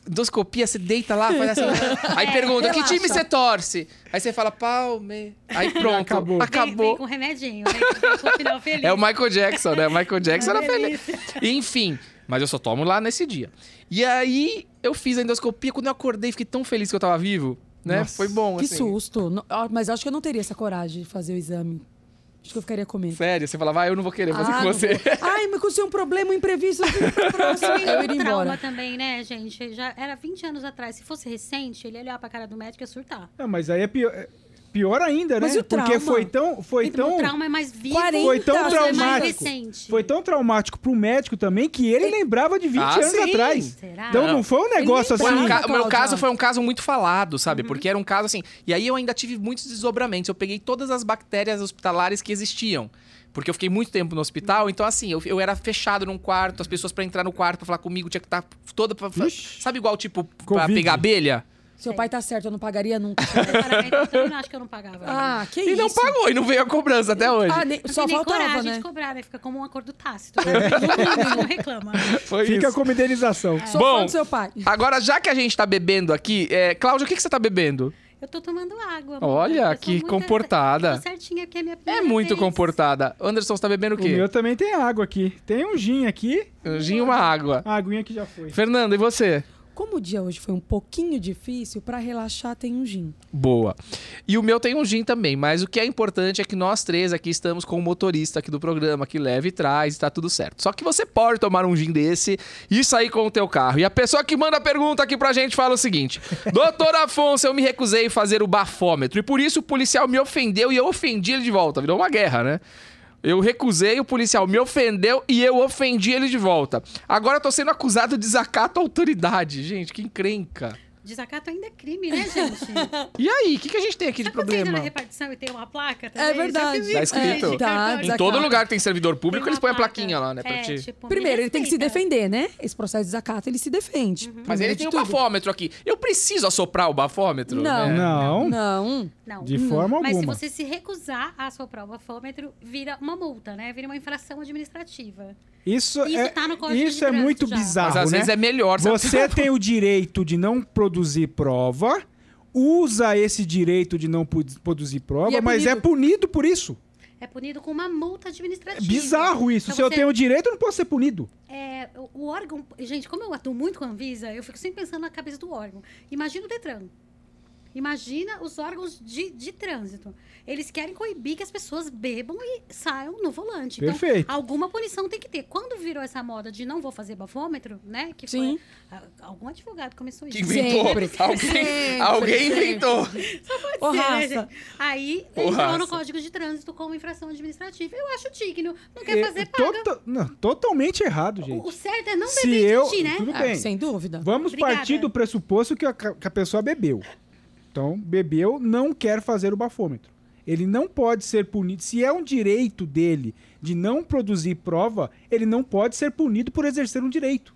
A: Endoscopia, você deita lá, faz assim. Aí pergunta, que
D: É, relaxa.
A: time você torce? Aí você fala, Palme. Aí pronto,
C: Acabou.
A: acabou.
D: Vem- Vem com remedinho, né? Com o final feliz.
A: É o Michael Jackson, né? O Michael Jackson era
D: Uma
A: feliz. Enfim, mas eu só tomo lá nesse dia. E aí eu fiz a endoscopia, quando eu acordei, fiquei tão feliz que eu tava vivo, né?
C: Nossa,
A: Foi bom,
B: Que
A: assim.
B: susto. No- ó, Mas acho que eu não teria essa coragem de fazer o exame. Acho que eu ficaria com medo.
A: Sério, você falava, ah, eu não vou querer fazer
B: Ah,
A: com
B: não
A: você.
B: vou. Ai, mas aconteceu um problema, um imprevisto. eu fico pra próxima. Eu iria
D: um trauma
B: embora.
D: também, né, gente? Já era 20 anos atrás. Se fosse recente, ele ia olhar pra cara do médico e ia surtar.
C: Não, mas aí é pior, é pior ainda, né?
B: Mas e o
C: Porque
B: trauma?
C: foi tão, foi
D: Então,
C: tão,
D: o trauma é mais vivo.
B: 40
C: foi tão
B: né, Mas
D: é mais
C: traumático.
D: recente.
C: Foi tão traumático pro médico também que ele lembrava de 20
A: Ah,
C: anos
A: sim.
C: atrás.
D: Será?
C: Então não foi um negócio
B: Ele
C: assim.
A: Foi um
B: Sim.
A: ca- O meu
B: Cláudia.
A: caso foi um caso muito falado, sabe?
B: Uhum.
A: Porque era um caso assim. E aí eu ainda tive muitos desdobramentos. Eu peguei todas as bactérias hospitalares que existiam. Porque eu fiquei muito tempo no hospital, então assim, eu, eu era fechado num quarto, as pessoas pra entrar no quarto pra falar comigo tinha que estar toda. Pra, pra-
C: Ixi.
A: sabe igual, tipo, pra
C: Covid.
A: pegar abelha?
B: Seu pai tá certo, eu não pagaria nunca.
D: Sinceramente, Eu também não acho que eu não pagava.
B: Ah, que
A: E
B: isso.
A: não pagou, e não veio a cobrança até hoje.
B: Ah, nem-
D: Não
B: só
D: tem nem
B: faltava,
D: coragem
B: né?
D: de cobrar, né? Fica como um acordo tácito. Né? No mínimo, não reclama.
A: Foi
C: Fica
A: isso.
C: como indenização.
D: É.
B: Sou
A: Bom.
B: fã do seu pai.
A: Agora, já que a gente tá bebendo aqui, é... Cláudia, o que, que você tá bebendo?
D: Eu tô tomando água. amor.
A: Olha,
D: Eu sou
A: que
D: muito-
A: comportada.
D: Tô certinha, porque é minha
A: É
D: primeira
A: muito
D: vez.
A: comportada. Anderson, você tá bebendo o
C: O
A: quê?
C: meu também tem água aqui. Tem um gin aqui.
A: Um gin e uma água.
C: A aguinha que já foi.
A: Fernando, e você?
B: Como como o dia hoje foi um pouquinho difícil, para relaxar tem um gin.
A: Boa. E o meu tem um gin também, mas o que é importante é que nós três aqui estamos com o motorista aqui do programa, que leva e traz, tá tudo certo. Só que você pode tomar um gin desse e sair com o teu carro. E a pessoa que manda a pergunta aqui pra gente fala o seguinte: Doutor Afonso, eu me recusei a fazer o bafômetro e por isso o policial me ofendeu e eu ofendi ele de volta. Virou uma guerra, né? Eu recusei, o policial me ofendeu e eu ofendi ele de volta. Agora eu tô sendo acusado de desacato à autoridade. Gente, que encrenca.
E: Desacato ainda é crime, né, gente?
A: E aí, o que, que a gente tem aqui
D: Tá
A: de
E: Sabe quando você entra na
A: problema?
E: repartição e tem uma placa
B: É
E: também?
B: verdade.
E: Já fiz
A: Tá
E: isso,
A: escrito.
E: gente,
B: Tá,
E: cartão.
A: Em
B: desacato.
A: todo lugar que tem servidor
D: é Tem
A: público,
D: uma
A: eles põem a
D: placa.
A: plaquinha lá, né? Pra
D: É,
A: te...
D: tipo, me
B: Primeiro, ele tem que se
D: respeita. Uhum.
B: defender, né? Esse processo de desacato, ele se defende.
A: Mas ele
B: Primeiro
A: tem um
B: de
A: o
B: tudo.
A: bafômetro aqui. Eu preciso assoprar o bafômetro?
B: Não.
A: né?
C: Não,
B: Não.
D: Não.
C: de forma
D: Mas se
C: alguma.
D: você se recusar a soprar o bafômetro, vira uma multa, né? Vira uma infração administrativa.
C: Isso,
D: Isso
C: é,
D: tá no Código de
C: isso é
D: Trânsito
C: muito
D: já.
C: bizarro,
A: Mas às
C: né?
A: vezes é melhor. sabe?
C: Você tem o direito de não produzir prova, usa esse direito de não pu- produzir prova,
B: E é
C: mas é
B: punido.
C: punido por isso.
D: É punido com uma multa
C: É
D: administrativa.
C: bizarro isso.
D: Então
C: Se eu
D: você-
C: tenho o direito, eu não posso ser punido.
D: É, o- o órgão. Gente, como eu atuo muito com a Anvisa, eu fico sempre pensando na cabeça do órgão. Imagina o Detran. Imagina os órgãos de, de trânsito. Eles querem coibir que as pessoas bebam e saiam no volante.
C: Perfeito.
D: Então, alguma punição tem que ter. Quando virou essa moda de não vou fazer bafômetro, né? Que
B: Sim.
D: foi. a- Algum advogado começou isso.
A: Que inventou.
B: Sempre.
A: Alguém,
B: Sempre,
A: alguém inventou.
B: Ô,
D: Sim, né,
B: raça.
D: gente? Aí
A: Ô,
D: entrou
A: raça.
D: no Código de Trânsito como infração administrativa. Eu acho digno. Não
C: É,
D: quer fazer, paga.
C: tota- não, totalmente errado, gente.
D: O certo é não
C: Se
D: beber
C: eu-
D: e dirigir, né?
C: tudo
B: Ah,
C: bem.
B: sem dúvida.
C: Vamos
D: Obrigada.
C: partir do pressuposto que a, que a pessoa bebeu. Então, bebeu, não quer fazer o bafômetro. Ele não pode ser punido. Se é um direito dele de não produzir prova, ele não pode ser punido por exercer um direito.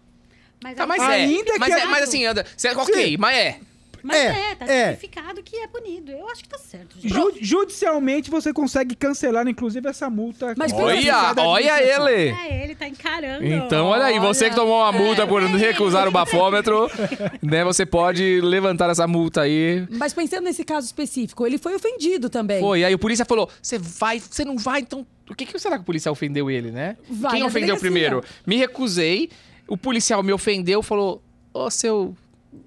D: Mas,
A: Tá,
D: aí-
A: mas
C: Ainda
A: é.
C: que
A: Mas,
C: é-
A: é, mas assim, anda. Você- ok, mas é.
D: mas
C: É,
D: é, tá
C: é.
D: justificado que é punido. Eu acho que tá certo. gente.
C: Ju- judicialmente, você consegue cancelar, inclusive, essa multa.
B: Mas
C: que-
B: pelo
A: Olha,
C: aplicada à
A: olha
C: administração.
A: ele.
E: É, ele tá encarando.
A: Então, olha aí, você que tomou uma multa por recusar o bafômetro, né? Você pode levantar essa multa aí.
B: Mas pensando nesse caso específico, ele foi ofendido também.
A: Foi, aí o polícia falou: você vai, você não vai, então. O que, que será que o policial ofendeu ele, né?
B: Vai
A: Quem
B: na
A: ofendeu
B: delegacia.
A: primeiro? Me recusei, o policial me ofendeu, falou: Ô seu.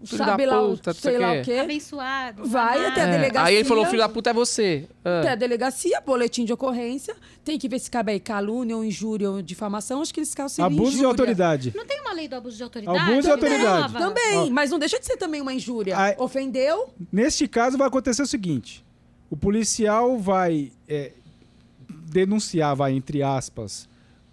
A: Filho
B: Sabe
A: da
B: lá, o-
A: puta, não
B: sei lá o quê.
D: Abençoado.
B: Vai
D: amado.
B: até a
A: É,
B: delegacia.
A: Aí ele falou: filho da puta é você. Ah.
B: Até a delegacia, boletim de ocorrência. Tem que ver se cabe aí calúnia ou injúria ou difamação. Acho que eles caso seria
C: Abuso de
B: injúria.
C: autoridade.
D: Não tem uma lei do abuso de autoridade?
C: Abuso de
D: que
C: autoridade.
D: prova?
B: Também, mas não deixa de ser também uma injúria.
C: Ai.
B: Ofendeu?
C: Neste caso, vai acontecer o seguinte: o policial vai é, denunciar, vai, entre aspas,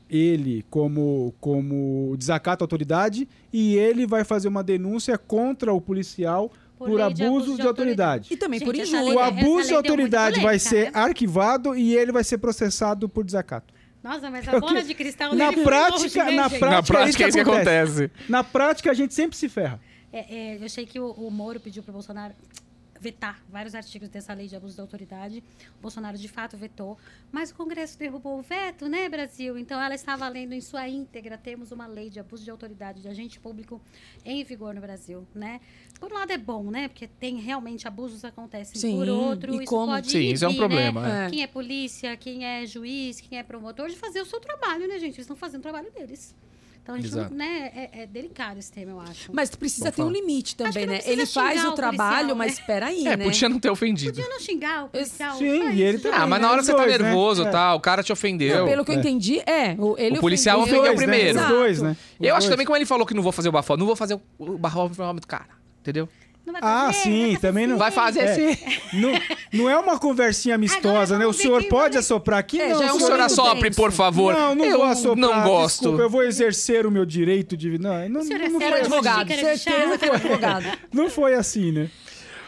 C: ele como, como desacato à autoridade e ele vai fazer uma denúncia contra o policial por,
D: Por lei
C: abuso,
D: de abuso
C: de,
D: de
C: autoridade.
B: E também
D: Gente,
B: por
D: essa
B: injúria.
D: lei é
C: O
D: Essa
C: abuso de
D: deu muita
C: autoridade vai
D: polêmica,
C: ser
D: né?
C: arquivado e ele vai ser processado por desacato.
E: Nossa, mas a bola de cristal
C: Na
E: dele foi
C: prática-
E: longe, né,
C: na
E: gente?
C: prática-
A: Na prática é isso que
C: acontece.
A: acontece.
C: Na prática, a gente sempre se ferra.
D: É, é, eu achei que o, o Moro pediu para o Bolsonaro vetar vários artigos dessa lei de abuso de autoridade. O Bolsonaro, de fato, vetou. Mas o Congresso derrubou o veto, né, Brasil? Então, ela está valendo em sua íntegra. Temos uma lei de abuso de autoridade de agente público em vigor no Brasil, né? Por um lado, é bom, né? Porque tem realmente abusos acontecem.
B: Sim,
D: Por outro,
B: e
D: isso
B: como?
D: pode
A: Sim, isso é um
D: inibir, né?
A: problema,
B: é.
D: Quem é polícia, quem é juiz, quem é promotor, de fazer o seu trabalho, né, gente? Eles estão fazendo o trabalho deles. Então, a gente não,
A: Exato.
D: né, é, é delicado esse tema, eu acho. né?
B: Mas
A: Vou
B: precisa ter um
A: falar.
B: limite
D: Acho que
B: também,
D: não
B: né?
D: precisa
B: Ele faz
D: xingar
B: o
D: o
B: trabalho,
D: policial,
B: mas espera aí,
A: É,
B: né?
A: podia não ter ofendido.
D: Podia não xingar o policial.
C: Sim,
D: faz
C: e ele
D: isso,
C: também,
D: já
A: Ah, mas
D: é.
A: na hora
C: Os
A: você tá
C: dois, né?
A: nervoso
C: É.
A: tal, o cara te ofendeu.
B: Não, pelo que eu
C: É.
B: entendi, é. o- Ele
A: O policial
C: Os
A: ofendeu
C: dois,
A: primeiro.
C: Né? Os dois, né? Os
A: Eu acho
C: dois.
A: também como ele falou que não vou fazer o bafômetro, não vou fazer o bafômetro, cara, entendeu?
D: Não vai
C: Ah,
D: fazer,
C: sim,
B: tá.
C: também não.
A: Vai fazer
C: É.
A: esse.
C: Não, não é uma conversinha amistosa,
D: Agora
C: né? O
D: vamos ver
C: senhor
D: quem
C: pode
D: vai-
C: assoprar aqui?
B: É,
C: não,
B: já é um
A: O
C: senhor
A: senhor
B: muito
A: assopre,
B: denso.
A: por favor.
C: Não, não
A: eu
C: vou assoprar.
A: não gosto.
C: Desculpa, eu vou exercer o meu direito de... Não, não,
D: O senhor
C: não,
D: é
C: foi,
B: Era
D: sério?
C: assim.
B: advogado,
D: xícara de chá.
B: certeza que era advogado.
C: não foi assim, né?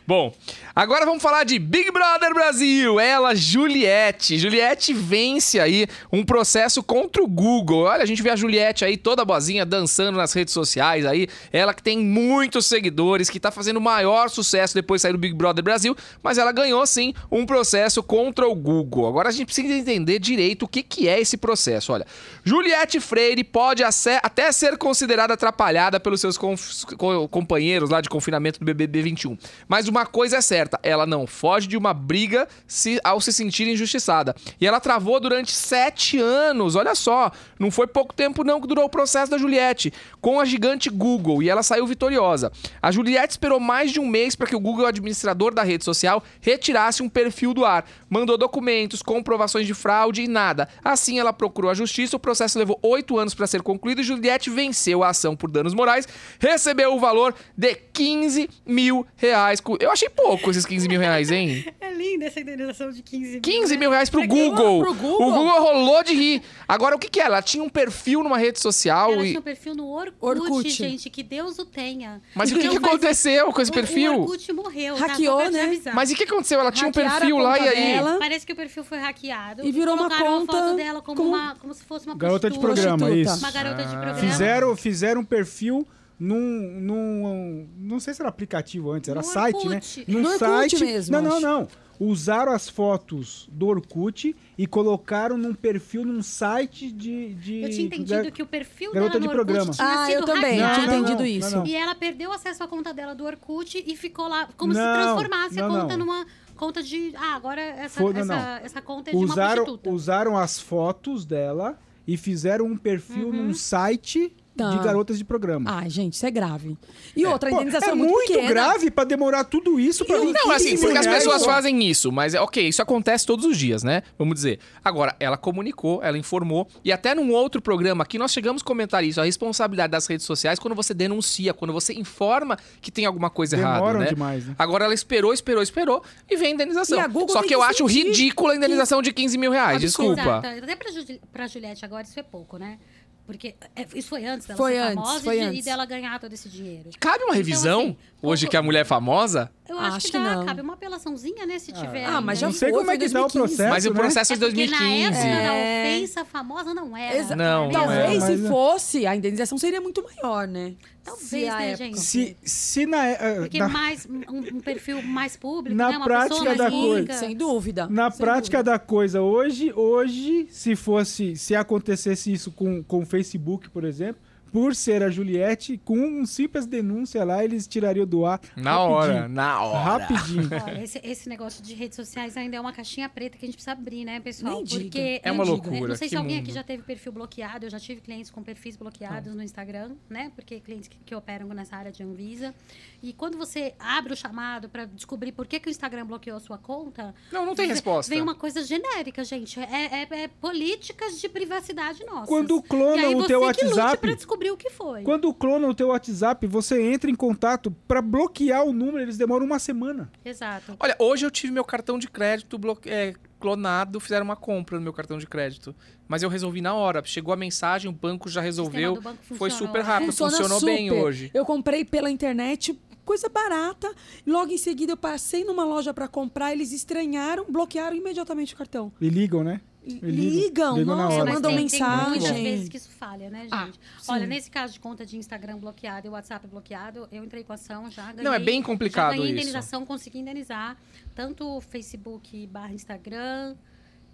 A: Bom, agora vamos falar de Big Brother Brasil. Ela, Juliette. Juliette vence aí um processo contra o Google. Olha, a gente vê a Juliette aí toda boazinha dançando nas redes sociais aí. Ela que tem muitos seguidores, que tá fazendo o maior sucesso depois de sair do Big Brother Brasil, mas ela ganhou sim um processo contra o Google. Agora a gente precisa entender direito o que, que é esse processo. Olha, Juliette Freire pode ace- até ser considerada atrapalhada pelos seus conf- co- companheiros lá de confinamento do BBB 21, mas o uma coisa é certa: ela não foge de uma briga se, ao se sentir injustiçada. E ela travou durante sete anos, olha só. Não foi pouco tempo, não, que durou o processo da Juliette com a gigante Google e ela saiu vitoriosa. A Juliette esperou mais de um mês para que o Google, administrador da rede social, retirasse um perfil do ar. Mandou documentos, comprovações de fraude e nada. Assim, ela procurou a justiça. O processo levou oito anos para ser concluído e Juliette venceu a ação por danos morais. Recebeu o valor de 15 mil reais. Eu achei pouco esses 15 mil reais, hein?
E: É linda essa indenização de 15 mil.
A: 15
E: né?
A: mil reais pro
E: Pra quem-
A: Google.
B: pro Google?
A: O Google rolou de rir. Agora, o que que é? Ela tinha um perfil numa rede social
D: Ela
A: e...
D: tinha um perfil no Orkut,
B: Orkut.
D: gente, que Deus o tenha.
A: Mas o que,
D: Não
A: que
D: faz-
A: aconteceu com esse
D: O-
A: perfil?
D: O, Orkut morreu. tá? Só
B: Hackeou,
D: pra te
B: né?
D: avisar.
A: Mas e o que aconteceu? Ela tinha um
B: Hackearam a
A: perfil lá e
B: conta
A: aí.
B: dela.
D: Parece que o perfil foi hackeado.
B: E virou uma
D: Colocaram
B: conta
D: a foto dela como,
B: como-
D: uma, como se fosse uma
C: Garota de
D: prostituta.
C: programa, é
B: Prostituta.
C: isso.
D: Uma garota
B: Ah.
D: de programa.
C: Fizeram, fizeram um perfil num, num. Não sei se era aplicativo antes, era
D: No
C: site, né?
D: Orkut.
C: Num
B: No Orkut
C: site.
B: mesmo,
C: não, não,
B: acho.
C: não. Usaram as fotos do Orkut e colocaram num perfil num site de. de
D: Eu tinha entendido que o perfil dela
C: garota de
D: no
C: programa.
D: Orkut tinha
B: ah,
D: sido
B: eu também.
C: Não,
B: eu tinha
C: não,
B: entendido
C: não,
B: isso.
C: não,
D: E ela perdeu acesso à conta dela do Orkut e ficou lá como
C: Não,
D: se transformasse
C: não,
D: a conta
C: não.
D: numa conta de. Ah, agora essa,
C: Foi- não,
D: essa,
C: não.
D: essa conta é de uma
C: usaram,
D: prostituta.
C: usaram as fotos dela e fizeram um perfil num site
B: Tá.
C: de garotas de
A: Ah,
C: programa.
B: Ai, gente, isso é grave. E outra, a
C: Pô,
B: indenização
C: é
B: é muito, pequena.
C: grave pra demorar tudo isso pra vir
A: Não,
C: 15
A: assim, porque as
C: reais,
A: pessoas
C: pô.
A: fazem isso, mas é ok, isso acontece todos os dias, né? Vamos dizer. Agora, ela comunicou, ela informou, e até num outro programa aqui nós chegamos a comentar isso, a responsabilidade das redes sociais quando você denuncia, quando você informa que tem alguma coisa errada,
C: Demoram
A: né?
C: demais, né?
A: Agora ela esperou, esperou, esperou e vem a indenização.
B: E a Google
A: Só
B: tem
A: que eu
B: que
A: acho
B: sentir
A: ridícula a indenização de 15 mil reais,
B: Absurdo.
A: desculpa.
D: Exato. Até pra, Ju- pra Juliette agora isso é pouco, né? Porque é, isso foi antes dela
B: Foi
D: ser
B: antes,
D: famosa e
B: foi
D: de- e
B: antes.
D: dela ganhar todo esse dinheiro.
A: Cabe uma
D: Então,
A: revisão,
D: assim,
A: hoje
D: pouco-
A: que a mulher é famosa,
D: Eu acho,
B: Acho
D: que,
B: que
D: dá,
B: não.
D: cabe uma apelaçãozinha, né, se tiver.
B: Ah, mas
D: ainda.
B: já
C: Não sei
B: foi,
C: como
B: foi
C: é que dá o
B: 2015.
C: processo,
A: mas o
C: né?
A: processo é
D: É
A: de
D: porque
A: 2015.
D: Na época,
B: É.
D: na ofensa famosa não era.
B: Exa-
A: Não,
D: né?
A: não é.
B: Talvez se
C: mas-
B: fosse, a indenização seria muito maior, né?
D: Talvez,
B: Se a
D: né,
B: época-
A: é
D: gente?
A: assim.
C: Se, se na, eh,
D: Porque
C: na-
D: mais um, um perfil mais público,
C: Na
D: né? Uma
C: prática
D: pessoa mais
C: da
D: pública.
C: coisa.
B: Sem dúvida.
C: Na
B: sem
C: prática
B: dúvida.
C: da coisa, hoje, hoje, se fosse, se acontecesse isso com, com o Facebook, por exemplo, por ser a Juliette, com um simples denúncia lá, eles tirariam do ar.
A: Na hora, na hora.
C: Rapidinho.
D: Olha, esse, esse negócio de redes sociais ainda é uma caixinha preta que a gente precisa abrir, né, pessoal?
B: Nem diga.
D: Porque
A: É uma
D: eu digo, né,
A: loucura,
D: Não sei
A: que
D: se alguém
A: mundo.
D: aqui já teve perfil bloqueado. Eu já tive clientes com perfis
B: Tá.
D: bloqueados no Instagram, né? Porque clientes que, que operam nessa área de Anvisa. E quando você abre o chamado para descobrir por que, que o Instagram bloqueou a sua conta,
A: Não, não tem
D: vem-
A: resposta.
D: Vem uma coisa genérica, gente. É, é- é políticas de privacidade nossas.
C: Quando
D: e aí
C: clonam o
D: você
C: teu
D: que
C: WhatsApp,
D: lute pra descobrir o que foi.
C: quando clonam o teu WhatsApp, você entra em contato pra bloquear o número, eles demoram uma semana.
D: Exato.
A: Olha, hoje eu tive meu cartão de crédito bloque- é, clonado, fizeram uma compra no meu cartão de crédito. Mas eu resolvi na hora. Chegou a mensagem, o banco já
D: Sistema
A: resolveu.
D: do banco
A: Foi
D: funcionou,
A: super
D: né?
A: rápido, funcionou bem
B: super.
A: hoje.
B: Eu comprei pela internet, coisa barata. Logo em seguida eu passei numa loja pra comprar, eles estranharam, bloquearam imediatamente o cartão.
C: E ligam, né?
B: Li-
C: Ligam,
B: Ligam,
C: ligam na
B: nossa,
C: hora.
D: É, mas
B: mandam
D: tem- Tem muitas
B: mensagem.
D: vezes que isso falha, né, gente?
B: Ah,
D: Olha,
B: sim.
D: nesse caso de conta de Instagram bloqueada e WhatsApp bloqueado, eu entrei com ação, já ganhei.
A: Não, é bem complicado
D: já ganhei
A: isso.
D: indenização, consegui indenizar tanto o Facebook barra Instagram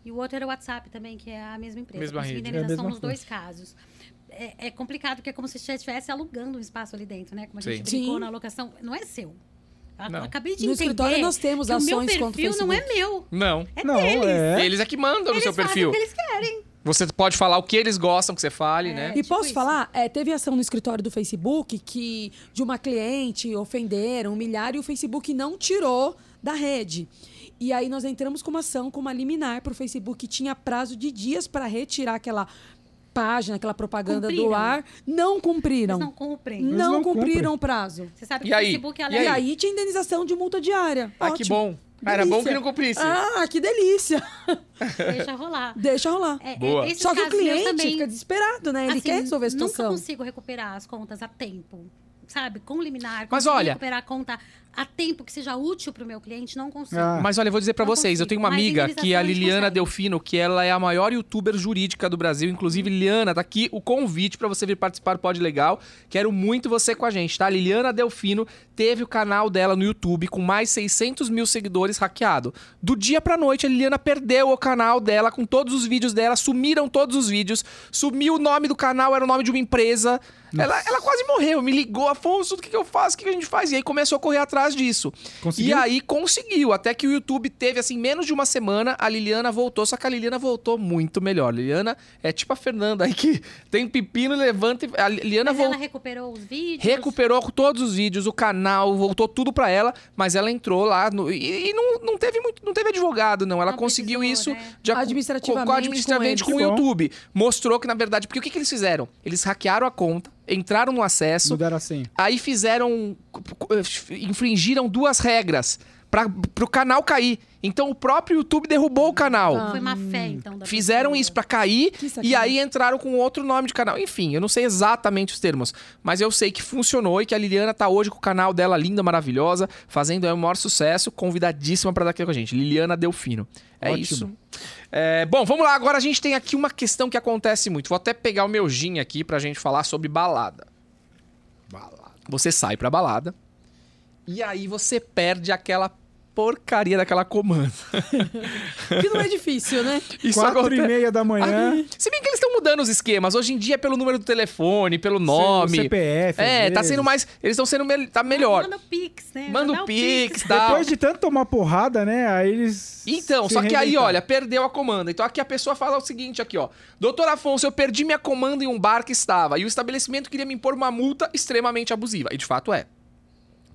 D: e o outro era o WhatsApp também, que é a mesma empresa.
A: Mesma
D: consegui
A: rede.
C: É a
D: indenização
C: mesma
D: nos dois casos. É, é complicado, porque é como se você estivesse alugando um espaço ali dentro, né? Como a gente
B: Sim.
D: brincou
B: Sim.
D: na locação. Não é seu. A-
A: Não.
D: Acabei de
B: No escritório
D: entender
B: nós temos
D: que o meu
B: ações contra o
D: perfil
B: Facebook.
D: não é meu.
A: Não.
D: É
C: Não,
D: deles.
C: é.
A: Eles é que mandam no
D: Eles
A: seu
D: fazem
A: perfil.
D: o que eles querem.
A: Você pode falar o que eles gostam que você fale, né?
B: E
D: tipo
B: posso
D: isso.
B: falar? É, teve ação no escritório do Facebook que de uma cliente ofenderam, humilharam e o Facebook não tirou da rede. E aí nós entramos com uma ação, com uma liminar para o Facebook que tinha prazo de dias para retirar aquela página, aquela propaganda do
D: Cumpriram.
B: ar. Não cumpriram.
D: Eles não cumprem.
B: Não,
C: não
B: cumpriram
C: cumprem.
B: o prazo.
D: Você sabe
A: E
D: que o
A: aí?
D: Facebook é
A: E
B: E
D: alega.
B: aí? tinha indenização de multa diária.
A: Ah, que
B: Ótimo.
A: bom. Ah, era bom que não cumprisse.
B: Ah, que delícia.
D: Deixa rolar.
B: Deixa rolar.
D: É, é,
A: Boa.
D: esses
B: Só que o
D: casos eu
B: cliente
D: também,
B: fica desesperado, né? Ele
D: assim,
B: quer resolver a
D: Nunca
B: situação.
D: consigo recuperar as contas a tempo. Sabe? Com liminar.
A: Mas
D: consigo
A: olha-
D: recuperar a conta a tempo que seja útil pro meu cliente, não consigo.
C: Ah.
A: Mas olha, eu vou dizer pra
D: Não
A: vocês, eu
D: consigo.
A: tenho uma
D: Mas
A: amiga
D: indenização
A: que é a
D: a gente
A: Liliana
D: consegue.
A: Delfino, que ela é a maior youtuber jurídica do Brasil. Inclusive, Liliana, tá aqui o convite pra você vir participar do Pod Legal. Quero muito você com a gente, tá? Liliana Delfino teve o canal dela no YouTube com mais 600 mil seguidores hackeado. Do dia pra noite, a Liliana perdeu o canal dela com todos os vídeos dela, sumiram todos os vídeos, sumiu o nome do canal, era o nome de uma empresa. Ela, ela quase morreu, me ligou, Afonso, o que, que eu faço? O que, que a gente faz? E aí começou a correr atrás disso.
C: Conseguiu?
A: E aí conseguiu, até que o YouTube teve, assim, menos de uma semana, a Liliana voltou, só que a Liliana voltou muito melhor. Liliana é tipo a Fernanda aí que tem pepino, levanta e... A Liliana
D: Mas ela
A: voltou...
D: recuperou os vídeos?
A: Recuperou todos os vídeos, o canal, voltou tudo pra ela, mas ela entrou lá no- e, e não, não teve muito, não teve advogado, não. Ela
D: Não
A: conseguiu
D: precisou,
A: isso
D: né?
A: de acu-
B: Administrativamente,
A: com, com, administrativamente
B: com
A: com o
C: eles.
A: YouTube. Mostrou que, na verdade, porque o que, que eles fizeram? Eles hackearam a conta, entraram no acesso,
C: Mudaram a senha.
A: aí fizeram. infringiram duas regras para pro canal cair. Então o próprio YouTube derrubou o canal.
D: Foi má
B: Hum.
D: fé, então. da
A: Fizeram
D: pessoa.
A: isso pra cair
B: Que sacanagem.
A: e aí entraram com outro nome de canal. Enfim, eu não sei exatamente os termos, mas eu sei que funcionou e que a Liliana tá hoje com o canal dela linda, maravilhosa, fazendo aí o maior sucesso, convidadíssima pra dar aqui com a gente. Liliana Delfino. É
C: Ótimo.
A: isso. É, bom, vamos lá. Agora a gente tem aqui uma questão que acontece muito. Vou até pegar o meu gin aqui pra gente falar sobre balada. Você sai pra balada e aí você perde aquela porcaria daquela comanda.
B: Que não é difícil, né?
A: Isso
C: Quatro
A: acontece-
C: e meia da manhã.
A: Ah, Se bem que eles estão mudando os esquemas. Hoje em dia é pelo número do telefone, pelo nome.
C: O CPF. às
A: é, tá
C: vezes.
A: sendo mais. Eles estão sendo mel- tá melhor.
D: Ah, Manda o Pix, né?
A: Manda
D: Mandar
A: o Pix, tá?
C: Depois de tanto tomar porrada, né? Aí eles.
A: Então,
C: se
A: só que aí,
C: reinventaram.
A: olha, perdeu a comanda. Então aqui a pessoa fala o seguinte aqui, ó. Doutor Afonso, eu perdi minha comanda em um bar que estava e o estabelecimento queria me impor uma multa extremamente abusiva. E de fato é.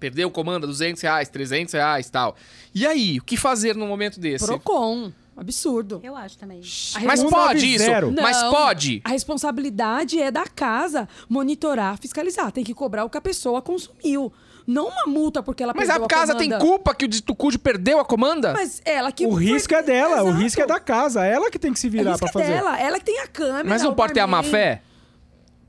A: Perdeu comanda, 200 reais, 300 reais, tal. E aí, o que fazer num momento desse?
B: Procon. Absurdo.
D: Eu acho também.
B: A
A: Mas
C: Um
A: pode
C: nove
A: isso?
C: zero.
A: Mas
B: Não.
A: pode?
B: A responsabilidade é da casa monitorar, fiscalizar. Tem que cobrar o que a pessoa consumiu. Não uma multa porque ela
A: Mas
B: perdeu
A: a casa tem
B: comanda.
A: culpa que o Tucúdio perdeu a comanda?
B: Mas ela que.
C: O
B: foi-
C: risco é dela, o
B: Exato.
C: risco é da casa. Ela que tem que se
B: O
C: virar
B: risco
C: pra
B: é
C: fazer.
B: dela. Ela que tem a câmera.
A: Mas não
B: o
A: pode ter a má
B: barman.
A: fé?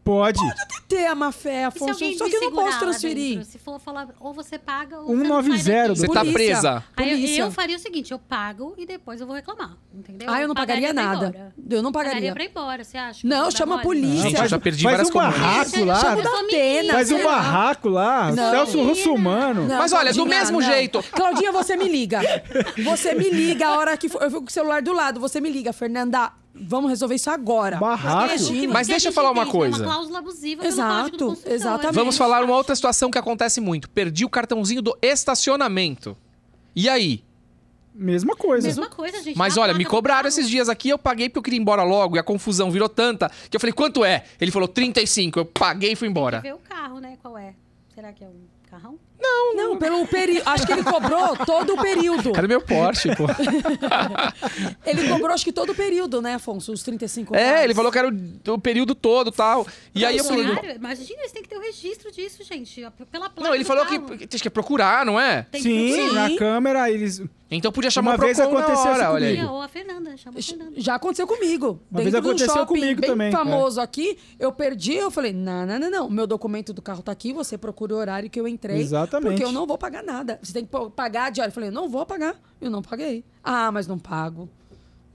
C: Pode.
B: Pode ter a má fé,
D: E se
B: Afonso.
D: alguém
B: Só
D: me
B: que eu não
D: segurar lá
B: posso transferir. Um
D: dentro? se for falar, ou você paga ou você não sai
C: 190
D: daqui.
A: Você tá
B: Polícia.
A: presa.
D: Aí eu-
B: Polícia.
D: eu, faria o seguinte, eu pago e depois eu vou reclamar, entendeu?
B: Ah, eu não pagaria,
D: pra ir
B: nada.
D: embora.
B: Eu não
D: Pagaria
B: pagaria.
D: pra ir embora, você acha? que
B: Não,
D: eu vou dar
B: chama a
D: mole?
B: polícia.
A: Gente, eu já perdi
C: Faz
A: várias
C: um
A: comandas.
C: barraco lá.
D: Chama
B: Chama da
D: Só
B: Atena.
D: menina,
C: Faz um
B: sei lá.
C: barraco lá.
B: Não.
C: Celso Russomano.
B: Não,
A: Mas olha, do
B: Claudinha,
A: mesmo
B: não.
A: jeito.
B: Claudinha, você me liga. Você me liga a hora que for. Eu fico com o celular do lado. Você me liga, Fernanda. Vamos resolver isso agora.
C: Barraco.
D: Que-
B: Imagina.
A: Mas
D: que
A: deixa
D: a
A: eu
D: gente
A: falar uma
D: tem,
A: coisa.
D: É uma cláusula abusiva
B: Exato,
D: pelo Código de Construção,
B: exatamente.
A: Vamos falar uma outra situação que acontece muito. Perdi o cartãozinho do estacionamento. E aí?
C: Mesma coisa.
D: Mesma coisa, gente.
A: Mas
D: na
A: olha, me
D: placa do
A: cobraram
D: carro.
A: esses dias aqui, eu paguei porque eu queria ir embora logo e a confusão virou tanta que eu falei, quanto é? Ele falou 35, eu paguei e fui
D: Tem
A: embora.
D: que ver o carro, né? Qual é? Será que é um carrão?
B: Não, pelo período. Acho que ele cobrou todo o período.
A: Era meu Porsche, pô.
B: Ele cobrou, acho que todo o período, né, Afonso? Os 35
A: É,
B: reais.
A: ele falou que era o, o período todo tal. E aí eu falei.
D: Funcionário? Imagina, eles têm que ter o registro disso, gente. Pela placa
A: Não, ele
D: do
A: falou que
D: carro.
A: que tinha que procurar, não é?
D: Tem
C: Sim,
B: Sim.
C: na câmera eles. Uma
A: Então podia chamar
C: Uma vez
A: o Procon na
C: aconteceu
A: hora,
C: isso
A: olha aí.
D: Ou a Fernanda, chama a Fernanda.
B: Já aconteceu comigo.
C: Uma
B: Dentro
C: vez aconteceu
B: de um shopping
C: comigo
B: bem
C: também, é.
B: famoso aqui, eu perdi, eu falei, não, não, não, não. Meu documento do carro tá aqui, você procura o horário que eu entrei.
C: Exatamente.
B: Porque eu não vou pagar nada. Você tem que pô- pagar de hora. Eu falei, não vou pagar. Eu não paguei. Ah, mas não pago.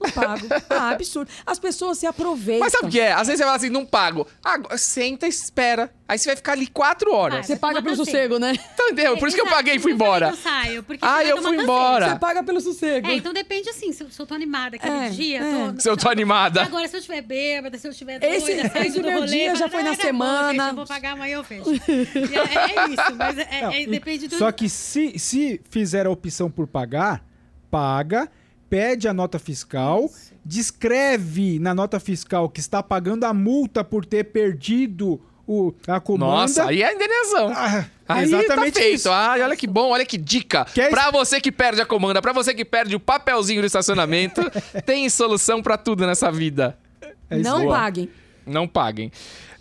B: Não pago. ah, absurdo. As pessoas se aproveitam.
A: Mas sabe o que é? Às vezes você fala assim, não pago. Agora, senta e espera. Aí você vai ficar ali quatro horas.
B: Você paga pelo
D: Mas assim,
B: sossego, né?
A: Então, entendeu? Por isso que eu paguei e fui embora.
D: Eu saio, porque
A: Ah,
D: você vai
A: eu
D: tomar
A: fui
D: café.
A: embora.
B: Você paga pelo sossego.
D: É, então depende assim, se eu, se eu tô animada aquele
B: É,
D: dia.
B: é.
D: tô-
A: Se eu tô animada.
D: Agora, se eu estiver bêbada, se eu estiver doida,
B: Esse-
D: saindo
B: esse
D: do
B: meu
D: rolê,
B: dia
D: fala,
B: já foi
D: "Não,
B: na
D: tá bom,
B: semana."
D: gente, eu vou pagar amanhã, eu fecho. E é, é isso, mas é, é- é- depende do...
C: Só que se, se fizer a opção por pagar, paga, pede a nota fiscal, descreve na nota fiscal que está pagando a multa por ter perdido o, a comanda.
A: Nossa, aí é a indenização.
C: Ah,
A: Aí
C: exatamente
A: tá feito.
C: isso. é
A: Ah, olha que bom, olha que dica.
C: Quer
A: Pra você que perde a comanda, pra você que perde o papelzinho do estacionamento, tem solução pra tudo nessa vida.
C: É isso
B: não
C: aí.
B: paguem.
A: Não paguem.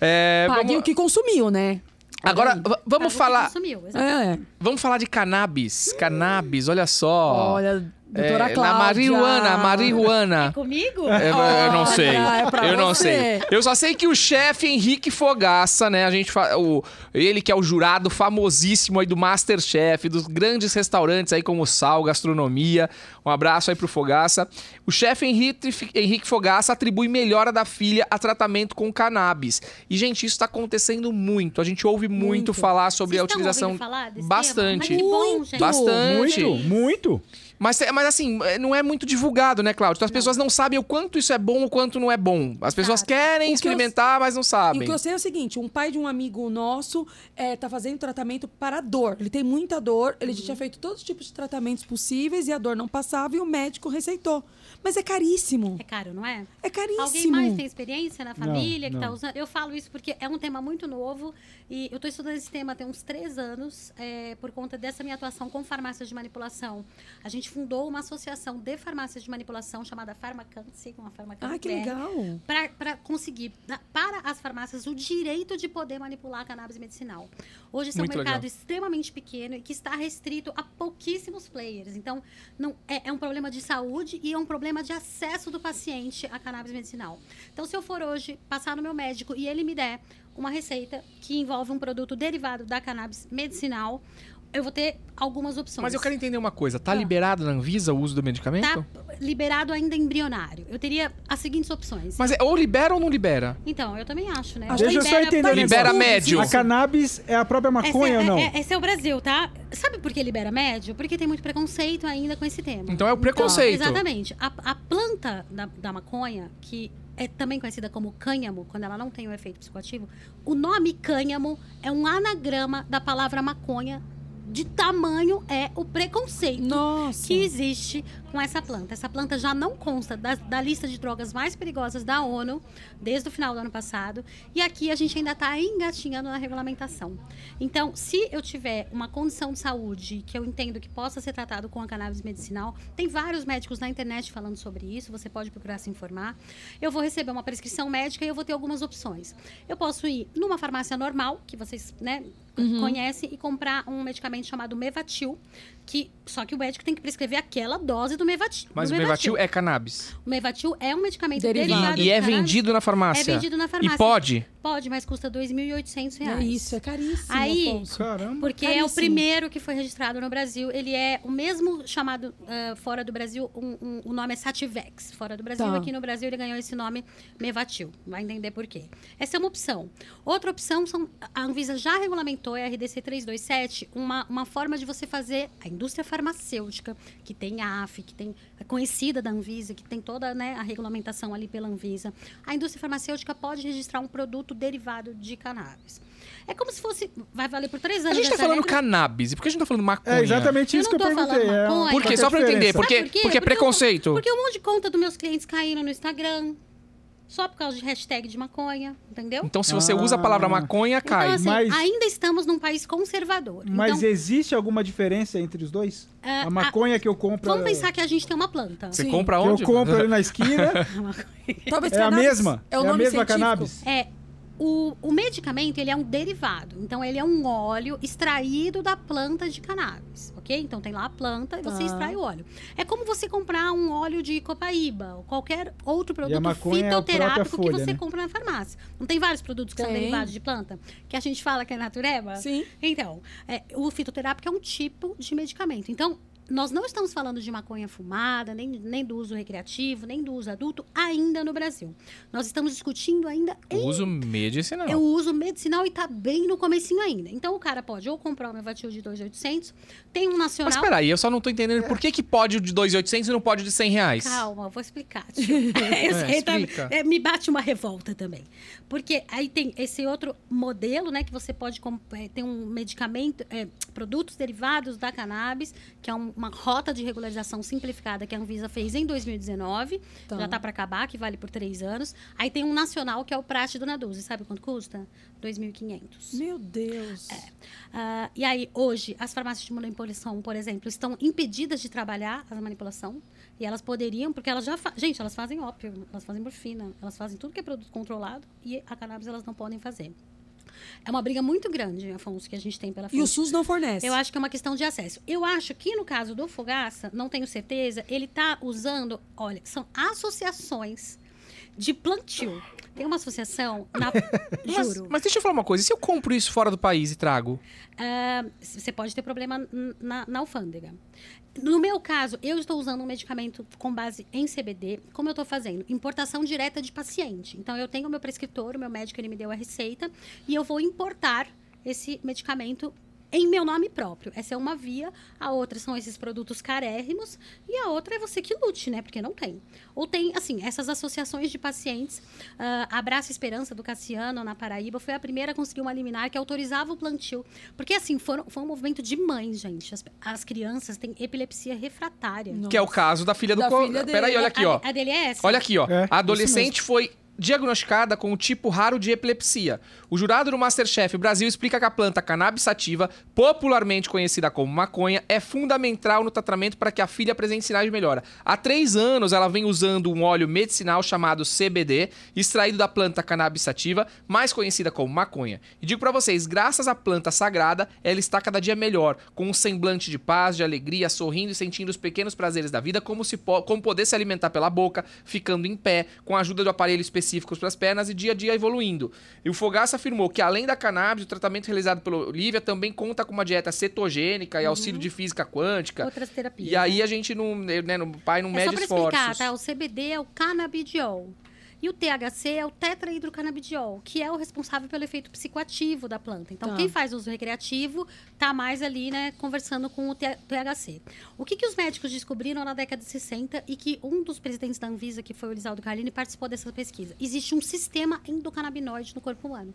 A: É,
B: Paguem
A: vamos-
B: o que consumiu, né?
A: Agora,
B: Olha
A: v- vamos falar,
D: Sumiu, exato.
B: É, é.
A: vamos falar de cannabis. Cannabis, olha só.
B: Olha, doutora
A: é,
B: Cláudia.
A: na marihuana, marihuana.
D: Comigo?
A: É, eu, eu não
B: Olha,
A: sei.
B: é pra
A: eu não
B: você.
A: sei. Eu só sei que o chefe Henrique Fogaça, né? A gente fa- o, ele que é o jurado famosíssimo aí do Masterchef, dos grandes restaurantes aí como Sal, Gastronomia. Um abraço aí pro Fogaça. O chefe Henrique, Henrique Fogaça atribui melhora da filha a tratamento com cannabis. E gente, isso tá acontecendo muito. A gente ouve muito,
B: Muito.
A: falar sobre
D: Vocês
A: a
D: estão
A: utilização
D: ouvindo falar desse tema?
A: bastante.
D: Ai, que bom,
B: Muito.
D: gente.
A: Bastante.
C: Muito, muito.
A: Mas, mas assim, não é muito divulgado, né, Cláudio? Então as pessoas não sabem o quanto isso é bom o quanto não é bom. As pessoas
B: Cara,
A: querem
B: o que eu
A: experimentar, mas não
B: E o
A: sabem.
B: que eu sei é o seguinte: um pai de um amigo nosso é, tá fazendo tratamento para dor. Ele tem muita dor, ele já tinha
D: Uhum.
B: feito todos os tipos de tratamentos possíveis e a dor não passava e o médico receitou. Mas é caríssimo.
D: É caro, não é?
B: É caríssimo.
D: Alguém mais tem experiência na família
C: Não,
D: que tá
C: não.
D: usando? Eu falo isso porque é um tema muito novo e eu tô estudando esse tema tem uns três anos é, por conta dessa minha atuação com farmácias de manipulação. A gente fundou uma associação de farmácias de manipulação chamada Farmacance, uma farmacance.
B: Ah, que legal.
D: Para conseguir, na- para as farmácias, o direito de poder manipular a cannabis medicinal. Hoje, esse é um
A: Muito
D: mercado
A: legal.
D: extremamente pequeno e que está restrito a pouquíssimos players. Então, não é, é um problema de saúde e é um problema de acesso do paciente à cannabis medicinal. Então, se eu for hoje passar no meu médico e ele me der uma receita que envolve um produto derivado da cannabis medicinal, eu vou ter algumas opções.
A: Mas eu quero entender uma coisa: tá
D: Ah.
A: liberado na Anvisa o uso do medicamento?
D: Tá liberado ainda embrionário. Eu teria as seguintes opções.
A: Mas é, ou libera ou não libera?
D: Então, eu também acho, né?
B: Acho
C: Deixa eu só
D: Libera
C: entender
D: pra
C: o negócio.
A: Libera médio.
C: A cannabis é a própria maconha
D: esse, é-
C: ou não?
D: É, esse é o Brasil, tá? Sabe por que libera médio? Porque tem muito preconceito ainda com esse tema.
A: Então é o preconceito.
D: exatamente. A, a planta da, da maconha, que é também conhecida como cânhamo, quando ela não tem o efeito psicoativo, o nome cânhamo é um anagrama da palavra maconha. De tamanho é o preconceito
B: Nossa.
D: que existe com essa planta. Essa planta já não consta da, da lista de drogas mais perigosas da ONU desde o final do ano passado. E aqui a gente ainda está engatinhando na regulamentação. Então, se eu tiver uma condição de saúde que eu entendo que possa ser tratado com a cannabis medicinal, tem vários médicos na internet falando sobre isso, você pode procurar se informar. Eu vou receber uma prescrição médica e eu vou ter algumas opções. Eu posso ir numa farmácia normal, que vocês né,
A: Uhum.
D: conhecem, e comprar um medicamento chamado Mevatil, que só que o médico tem que prescrever aquela dose do Mevatil.
A: Mas
D: do
A: o Mevatil é cannabis.
D: O Mevatil é um medicamento
B: Derivado.
D: derivado,
A: E
D: do
A: é
D: cannabis.
A: vendido na
D: É
A: farmácia.
D: vendido na farmácia.
A: E pode?
D: Pode, mas custa R$ 2.800.
B: É isso, é caríssimo.
D: Aí-
B: Afonso.
C: Caramba.
D: Porque é o
B: Caríssimo.
D: primeiro que foi registrado no Brasil. Ele é o mesmo chamado ah, fora do Brasil, um- um- o nome é Sativex. Fora do Brasil,
B: Tá.
D: aqui no Brasil ele ganhou esse nome Mevatil. Vai entender por quê. Essa é uma opção. Outra opção, são, a Anvisa já regulamentou, é a RDC 327, uma, uma forma de você fazer a indústria farmacêutica, que tem a AF, que tem é conhecida da Anvisa, que tem toda né, a regulamentação ali pela Anvisa. A indústria farmacêutica pode registrar um produto derivado de cannabis. É como se fosse. Vai valer por três
A: A
D: anos.
A: gente tá
D: essa
A: falando
D: regra.
A: cannabis. E por que a gente tá falando maconha?
C: É exatamente
D: é Eu
C: isso que
D: não
C: eu
D: tô falando
C: perguntei. é.
D: maconha.
A: Por
C: Qual que é
A: quê?
C: a
A: Só pra eu entender.
C: diferença?
D: Sabe
A: Porque,
D: por quê?
A: porque é
D: Porque eu-
A: preconceito.
D: Porque um monte de conta dos meus clientes caíram no Instagram. Só por causa de hashtag de maconha, entendeu?
A: Então, se você
C: Ah.
A: usa a palavra maconha,
D: Então,
A: cai.
D: assim,
C: mas-
D: ainda estamos num país conservador.
C: Mas
D: então,
C: existe alguma diferença entre os dois?
D: ah,
C: a maconha que eu
A: é
C: compro.
D: vamos pensar que a gente tem uma planta.
A: Você
B: Sim.
A: compra
C: que
A: onde?
C: eu compro ali na esquina.
B: Talvez
C: é a
B: Então, cannabis-
C: mesma?
B: É, o
C: a
B: nome
C: mesma
B: científico.
C: cannabis?
D: É, o, o medicamento, ele é um derivado. Então, ele é um óleo extraído da planta de cannabis, ok? Então, tem lá a planta e você
B: Tá.
D: extrai o óleo. É como você comprar um óleo de copaíba ou qualquer outro produto
C: maconha é a própria
D: fitoterápico
C: folha,
D: que você
C: né?
D: compra na farmácia. Não tem vários produtos que são
B: Tem.
D: derivados de planta? Que a gente fala que é natureba?
B: Sim.
D: Então, é, o fitoterápico é um tipo de medicamento. Então, nós não estamos falando de maconha fumada, nem, nem do uso recreativo, nem do uso adulto, ainda no Brasil. Nós estamos discutindo ainda em
A: Uso medicinal.
D: eu uso medicinal e tá bem no comecinho ainda. Então o cara pode ou comprar o Mevatil de 2,800, tem um
A: Mas
D: nacional.
A: peraí, eu só não tô entendendo por que, que pode o de 2,800 e não pode o de 100 reais?
D: Calma, eu vou explicar. tio. Eu
A: É,
D: sei, tá-
A: explica.
D: é, me bate uma revolta também. Porque aí tem esse outro modelo, né? Que você pode com- é, tem um medicamento, é, produtos derivados da cannabis, que é um- uma rota de regularização simplificada que a Anvisa fez em 2019.
B: Tá.
D: Já tá para acabar, que vale por três anos. Aí tem um nacional, que é o Prate Dona Dulce. Sabe quanto custa? 2.500.
B: Meu
D: É,
B: Deus.
D: Ah, e aí, hoje, as farmácias de manipulação, por exemplo, estão impedidas de trabalhar a manipulação. E elas poderiam, porque elas já. fa- Gente, elas fazem ópio, elas fazem morfina, elas fazem tudo que é produto controlado e a cannabis elas não podem fazer. É uma briga muito grande, Afonso, que a gente tem pela
B: E o
D: frente.
B: SUS não fornece.
D: Eu acho que é uma questão de acesso. Eu acho que no caso do Fogaça, não tenho certeza, ele está usando, olha, são associações de plantio. Tem uma associação na
A: Mas,
D: juro.
A: mas deixa eu falar uma coisa. E se eu compro isso fora do país e trago?
D: Ah, você pode ter problema n- na, na alfândega. No meu caso, eu estou usando um medicamento com base em CBD. Como eu estou fazendo? Importação direta de paciente. Então, eu tenho o meu prescritor, o meu médico, ele me deu a receita. E eu vou importar esse medicamento em meu nome próprio. Essa é uma via, a outra são esses produtos carérrimos e a outra é você que lute, né? Porque não tem. Ou tem, assim, essas associações de pacientes. ah, Abraço Esperança do Cassiano, na Paraíba, foi a primeira a conseguir uma liminar que autorizava o plantio. Porque, assim, foram, foi um movimento de mães, gente. As, as crianças têm epilepsia refratária.
B: Nossa.
A: Que é o caso da filha do...
B: Da
A: co-
B: filha dele. né?
A: Peraí, olha aqui,
D: a,
A: ó.
D: A dele é essa.
A: Olha aqui, ó.
C: É,
A: a adolescente foi diagnosticada com o tipo raro de epilepsia. O jurado do Masterchef Brasil explica que a planta cannabis sativa, popularmente conhecida como maconha, é fundamental no tratamento para que a filha apresente sinais de melhora. Há três anos, ela vem usando um óleo medicinal chamado CBD, extraído da planta cannabis sativa, mais conhecida como maconha. E digo pra vocês, graças à planta sagrada, ela está cada dia melhor, com um semblante de paz, de alegria, sorrindo e sentindo os pequenos prazeres da vida, como, se po- como poder se alimentar pela boca, ficando em pé, com a ajuda de aparelhos específicos para as pernas e dia a dia evoluindo. E o Fogaça afirmou que, além da cannabis, o tratamento realizado pela Olivia também conta com uma dieta cetogênica e
D: Uhum.
A: auxílio de física quântica.
D: Outras terapias.
A: E aí a gente não, né, não- o pai não
D: é
A: mede
D: só pra
A: esforços.
D: explicar, tá? O CBD é o canabidiol. E o THC é o tetrahidrocanabidiol, que é o responsável pelo efeito psicoativo da planta. Então,
B: Tá.
D: quem faz uso recreativo tá mais ali, né, conversando com o T- THC. O que, que os médicos descobriram na década de 60 e que um dos presidentes da Anvisa, que foi o Elisaldo Carlini, participou dessa pesquisa? Existe um sistema endocannabinoide no corpo humano.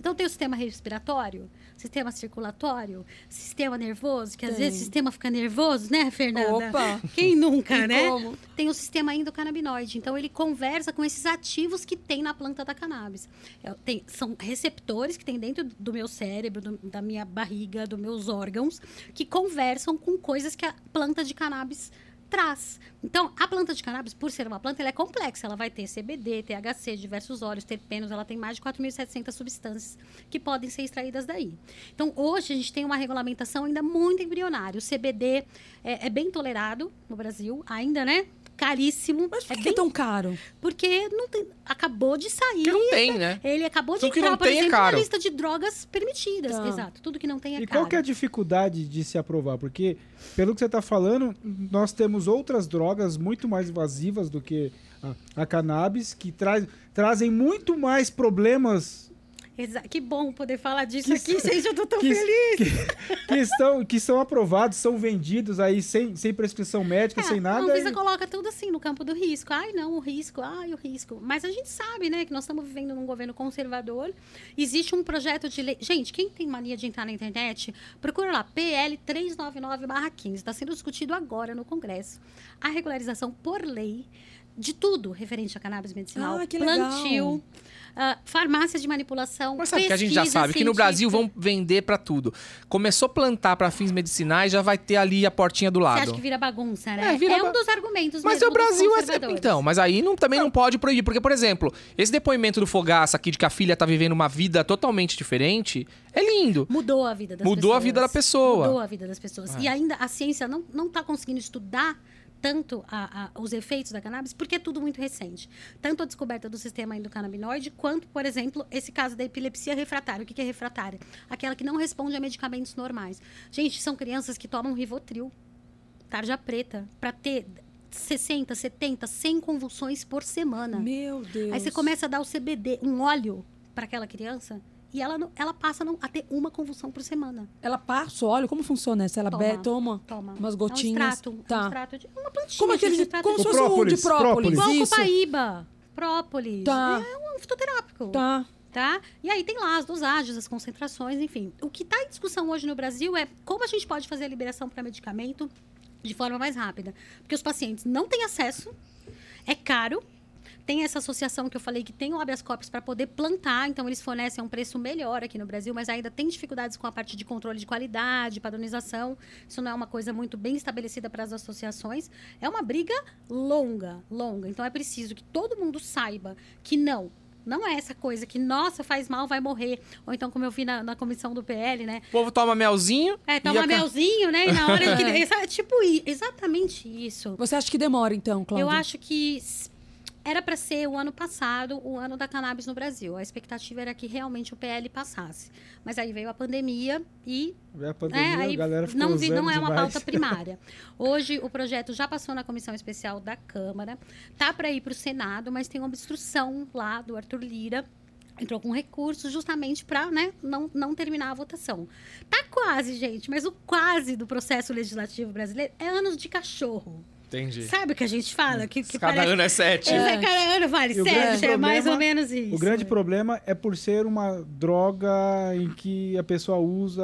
D: Então, tem o sistema respiratório, sistema circulatório, sistema nervoso, que às
B: Tem.
D: vezes o sistema fica nervoso, né, Fernanda?
B: Opa!
D: Quem nunca,
B: E
D: né?
B: como?
D: tem o sistema endocannabinoide. Então, ele conversa com esses ativos que tem na planta da cannabis. Eu tenho- são receptores que tem dentro do meu cérebro, do- da minha barriga, dos meus órgãos, que conversam com coisas que a planta de cannabis traz. Então, a planta de cannabis, por ser uma planta, ela é complexa. Ela vai ter CBD, THC, diversos óleos, terpenos. Ela tem mais de 4.700 substâncias que podem ser extraídas daí. Então, hoje, a gente tem uma regulamentação ainda muito embrionária. O CBD é, é bem tolerado no Brasil, ainda, né? Caríssimo.
B: Mas por
D: é
B: que, que
D: bem-
B: é tão caro?
D: Porque não tem- acabou de sair.
A: Porque não tem, né?
D: Ele acabou de
A: Tudo que
D: entrar,
A: não
D: por
A: tem é
D: exemplo,
A: caro.
D: na lista de drogas permitidas.
B: Tá.
D: Exato. Tudo que não tem é
C: E
D: caro.
C: qual que é a dificuldade de se aprovar? Porque, pelo que você está falando, nós temos outras drogas muito mais invasivas do que a, a cannabis, que traz, trazem muito mais problemas
D: Exa- Que bom poder falar disso
C: Que
D: aqui,
C: isso-
D: gente. Eu tô tão
C: que,
D: feliz.
C: que estão, que são aprovados, são vendidos aí sem, sem prescrição médica, sem
D: É, A
C: nada.
A: é
D: Anvisa
C: e-
D: coloca tudo assim no campo do risco. Ai, não, o risco, ai, o risco. Mas a gente sabe, né, que nós estamos vivendo num governo conservador. Existe um projeto de lei. Gente, quem tem mania de entrar na internet, procura lá, PL 399-15. Está Tá sendo discutido agora no Congresso. A regularização por lei de tudo referente a cannabis medicinal,
B: Ah, que legal.
D: plantio, ah, farmácia de manipulação.
A: Mas sabe que a gente já
D: pesquisa
A: sabe que no Brasil
D: científica.
A: vão vender pra tudo. Começou a plantar pra fins medicinais, já vai ter ali a portinha do
D: Você
A: lado.
D: acha que vira bagunça, né?
A: É, vira
D: um
A: ba-
D: dos argumentos
A: Mas
D: mesmo
A: o
D: dos
A: Brasil é sempre.
D: conservadores.
A: Então, mas aí não- também não pode proibir. Porque, por exemplo, esse depoimento do Fogaça aqui de que a filha tá vivendo uma vida totalmente diferente é lindo.
D: Mudou a vida das
A: Mudou
D: pessoas.
A: a vida da pessoa. Ah.
D: Mudou a vida das pessoas. E ainda a ciência não, não tá conseguindo estudar tanto a- a- os efeitos da cannabis, porque é tudo muito recente. Tanto a descoberta do sistema endocannabinoide, quanto, por exemplo, esse caso da epilepsia refratária. O que, que é refratária? Aquela que não responde a medicamentos normais. Gente, são crianças que tomam Rivotril, tarja preta, para ter 60, 70, 100 convulsões por semana.
B: Meu Deus.
D: Aí você começa a dar o CBD, um óleo, para aquela criança, e ela, não- ela passa a não- a ter uma convulsão por semana.
B: Ela passa o óleo? Como funciona essa? Ela
D: Toma.
B: be- toma?
D: Toma.
B: Umas
D: É um
B: gotinhas.
D: extrato. É
B: Tá.
D: um extrato de uma plantinha.
B: Como aquele
D: gente,
B: de,
D: um extrato
B: como se
D: de-
B: fosse um de
C: própolis,
B: própolis,
C: própolis.
D: Igual
B: isso?
D: copaíba, própolis.
B: Tá.
D: É um fitoterápico. Tá.
B: Tá.
D: E aí tem lá as dosagens, as concentrações, enfim. O que está em discussão hoje no Brasil é como a gente pode fazer a liberação para medicamento de forma mais rápida. Porque os pacientes não têm acesso, é caro. Tem essa associação que eu falei que tem o habeas corpus para poder plantar, então eles fornecem a um preço melhor aqui no Brasil, mas ainda tem dificuldades com a parte de controle de qualidade, padronização. Isso não é uma coisa muito bem estabelecida para as associações. É uma briga longa, longa. Então é preciso que todo mundo saiba que não. Não é essa coisa que, nossa, faz mal, vai morrer. Ou então, como eu vi na, na comissão do PL, né?
A: O povo toma melzinho.
D: É,
A: e a
D: toma
A: ca-
D: melzinho, né? E na hora que. É tipo, i- exatamente isso.
B: Você acha que demora, então, Cláudia?
D: Eu acho que s- era para ser o ano passado o ano da cannabis no Brasil. A expectativa era que realmente o PL passasse. Mas aí veio a pandemia e
C: é A
D: né,
C: pandemia, a
D: aí
C: galera ficou
D: não, vi- não
C: usando
D: é uma
C: demais.
D: pauta primária. Hoje o projeto já passou na comissão especial da Câmara, tá para ir para o Senado, mas tem uma obstrução lá do Arthur Lira. entrou com recurso justamente para né, não, não terminar a votação. Tá quase, gente, mas o quase do processo legislativo brasileiro é anos de cachorro.
A: Entendi.
D: Sabe o que a gente fala? Que, que
A: Cada
D: parece...
A: ano é sete.
D: É, cada ano vale
C: E o grande
D: sete, é mais
C: problema-
D: ou menos isso.
C: O grande problema é por ser uma droga em que a pessoa usa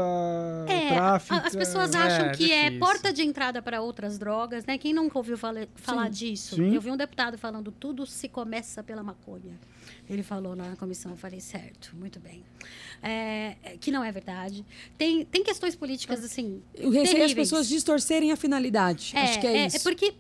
D: É,
C: tráfico.
D: a- as pessoas
A: é,
D: acham que é
A: difícil.
D: porta de entrada para outras drogas, né? Quem nunca ouviu fale- falar disso?
C: Sim.
D: Eu vi um deputado falando tudo se começa pela maconha. Ele falou lá na comissão, eu falei certo, muito bem. É, é, que não é verdade. Tem, tem questões políticas assim.
B: Eu receio as
D: terríveis.
B: pessoas distorcerem a finalidade. Acho que é, isso.
D: porque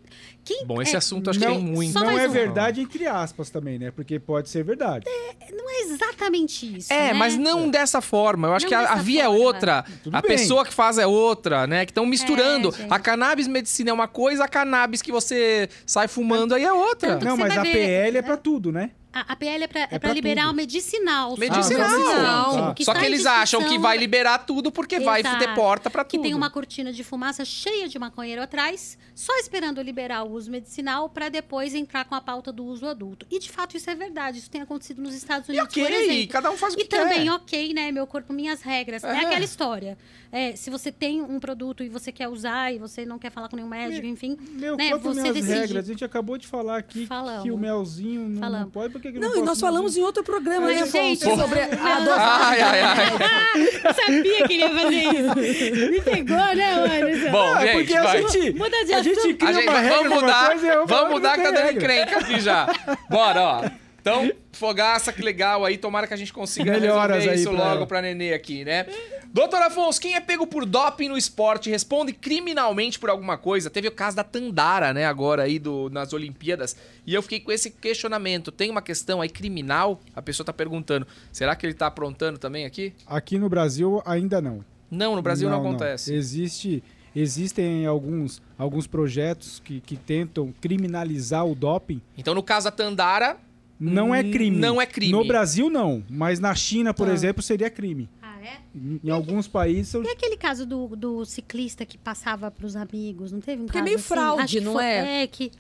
D: quem
A: Bom,
D: é,
A: esse assunto acho que
C: não,
A: tem muito.
D: só
C: não
D: mais
C: é
D: um.
C: verdade, entre aspas, também, né? Porque pode ser verdade.
D: não é exatamente isso.
A: É,
D: né?
A: mas não dessa forma. Eu acho
D: Não
A: que a, a
D: dessa
A: via é
D: forma.
A: outra.
C: Tudo
A: A
C: bem.
A: pessoa que faz é outra, né? Que estão misturando.
D: gente.
A: a cannabis medicina é uma coisa, a cannabis que você sai fumando aí é outra.
D: Tanto-
C: não,
D: você
C: mas
D: vai
C: a
D: ver-
C: PL é pra tudo, né?
D: A, a PL é para
C: pra
D: liberar
C: tudo.
D: o medicinal. só.
A: Medicinal.
C: Medicinal.
D: O que
A: Só
D: está
A: que
D: em
A: eles acham que
D: discussão
A: vai liberar tudo porque vai
D: Exato.
A: ter porta pra
D: que
A: tudo.
D: tem uma cortina de fumaça cheia de maconheiro atrás, só esperando liberar o uso medicinal para depois entrar com a pauta do uso adulto. E de fato isso é verdade, isso tem acontecido nos Estados
A: E
D: Unidos, por
A: ok,
D: exemplo.
A: cada um faz o
D: E
A: que
D: também,
A: quer.
D: ok, né? Meu corpo, minhas regras. É,
A: É.
D: aquela história. É, se você tem um produto e você quer usar e você não quer falar com nenhum médico, enfim.
C: Meu
D: Né,
C: corpo,
D: você
C: minhas
D: decide.
C: regras. A gente acabou de falar aqui
D: Falamos.
C: que o melzinho não- não,
D: Falamos.
C: pode. Por que que
B: Não,
C: não
B: e nós
C: posso
B: falamos em outro programa,
D: Ai,
B: né, Afonso?
D: gente,
B: Sobre
D: não,
B: a
D: não,
B: adoção.
A: Ai, ai, ai.
E: Eu sabia que ele ia fazer isso. Me pegou, né, Anderson?
A: Bom,
C: Ah, é
A: gente,
C: porque a
A: vai.
C: gente,
E: Muda de
C: a gente
E: assunto.
C: cria
A: A gente-
C: uma regra,
A: vamos
C: uma
A: mudar,
C: coisa, e eu falo
A: vamos
C: que
A: mudar
C: não
A: que eu
C: tem
A: dando
C: regra.
A: encrenca aqui já. Bora, ó. Então, fogaça, que legal aí. Tomara que a gente consiga
C: Melhoras
A: resolver
C: aí
A: isso
C: pra
A: logo
C: ela.
A: pra Nenê aqui, né? Doutor Afonso, quem é pego por doping no esporte responde criminalmente por alguma coisa. Teve o caso da Tandara, né, agora aí do, nas Olimpíadas. E eu fiquei com esse questionamento. Tem uma questão aí criminal? A pessoa tá perguntando. Será que ele tá aprontando também aqui?
C: Aqui no Brasil ainda não.
A: Não, no Brasil não, acontece.
C: Existe, existem alguns, alguns projetos que, que tentam criminalizar o doping.
A: Então, no caso da Tandara,
C: Não é
A: Hum,
C: crime.
A: não é crime.
C: No Brasil, não. Mas na China, por
B: Tá.
C: exemplo, seria crime.
D: Ah, é?
C: Em, em alguns países. eu-
D: E aquele caso do, do ciclista que passava pros amigos, não teve um
B: Porque é
D: caso
B: meio
D: assim?
B: fraude,
D: Acho que
B: não
D: foi-
B: é?
D: É, que...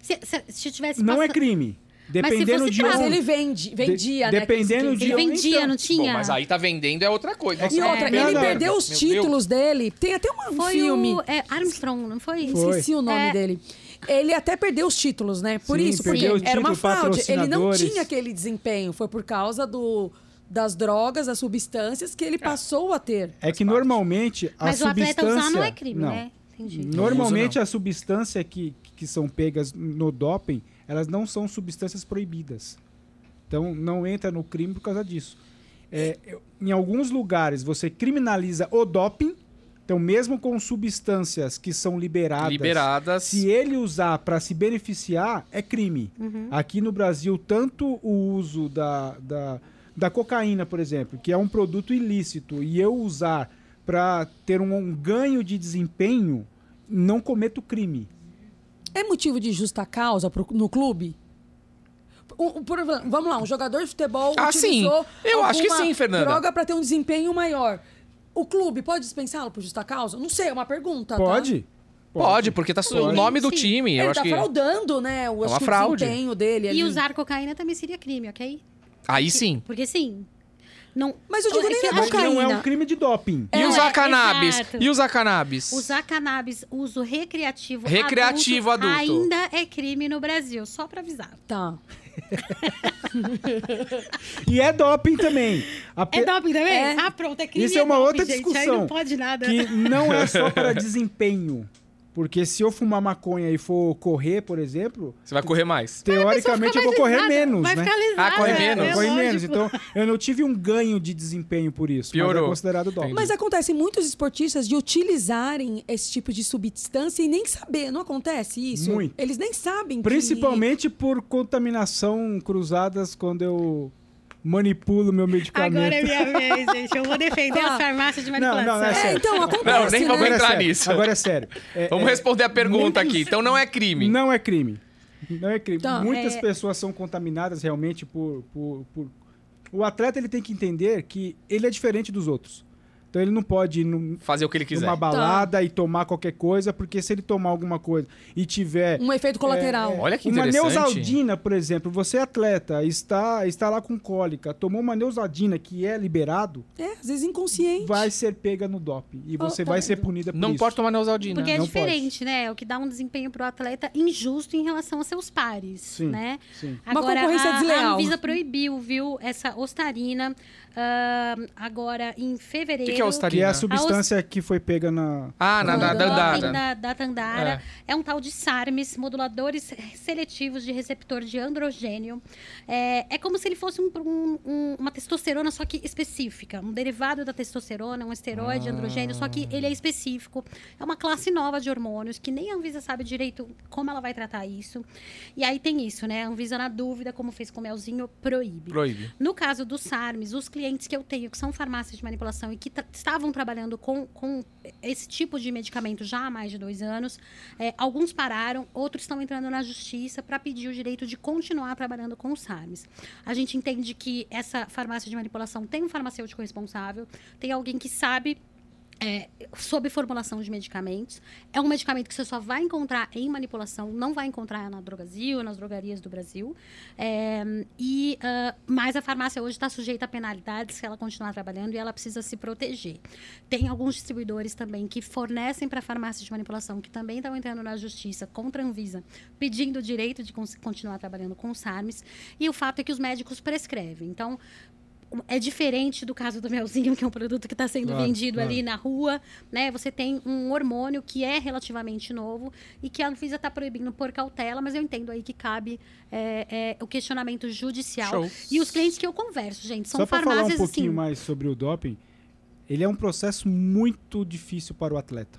D: Se, se, se tivesse
C: Não é
D: passa-
C: crime.
D: Mas se
C: Dependendo
D: você
C: de
D: traz
B: Mas
C: onde.
B: ele vende, vendia, né?
C: Dependendo
B: aqueles
C: um de
D: Ele
B: clientes.
C: onde-
D: vendia,
C: Então-
D: não tinha?
A: Bom, mas aí tá vendendo é outra coisa.
C: É que
B: E
A: Nossa,
B: outra,
A: é
C: Meu
B: ele
C: Deus.
B: perdeu os
A: Meu
B: títulos dele. Tem até um
D: Foi
B: filme.
D: o é, Armstrong, não foi?
C: Foi.
B: Esqueci o nome
D: É.
B: dele. Ele até perdeu os títulos, né? Por
C: Sim,
B: isso, porque
C: perdeu o
B: era uma
C: título,
B: fraude. Ele não
C: patrocinadores.
B: tinha aquele desempenho. Foi por causa do, das drogas, das substâncias que ele passou a ter.
C: É que normalmente a
D: Mas o
C: substância.
D: atleta usar não é crime,
C: não. é
D: né? Entendi.
C: Normalmente a substância que, que são pegas no doping, elas não são substâncias proibidas. Então não entra no crime por causa disso. É, eu- em alguns lugares você criminaliza o doping, então mesmo com substâncias que são liberadas,
A: liberadas.
C: se ele usar para se beneficiar é crime. Aqui no Brasil tanto o uso da, da, da cocaína, por exemplo, que é um produto ilícito, e eu usar para ter um, um ganho de desempenho, não cometo crime.
B: É motivo de justa causa pro- no clube? Um- um- por- vamos lá, um jogador de futebol
A: Ah,
B: utilizou
A: sim. Eu acho que
B: alguma
A: sim, Fernanda.
B: droga para ter um desempenho maior. O clube pode dispensá-lo por justa causa? Não sei, é uma pergunta. tá?
C: Pode?
A: Pode, porque tá o
C: Pode.
A: nome do
D: Sim.
A: time.
B: Ele
A: Eu
B: tá
A: acho que.
B: fraudando, né? O,
A: É
B: acho
A: uma
B: que o
A: fraude.
B: desempenho dele ali.
D: E usar cocaína também seria crime, ok?
A: Aí sim.
D: Porque sim. Não,
B: Mas eu digo
D: É
B: nem
D: que
B: na
D: eu
C: Mas
D: acho
B: cocaína.
C: não é um crime de doping.
A: E
D: É,
A: usar cannabis.
D: exato.
A: E usar cannabis.
D: usar cannabis, uso recreativo,
A: Recreativo adulto.
D: ainda é crime no Brasil, só pra avisar.
B: Tá.
C: E é doping também. A pe-
E: É doping também?
B: É.
E: Ah, pronto, é crime.
C: Isso é uma
E: doping,
C: outra
E: gente, Aí
C: discussão.
E: não pode nada.
C: que não é só para desempenho. Porque se eu fumar maconha e for correr, por exemplo,
A: Você vai correr mais.
C: teoricamente eu vou correr
E: Nada,
C: menos,
E: Vai
C: né?
E: ficar lisada.
A: Ah, corre
E: né?
A: menos.
E: É
C: Corre
E: lógico.
D: tipo,
C: menos. Então, eu não tive um ganho de desempenho por isso. Mas
A: Piorou.
C: é considerado doping.
B: Mas acontece muitos esportistas de utilizarem esse tipo de substância e nem saber, não acontece isso?
C: Muito.
B: Eles nem sabem
C: Principalmente por contaminação cruzadas quando eu manipulo meu medicamento.
E: Agora é minha vez, gente. Eu vou defender
B: Tá.
E: as farmácias de
C: Não,
E: manipulação.
C: não, não é
B: que... É,
C: sério.
B: então, acontece,
A: Não, nem
B: né?
A: vamos
C: Agora é
A: entrar
C: sério,
A: nisso.
C: Agora é sério. É-
A: Vamos
C: é-
A: responder a pergunta aqui. Então não é crime.
C: Não é crime. Não é crime.
B: Tá,
C: Muitas
B: é-
C: pessoas são contaminadas realmente por, por, por- O atleta ele tem que entender que ele é diferente dos outros. Então ele não pode ir num-
A: Fazer o que ele quiser.
C: numa
E: Tá.
C: balada e tomar qualquer coisa, porque se ele tomar alguma coisa e tiver
B: Um efeito colateral.
A: Olha que
C: uma
A: interessante.
C: neusaldina, por exemplo, você é atleta, está, está lá com cólica, tomou uma neusaldina que é liberado,
B: É, às vezes inconsciente.
C: vai ser pega no DOP. E você
B: Ah, tá
C: vai
B: vendo?
C: ser punida por
A: Não
C: isso.
A: pode tomar neosaldina.
D: Porque é
C: não
D: diferente, né? O que dá um desempenho pro atleta injusto em relação a seus pares,
C: Sim.
D: né?
C: Sim.
B: Uma
D: Agora,
B: concorrência
D: a,
B: desleal.
D: A Anvisa proibiu, viu, essa ostarina ah, agora em
A: O
D: fevereiro.
A: que, que é
C: Que
A: ostarina?
C: é a substância que foi pega na...
A: Ah, na, na,
D: Do
A: na-
D: doping
A: na-
D: da, da Tandara. É. um tal de SARMS, moduladores seletivos de receptor de androgênio. É, é como se ele fosse um- um- um- uma testosterona, só que específica. Um derivado da testosterona, um esteroide androgênio, só que ele é específico. É uma classe nova de hormônios, que nem a Anvisa sabe direito como ela vai tratar isso. E aí tem isso, né? A Anvisa, na dúvida, como fez com o Melzinho, proíbe.
A: Proíbe.
D: No caso dos SARMs, os clientes que eu tenho, que são farmácias de manipulação e que tra- estavam trabalhando com, com esse tipo de medicamento já há mais de dois anos, é, alguns pararam, outros estão entrando na justiça para pedir o direito de continuar trabalhando com os SARMs. A gente entende que essa farmácia de manipulação tem um farmacêutico responsável, tem alguém que sabe é, sobre formulação de medicamentos. É um medicamento que você só vai encontrar em manipulação, não vai encontrar na Drogasil, nas drogarias do Brasil. É, e, ah, mas a farmácia hoje está sujeita a penalidades se ela continuar trabalhando e ela precisa se proteger. Tem alguns distribuidores também que fornecem para farmácias de manipulação que também estão entrando na justiça contra a Anvisa, pedindo o direito de cons- continuar trabalhando com os SARMs. E o fato é que os médicos prescrevem. Então, é diferente do caso do melzinho, que é um produto que está sendo
C: Claro,
D: vendido
C: claro.
D: ali na rua, né? Você tem um hormônio que é relativamente novo e que a Anvisa está proibindo por cautela, mas eu entendo aí que cabe é, é, o questionamento judicial.
A: Show.
D: E os clientes que eu converso, gente, são
C: Só para falar
D: farmácias
C: um pouquinho
D: assim.
C: mais sobre o doping, ele é um processo muito difícil para o atleta.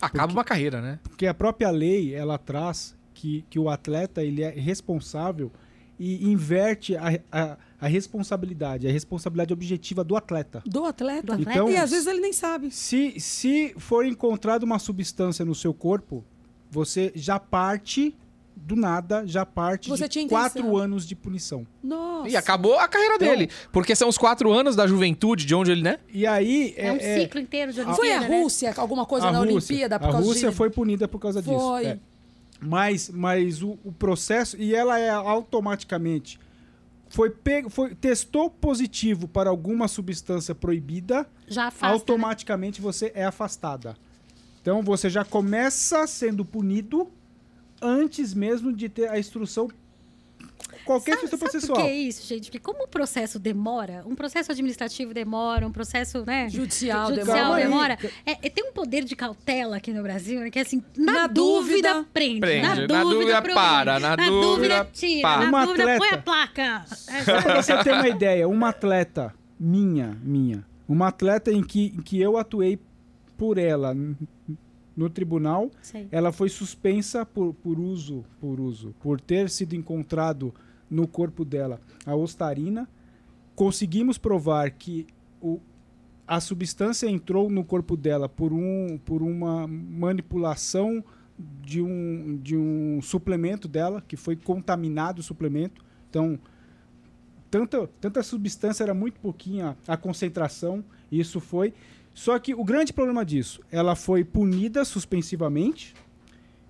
A: Acaba uma carreira, né?
C: Porque a própria lei, ela traz que, que o atleta ele é responsável e inverte a, a, a responsabilidade, a responsabilidade objetiva do atleta.
B: Do atleta.
D: Do
C: atleta. Então-
B: e às vezes ele nem sabe.
C: Se, se for encontrada uma substância no seu corpo, você já parte do nada, já parte
B: Você tinha
C: de
B: intenção.
C: quatro anos de punição.
B: Nossa.
A: E acabou a carreira
C: Então-
A: dele. Porque são os quatro anos da juventude, de onde ele, né?
C: E aí
D: É, um ciclo inteiro de
B: Foi a
D: Olimpíada, né?
B: Rússia, alguma coisa
C: a
B: na
C: Rússia,
B: Olimpíada por
C: a
B: causa
C: Rússia
B: de...
C: foi punida por causa disso.
B: Foi.
C: é. Mas, mas o, o processo e ela é automaticamente foi pego, foi testou positivo para alguma substância proibida,
D: Já afasta, né?
C: automaticamente você é afastada. Então você já começa sendo punido antes mesmo de ter a instrução qualquer
D: Sabe-
C: instrução
D: sabe
C: processual.
D: Por que isso, gente? Porque como o processo demora, um processo administrativo demora, um processo, né?
B: Judicial,
D: judicial
C: demora.
D: demora. É, é, tem um poder de cautela aqui no Brasil, né, que assim, na,
B: Na
D: dúvida,
B: dúvida,
D: prende,
A: prende. Na
D: na dúvida,
A: dúvida,
D: proíbe,
A: para, na dúvida,
D: tira,
A: para.
D: na
C: Uma
D: dúvida põe
C: atleta.
D: a placa. É,
C: Só pra você ter uma ideia, uma atleta minha, minha, uma atleta em que, em que eu atuei por ela n- no tribunal,
D: Sei.
C: ela foi suspensa por, por uso, por uso, por ter sido encontrado no corpo dela a ostarina. Conseguimos provar que o, a substância entrou no corpo dela por, um, por uma manipulação de um, de um suplemento dela, que foi contaminado o suplemento. Então, tanta, tanta substância era muito pouquinha a concentração, e isso foi. Só que o grande problema disso, ela foi punida suspensivamente,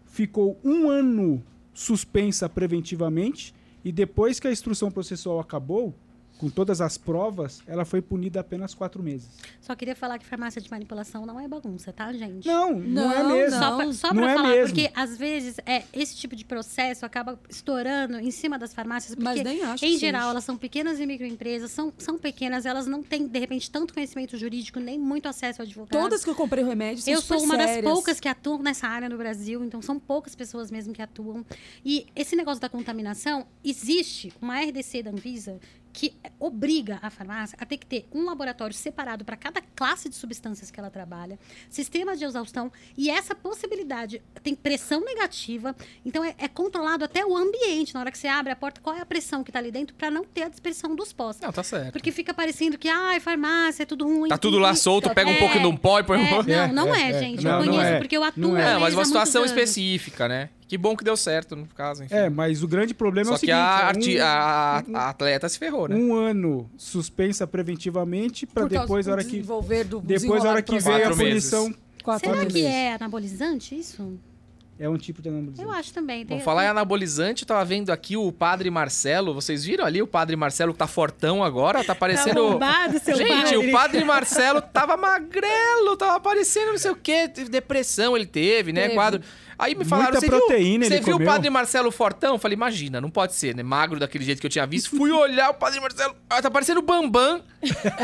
C: ficou um ano suspensa preventivamente, e depois que a instrução processual acabou, com todas as provas, ela foi punida apenas quatro meses.
D: Só queria falar que farmácia de manipulação não é bagunça, tá, gente?
C: Não, não, é
B: Não,
C: mesmo.
B: não.
D: Só pra, só
C: Não
D: pra
C: é
D: falar,
C: mesmo.
D: porque às vezes é, esse tipo de processo acaba estourando em cima das farmácias, porque
B: Mas nem acho
D: em
B: que
D: geral
B: seja.
D: elas são pequenas e microempresas, são, são pequenas, elas não têm, de repente, tanto conhecimento jurídico, nem muito acesso ao advogado.
B: Todas que eu comprei remédio são
D: tá Eu sou
B: super
D: uma das
B: sérias.
D: poucas que atuam nessa área no Brasil, então são poucas pessoas mesmo que atuam. E esse negócio da contaminação, existe uma RDC da Anvisa que obriga a farmácia a ter que ter um laboratório separado para cada classe de substâncias que ela trabalha, sistema de exaustão e essa possibilidade tem pressão negativa, então é, é controlado até o ambiente na hora que você abre a porta, qual é a pressão que está ali dentro para não ter a dispersão dos pós.
A: Não, tá certo.
D: Porque fica parecendo que, ai, farmácia, é tudo ruim.
A: Tá tudo lá
D: e-
A: solto, pega um
D: É,
A: pouco de um pó e põe um
D: é,
A: pouco.
D: não, não
C: É,
D: é,
C: é, é.
D: gente.
C: Não,
D: eu
C: não
D: conheço,
C: é.
D: porque eu atuo
C: Não é.
D: neles
A: É, mas uma
D: há muitos
A: situação
D: anos.
A: específica, né? Que bom que deu certo, no caso, enfim.
C: É, mas o grande problema é
A: Só
C: o
A: que
C: seguinte...
A: a,
C: é um-
A: arti- a- a- a atleta se ferrou, né?
C: um ano suspensa preventivamente pra
B: Por causa
C: depois,
B: do
C: a hora que
B: desenvolver do
C: depois a
B: desenrolar
C: hora
B: do
C: que
B: processo.
C: veio a
A: Quatro meses.
C: punição
B: Quatro
D: Será
B: meses.
D: que é anabolizante isso?
C: é um tipo de anabolizante.
D: Eu acho também.
A: Bom, falar em anabolizante, eu tava vendo aqui o Padre Marcelo. Vocês viram ali o Padre Marcelo que tá fortão agora?
E: Tá
A: Tá parecendo...
D: um
E: bombado, seu
A: Gente,
E: padre.
A: o Padre Marcelo tava magrelo, tava parecendo não sei o quê. teve Depressão ele teve, né?
B: Teve.
A: Quadro. Aí me falaram,
C: Muita
A: você
C: proteína
A: viu, você
C: ele
A: viu o
C: comeu?"
A: Padre Marcelo fortão? Eu Falei, imagina, não pode ser, né? Magro daquele jeito que eu tinha visto. Fui olhar o Padre Marcelo, ah, tá parecendo o Bambam,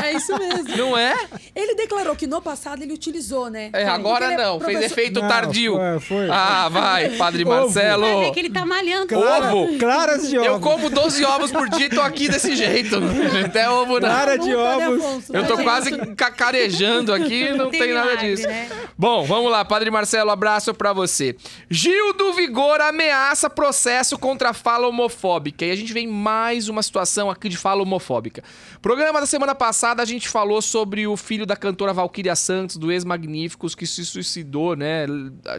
B: É isso mesmo.
A: não é?
B: Ele declarou que no passado ele utilizou, né?
A: É,
B: Porque
A: agora
B: ele é
A: não, fez
B: professor-
A: efeito
C: Não,
A: tardio.
C: foi- foi.
A: Ah, vai, Padre
C: Ovo.
A: Marcelo.
D: Vai ver que ele tá malhando.
A: Clara- ovo.
C: Claras de
A: Eu
C: ovos.
A: como 12 ovos por dia e tô aqui desse jeito. Até ovo não.
C: Clara de
B: Pergunta, né,
C: ovos.
B: Afonso?
A: Eu tô quase cacarejando aqui, não tem nada
D: milagre,
A: disso.
D: né?
A: Bom, vamos lá, Padre Marcelo, abraço pra você. Gil do Vigor ameaça processo contra a fala homofóbica. E a gente vem mais uma situação aqui de fala homofóbica. Programa da semana passada a gente falou sobre o filho da cantora Valquíria Santos, do ex-Magníficos, que se suicidou, né?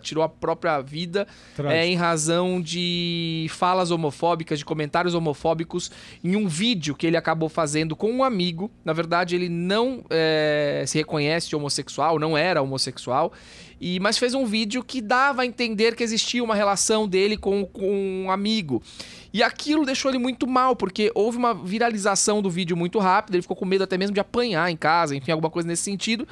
A: Tirou a própria vida
C: Trágico.
A: é, em razão de falas homofóbicas, de comentários homofóbicos em um vídeo que ele acabou fazendo com um amigo. Na verdade, ele não é, se reconhece homossexual, não era homossexual, e mas fez um vídeo que dava a entender que existia uma relação dele com, com um amigo. E aquilo deixou ele muito mal, porque houve uma viralização do vídeo muito rápida, ele ficou com medo até mesmo de apanhar em casa, enfim, alguma coisa nesse sentido.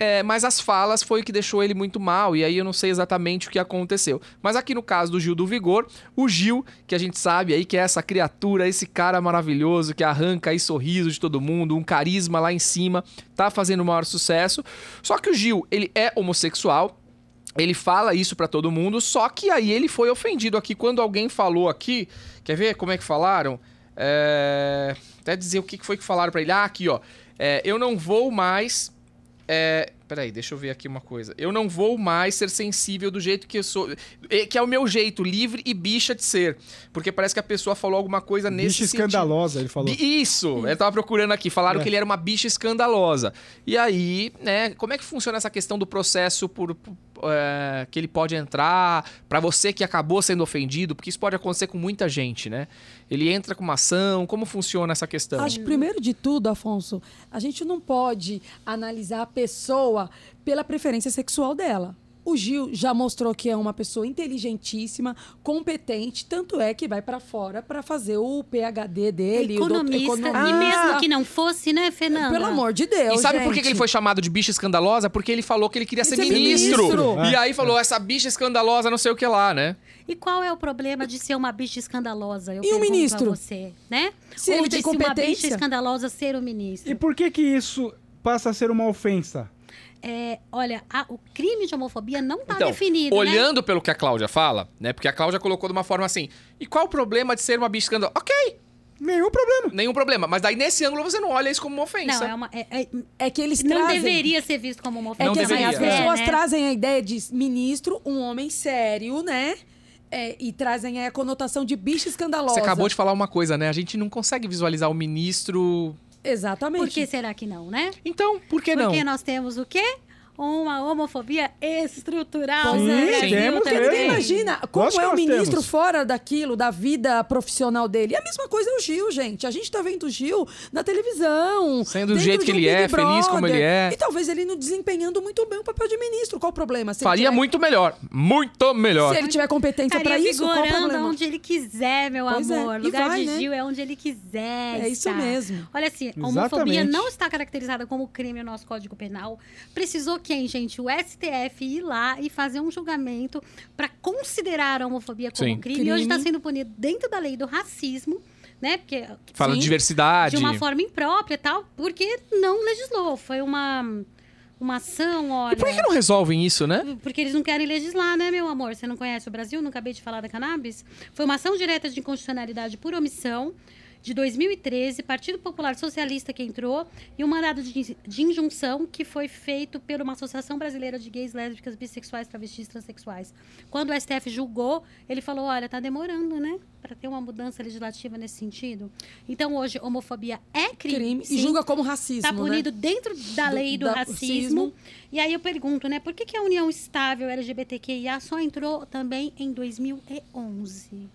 A: É, mas as falas foi o que deixou ele muito mal, e aí eu não sei exatamente o que aconteceu. Mas aqui no caso do Gil do Vigor, o Gil, que a gente sabe aí que é essa criatura, esse cara maravilhoso que arranca aí sorriso de todo mundo, um carisma lá em cima, tá fazendo o maior sucesso. Só que o Gil, ele é homossexual. Ele fala isso pra todo mundo, só que aí ele foi ofendido aqui quando alguém falou aqui. Quer ver como é que falaram? É, Até dizer o que que foi que falaram pra ele. Ah, aqui, ó. É, eu não vou mais é, peraí, deixa eu ver aqui uma coisa. Eu não vou mais ser sensível do jeito que eu sou. é, Que é o meu jeito, livre e bicha de ser. Porque parece que a pessoa falou alguma coisa nesse
C: Bicha
A: sentido.
C: escandalosa, ele falou.
A: Bi- Isso, eu tava procurando aqui. Falaram
C: É.
A: que ele era uma bicha escandalosa. E aí, né, como é que funciona essa questão do processo por, por- é, que ele pode entrar pra você que acabou sendo ofendido? Porque isso pode acontecer com muita gente, né? Ele entra com uma ação, como funciona essa questão?
B: Acho que primeiro de tudo, Afonso, a gente não pode analisar a pessoa pela preferência sexual dela. O Gil já mostrou que é uma pessoa inteligentíssima, competente, tanto é que vai pra fora pra fazer o PhD dele, o doutor-
D: Economista.
B: economista.
D: E mesmo
B: Ah,
D: que não fosse, né, Fernanda?
B: pelo amor de Deus,
A: E sabe por que
B: gente?
A: que ele foi chamado de bicha escandalosa? Porque ele falou que ele queria
B: Ele
A: ser
B: ser
A: ministro.
B: ministro.
C: É.
A: E aí falou, essa bicha escandalosa, não sei o que lá, né?
D: E qual é o problema de ser uma bicha escandalosa?
B: E
D: Eu
B: o
D: pergunto
B: ministro?
D: A você, né?
B: Se
D: Ou
B: ele
D: de
B: tem
D: se uma bicha
B: competência?
D: escandalosa ser o ministro?
C: E por que que isso passa a ser uma ofensa?
D: É, olha, a- o crime de homofobia não
B: Tá
D: está
A: Então,
D: definido, né?
A: Olhando pelo que a Cláudia fala, né? Porque a Cláudia colocou de uma forma assim, e qual o problema de ser uma bicha escandalosa? Ok,
C: Nenhum problema.
A: nenhum problema. Mas daí nesse ângulo você não olha isso como uma ofensa.
D: Não, é uma, é- é-
B: É que eles
D: não
B: trazem-
D: deveria ser visto como uma
B: É
A: Não
D: ofensa.
B: que assim,
A: deveria.
B: as
A: É,
B: pessoas
D: né?
B: trazem a ideia de ministro, um homem sério, né? É, e trazem aí a conotação de bicha escandalosa.
A: Você acabou de falar uma coisa, né? A gente não consegue visualizar o ministro.
B: Exatamente.
D: Por que será que não, né?
A: Então, por que não?
D: Porque nós temos o quê? Uma homofobia estrutural.
B: Pois
D: né,
B: é,
D: Brasil
C: temos
D: também.
C: mesmo.
B: Ninguém imagina como
C: Lógico
B: é
C: que
B: o
C: nós
B: ministro
C: temos.
B: fora daquilo, da vida profissional dele. E a mesma coisa é o Gil, gente. A gente tá vendo o Gil na televisão.
A: Sendo do
B: dentro
A: jeito
B: de
A: que
B: um
A: ele
B: Big
A: é, feliz como ele é.
B: E talvez ele não desempenhando muito bem o papel de ministro. Qual o problema? Se ele
A: Faria
B: tiver-
A: muito melhor. Muito melhor.
B: Se ele tiver competência
D: Estaria
B: então, pra isso, qual é o
D: vigorando
B: problema?
D: onde ele quiser, meu
B: Pois é,
D: amor.
B: e
D: Lugar
B: vai,
D: de
B: né?
D: Gil é onde ele quiser.
B: É isso
D: estar.
B: mesmo.
D: Olha assim, a homofobia
C: Exatamente.
D: não está caracterizada como crime no nosso Código Penal. Precisou quem, gente? O STF ir lá e fazer um julgamento para considerar a homofobia como
A: Sim.
D: crime. E hoje
B: Crime.
D: está sendo punido dentro da lei do racismo, né? Porque
A: Fala
B: Sim.
A: de diversidade.
D: de uma forma imprópria e tal, porque não legislou. Foi uma, uma ação, olha.
A: E por que não resolvem isso, né?
D: Porque eles não querem legislar, né, meu amor? Você não conhece o Brasil? Não acabei de falar da cannabis? Foi uma ação direta de inconstitucionalidade por omissão. de 2013, Partido Popular Socialista que entrou, e um mandado de, de injunção que foi feito por uma Associação Brasileira de Gays, Lésbicas, Bissexuais, Travestis, Transsexuais. Quando o STF julgou, ele falou: olha, tá demorando, né? Para ter uma mudança legislativa nesse sentido. Então, hoje, homofobia é crime.
B: crime
D: sim.
B: e julga como racismo.
D: Tá
B: né?
D: punido dentro da
B: Do-
D: lei do
B: da-
D: racismo. E aí eu pergunto, né? Por que, que a União Estável LGBTQIA só entrou também em 2011?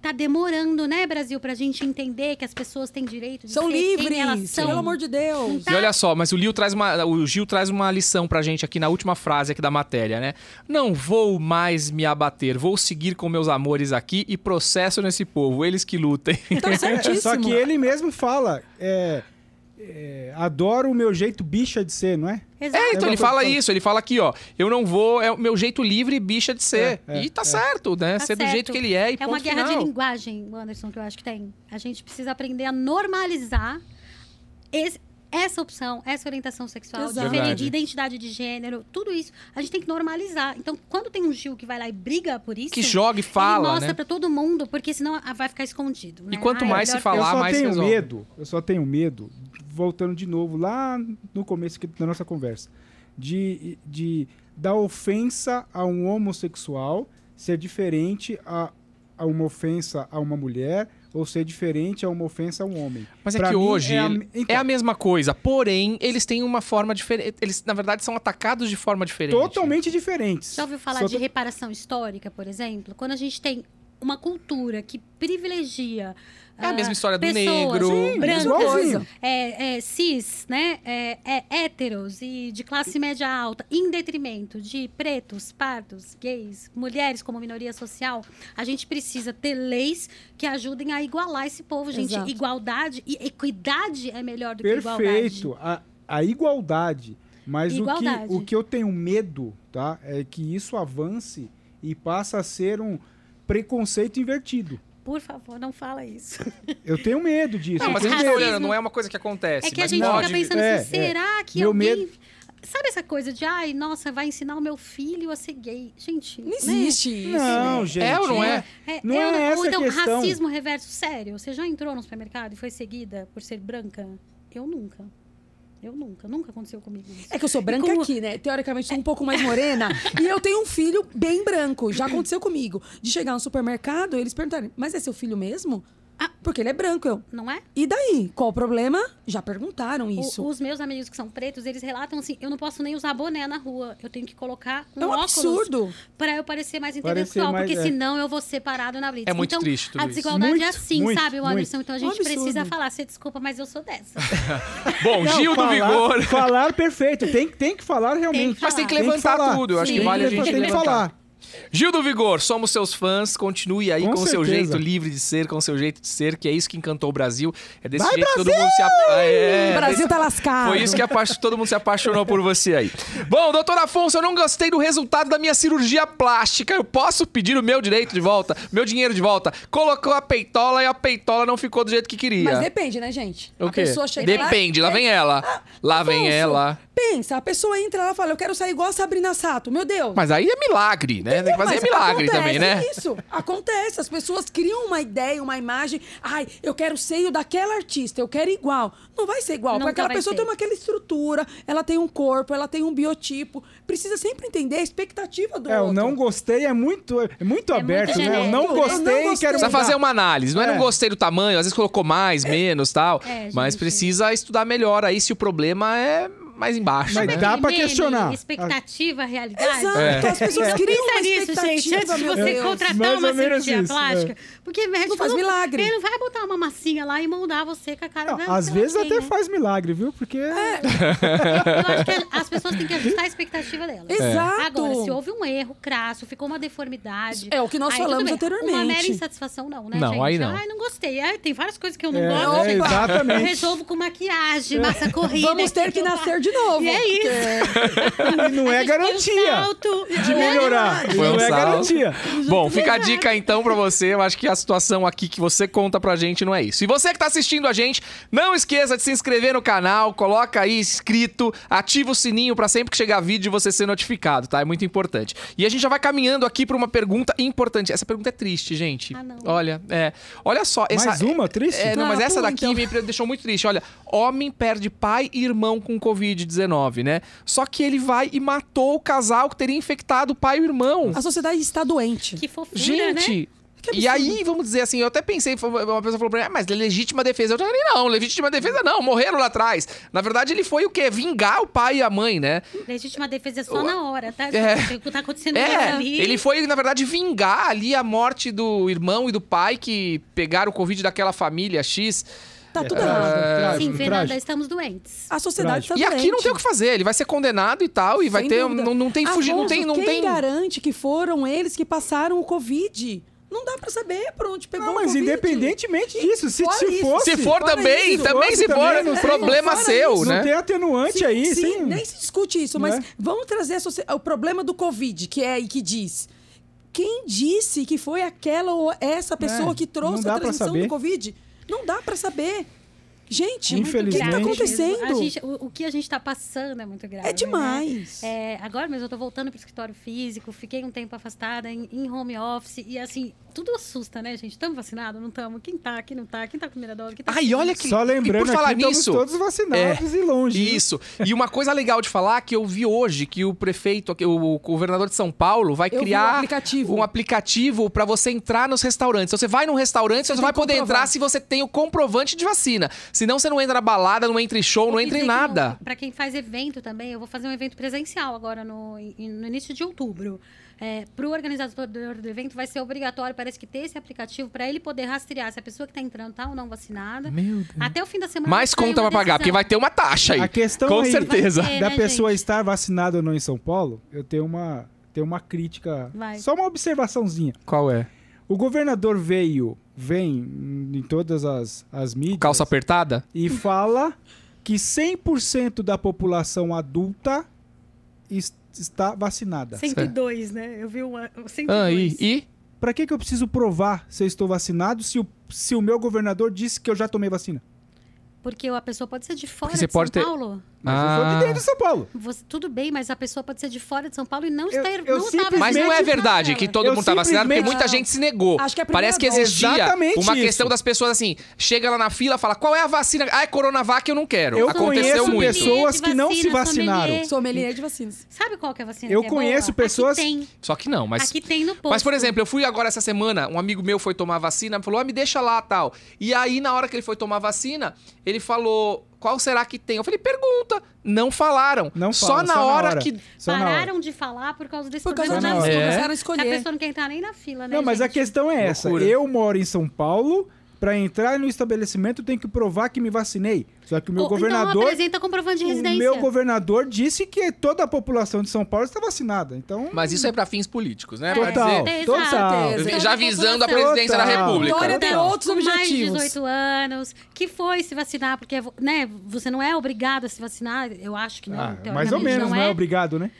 D: Tá demorando, né, Brasil, pra gente entender que as pessoas têm direito de
B: São
D: ser quem elas
B: livres,
D: são.
B: pelo amor de Deus.
D: Então,
A: E olha só, mas o, Lio traz uma, o Gil traz uma lição pra gente aqui na última frase aqui da matéria, né? Não vou mais me abater, vou seguir com meus amores aqui e processo nesse povo, eles que lutem.
B: Tá certíssimo.
C: É Só que ele mesmo fala, é, é, adoro o meu jeito bicha de ser, não é?
A: É,
D: Exato.
A: então ele
C: Eu tô-
A: fala
C: tô-
A: isso, ele fala aqui, ó, eu não vou, é o meu jeito livre e bicha de ser.
C: É, é,
A: e tá certo, né?
D: Tá
A: ser do
D: certo.
A: jeito que ele é e
D: É
A: ponto
D: uma guerra
A: final.
D: de linguagem, Anderson, que eu acho que tem. A gente precisa aprender a normalizar esse- essa opção, essa orientação sexual,
B: Exato.
D: diferen-
A: Verdade.
D: identidade de gênero, tudo isso. A gente tem que normalizar. Então, quando tem um Gil que vai lá e briga por isso,
A: Que joga e fala,
D: ele mostra
A: né?
D: pra todo mundo, porque senão ah, vai ficar escondido. né?
A: E quanto
D: Ah, é
A: mais se
D: melhor-
A: fala- Falar
C: eu só
A: mais
C: tenho
A: resolve.
C: medo, eu só tenho medo, voltando de novo lá no começo aqui da nossa conversa, de, de da ofensa a um homossexual ser diferente a, a uma ofensa a uma mulher ou ser diferente a uma ofensa a um homem.
A: Mas é
C: Pra
A: que
C: mim,
A: hoje
C: é a,
A: ele-
C: então,
A: É a mesma coisa, porém, eles têm uma forma diferente. Eles, na verdade, são atacados de forma diferente.
C: totalmente diferentes.
D: Já ouviu falar
C: Só
D: de reparação histórica, por exemplo? Quando a gente tem uma cultura que privilegia
A: É a
D: ah,
A: mesma história do
D: pessoas é
A: negro. Sim,
D: brancas,
C: igualzinho.
D: é, é, cis, né? É, é, héteros e de classe média alta, em detrimento de pretos, pardos, gays, mulheres como minoria social, a gente precisa ter leis que ajudem a igualar esse povo, gente.
B: Exato.
D: Igualdade e equidade é melhor do que igualdade.
C: Perfeito. A, a igualdade. Mas
D: Igualdade.
C: O, que, o que eu tenho medo, tá? É que isso avance e passa a ser um preconceito invertido.
D: Por favor, não fala isso.
C: Eu tenho medo disso.
A: Não,
C: eu
A: mas a
C: tenho
A: gente tá
D: Racismo.
C: medo.
A: olhando, não é uma coisa que acontece.
D: É que a
A: mas
D: gente
A: pode...
D: fica pensando
C: É, é.
D: assim, será que
C: Meu
D: alguém...
C: medo-
D: Sabe essa coisa de, ai, nossa, vai ensinar o meu filho a ser gay? Gente,
B: Não existe isso.
C: Não,
B: né?
C: gente.
A: É ou não é?
D: É,
C: Não
D: eu
C: é essa
D: ou
C: a
D: então,
C: questão.
D: racismo reverso, sério. Você já entrou no supermercado e foi seguida por ser branca? Eu nunca. Eu nunca. Nunca aconteceu comigo isso.
B: É que eu sou branca
D: Como-
B: aqui, né? Teoricamente sou um pouco mais morena. e eu tenho um filho bem branco. Já aconteceu comigo. De chegar no supermercado, eles perguntarem: Mas é seu filho mesmo?
D: Ah.
B: Porque ele é branco. Eu,
D: Não é?
B: e daí? Qual o problema? Já perguntaram
D: O-
B: isso.
D: os meus amigos que são pretos, eles relatam assim: eu não posso nem usar boné na rua. Eu tenho que colocar um,
B: é um
D: óculos
B: absurdo.
D: pra eu parecer mais
C: Parecer
D: intelectual,
C: mais,
D: porque
C: é.
D: senão eu vou ser parado na blitz.
A: É muito
D: então,
A: triste tudo
D: a
A: isso.
D: desigualdade é
C: Muito,
D: assim,
C: muito,
D: sabe,
C: muito.
D: Anderson? Então a gente
B: Um absurdo.
D: precisa falar, você desculpa, mas eu sou dessa.
A: Bom,
C: Não,
A: Gil do
C: falar-
A: Vigor.
C: Falar perfeito. Tem, tem que falar realmente.
A: Mas tem que
D: Tem que
A: levantar
C: falar.
A: tudo. Eu acho
D: Sim.
A: que vale a gente
C: Tem que
A: levantar.
C: falar.
A: Gil do Vigor, somos seus fãs. Continue aí com,
C: Com
A: o seu
C: certeza.
A: jeito livre de ser, com o seu jeito de ser, que é isso que encantou o Brasil. É desse jeito que todo mundo se apa- é,
B: o Brasil tá lascado.
A: Foi isso que apa- todo mundo se apaixonou por você aí. Bom, doutor Afonso, eu não gostei do resultado da minha cirurgia plástica. Eu posso pedir o meu direito de volta, meu dinheiro de volta. Colocou a peitola e a peitola não ficou do jeito que queria.
B: Mas depende, né, gente?
A: O
B: a
A: quê?
B: pessoa chega lá-
A: Depende, lá vem ela. Lá vem
B: Afonso,
A: ela.
B: Pensa, a pessoa entra lá e fala: Eu quero sair igual a Sabrina Sato. Meu Deus.
A: Mas aí é milagre, né? Tem que fazer
B: Mas
A: milagre
B: acontece
A: também, né?
B: Isso, acontece. As pessoas criam uma ideia, uma imagem. Ai, eu quero o seio daquela artista, eu quero igual. Não vai ser igual,
D: Nunca
B: porque aquela
D: vai
B: pessoa
D: ser.
B: tem uma, aquela estrutura, ela tem um corpo, ela tem um biotipo. Precisa sempre entender a expectativa do
C: É, eu
B: outro.
C: não gostei é muito, é muito
D: É
C: aberto,
D: muito
C: né? Eu não
B: genérico. Eu não
C: gostei,
B: gostei.
C: quero
A: Precisa
C: mudar.
A: fazer uma análise. Não é, não
C: É.
A: gostei do tamanho, às vezes colocou mais, menos tal.
D: É,
A: mas
D: gente.
A: precisa estudar melhor aí se o problema é mais embaixo,
C: Mas
A: né?
C: dá
D: Aquele
C: pra
D: meme,
C: questionar.
D: Expectativa, realidade.
B: Exato,
A: É,
B: então as pessoas criam uma
E: É. Pensa nisso,
B: expectativa.
E: gente, antes de
B: meu
E: você
B: Deus.
E: contratar
C: Mais
E: uma
C: ou menos
E: cirurgia
C: isso, é.
E: plástica. Porque
D: né,
E: médico
B: Não faz
E: não-
B: milagre.
E: Ele não vai botar uma massinha lá e moldar você com a cara
C: Não, É.
E: da.
C: às
E: sei lá
C: vezes
E: quem,
C: até
E: né?
C: faz milagre, viu? Porque
D: Eu acho que as pessoas têm que ajustar a expectativa delas.
B: É. Exato.
D: Agora, se houve um erro crasso, ficou uma deformidade.
B: É o que nós
D: aí,
B: falamos
D: tudo bem. Uma mera
B: anteriormente.
D: insatisfação, não, né,
A: Não,
D: gente?
A: aí não.
D: Ai, não gostei. Ai, tem várias coisas que eu não
C: É,
D: gosto.
C: é,
D: gente.
C: exatamente.
E: né,
D: Eu resolvo com maquiagem, massa corrida.
B: É. Vamos ter que
D: eu-
B: nascer de novo.
E: é E é isso.
C: E não é
D: um
C: garantia de melhorar. E
A: Foi um
C: É não é
A: salto.
C: garantia.
A: Bom, fica a dica então pra você. Eu acho que a situação aqui que você conta pra gente não é isso. E você que tá assistindo a gente, não esqueça de se inscrever no canal, coloca aí inscrito, ativa o sininho pra sempre que chegar vídeo você ser notificado, tá? É muito importante. E a gente já vai caminhando aqui pra uma pergunta importante. Essa pergunta é triste, gente.
D: Ah, não.
A: Olha, é, olha só, essa
C: Mais uma, triste?
A: é, não,
B: Ah,
A: mas essa
B: pula,
A: daqui
B: então.
A: me deixou muito triste. Olha, homem perde pai e irmão com Covid-19, né? Só que ele vai e matou o casal que teria infectado o pai e o irmão.
B: A sociedade está doente.
D: Que fofura, né?
A: Gente, e aí, vamos dizer assim, eu até pensei, foi- uma pessoa falou pra mim, ah, mas legítima defesa. Eu falei, não, legítima defesa não, morreram lá atrás. Na verdade, ele foi o quê? Vingar o pai e a mãe, né?
D: Legítima defesa é só na hora, tá?
A: É.
D: O que tá acontecendo
A: É,
D: ali.
A: ele foi, na verdade, vingar ali a morte do irmão e do pai que pegaram o Covid daquela família X.
B: Tá tudo
C: É,
B: errado.
C: trágico,
D: Sim, Fernanda,
C: trágico.
D: estamos doentes.
B: A sociedade está
A: E
B: doente.
A: aqui não tem o que fazer, ele vai ser condenado e tal, e vai
B: Sem
A: ter. um,
B: dúvida.
A: Não, não tem fugir, não
B: Afonso,
A: tem. Não
B: quem
A: tem...
B: garante que foram eles que passaram o Covid? Não dá pra saber por onde pegou
C: Não,
B: o
C: Ah, mas
B: é Covid.
C: independentemente disso, se,
B: Fora
C: se
B: isso.
C: fosse...
A: Se for
B: Fora
A: também,
B: isso,
A: também
C: fosse
A: se for, é
C: também, não sei.
A: problema
B: Fora
A: seu,
B: isso.
C: não
A: né?
C: tem atenuante
B: Sim,
C: aí,
B: sim,
C: sim.
B: nem se discute isso,
C: Não
B: mas
C: é?
B: vamos trazer a socie- o problema do Covid, que é e que diz. Quem disse que foi aquela ou essa pessoa
C: É,
B: que
C: não
B: trouxe a
C: dá pra
B: transmissão
C: saber.
B: do Covid? Não dá pra saber. Gente, o que
C: Infelizmente. né?
B: que tá
D: Grave mesmo. A
B: acontecendo?
D: gente- o, o que a gente tá passando é muito grave.
B: É
D: né?
B: demais.
D: É, agora mesmo eu tô voltando pro escritório físico, fiquei um tempo afastada em, em home office e assim, tudo assusta, né, gente? Estamos vacinados? Não estamos? Quem tá? Quem não tá? Quem tá com primeira dose? Quem tá com
A: Ai, olha
D: segunda?
A: que.
C: Só
A: e por
C: lembrando
A: falar
C: aqui, estamos
A: nisso, é
C: todos vacinados e longe. viu?
A: Isso. E uma coisa legal de falar que eu vi hoje que o prefeito, aqui, o governador de São Paulo vai
B: Eu vi
A: criar
B: um aplicativo.
A: um aplicativo pra você entrar nos restaurantes. Então, você vai num restaurante, você, só vai poder
B: comprovar.
A: entrar se você tem o comprovante de vacina. Senão você não entra na balada, não entra em show, não
D: Vou
A: entra em
D: dizer que
A: nada.
D: não, um, Pra quem faz evento também, eu vou fazer um evento presencial agora no, em- no início de outubro. É, para o organizador do do evento vai ser obrigatório, parece que ter esse aplicativo para ele poder rastrear se a pessoa que está entrando tá ou não vacinada.
A: Meu Deus.
D: Até o fim da semana.
A: Mais
D: sai
A: conta
D: uma
A: pra pagar, porque
D: decisão.
A: vai ter uma taxa aí.
C: A questão
A: Com
C: Então aí
A: certeza.
D: Vai ter,
C: da
D: né,
C: pessoa
D: gente?
C: estar vacinada ou não em São Paulo, eu tenho uma, tenho uma crítica,
D: Vai.
C: só uma observaçãozinha.
A: Qual é?
C: O governador veio, vem hum, em todas as, as mídias
A: Calça apertada?
C: e fala que 100% da população adulta es- está vacinada.
E: 102, né? Eu vi uma.
A: Ah,
E: 102.
A: e, e?
C: Pra que, que eu preciso provar se eu estou vacinado se o, se o meu governador disse que eu já tomei vacina?
D: Porque a pessoa pode ser de fora
A: Porque você
D: de São
A: pode ter-
D: Paulo.
C: Mas eu sou de
A: Ah.
C: dentro de São Paulo.
D: Você- tudo bem, mas a pessoa pode ser de fora de São Paulo e
C: Eu-
D: não estar.
C: eu
D: não
C: simplesmente-
D: tá
A: Mas não é
D: vacinada
A: verdade
D: dela.
A: que todo
C: Eu
A: mundo tá vacinado, porque
C: simplesmente-
A: muita gente se negou.
B: Acho que é a primeira
A: Parece que
B: dose.
A: existia
C: Exatamente
A: uma
C: isso.
A: questão das pessoas assim, chega lá na fila, fala, qual é a vacina? Ah, é Coronavac, eu não quero.
C: Eu
A: Aconteceu
C: conheço
A: muito.
C: pessoas que não se
D: Sommelier de é.
C: vacinaram.
D: vacina,
B: Sou Sommelier de vacinas.
D: Sabe qual que é a vacina?
C: Eu
D: que é
C: conheço
D: boa?
C: pessoas-
D: Aqui tem,
A: Só que não, mas...
D: aqui tem no
B: é
D: posto.
A: Mas, por exemplo, eu fui agora essa semana, um amigo meu foi tomar vacina, falou, ah, me deixa lá, tal. E aí, na hora que ele foi tomar vacina, ele falou, qual será que tem? Eu falei, pergunta. Não falaram.
C: Não
A: só,
C: falam,
A: na, hora que...
C: Só na hora.
D: pararam de falar por causa desse
B: Por causa
D: problema
C: da
D: da
C: vacina.
D: vacina. Tá
A: É.
B: Começaram a
D: A
B: escolher.
D: pessoa não quer entrar nem na fila, né?
C: Não, mas a
D: gente?
C: questão é essa.
A: Loucura.
C: Eu moro em São Paulo. Pra entrar no estabelecimento, tem que provar que me vacinei. Só que o meu
D: Ou- Então
C: governador.
D: apresenta comprovante de
C: o
D: residência.
C: meu governador disse que toda a população de São Paulo está vacinada. Então.
A: Mas isso é pra fins políticos, né? Pra
C: Total.
A: dizer-
D: É,
C: Total.
D: exato.
B: Certeza.
A: Já visando a
D: Total.
A: presidência da República.
B: Dória tem
C: Total.
B: outros
D: Então, Com mais de
B: objetivos.
D: 18 anos, que foi se vacinar, porque né, você não é obrigado a se vacinar, eu acho que então, não.
C: Ah, mais
D: teoricamente
C: ou menos, não é? Obrigado, né?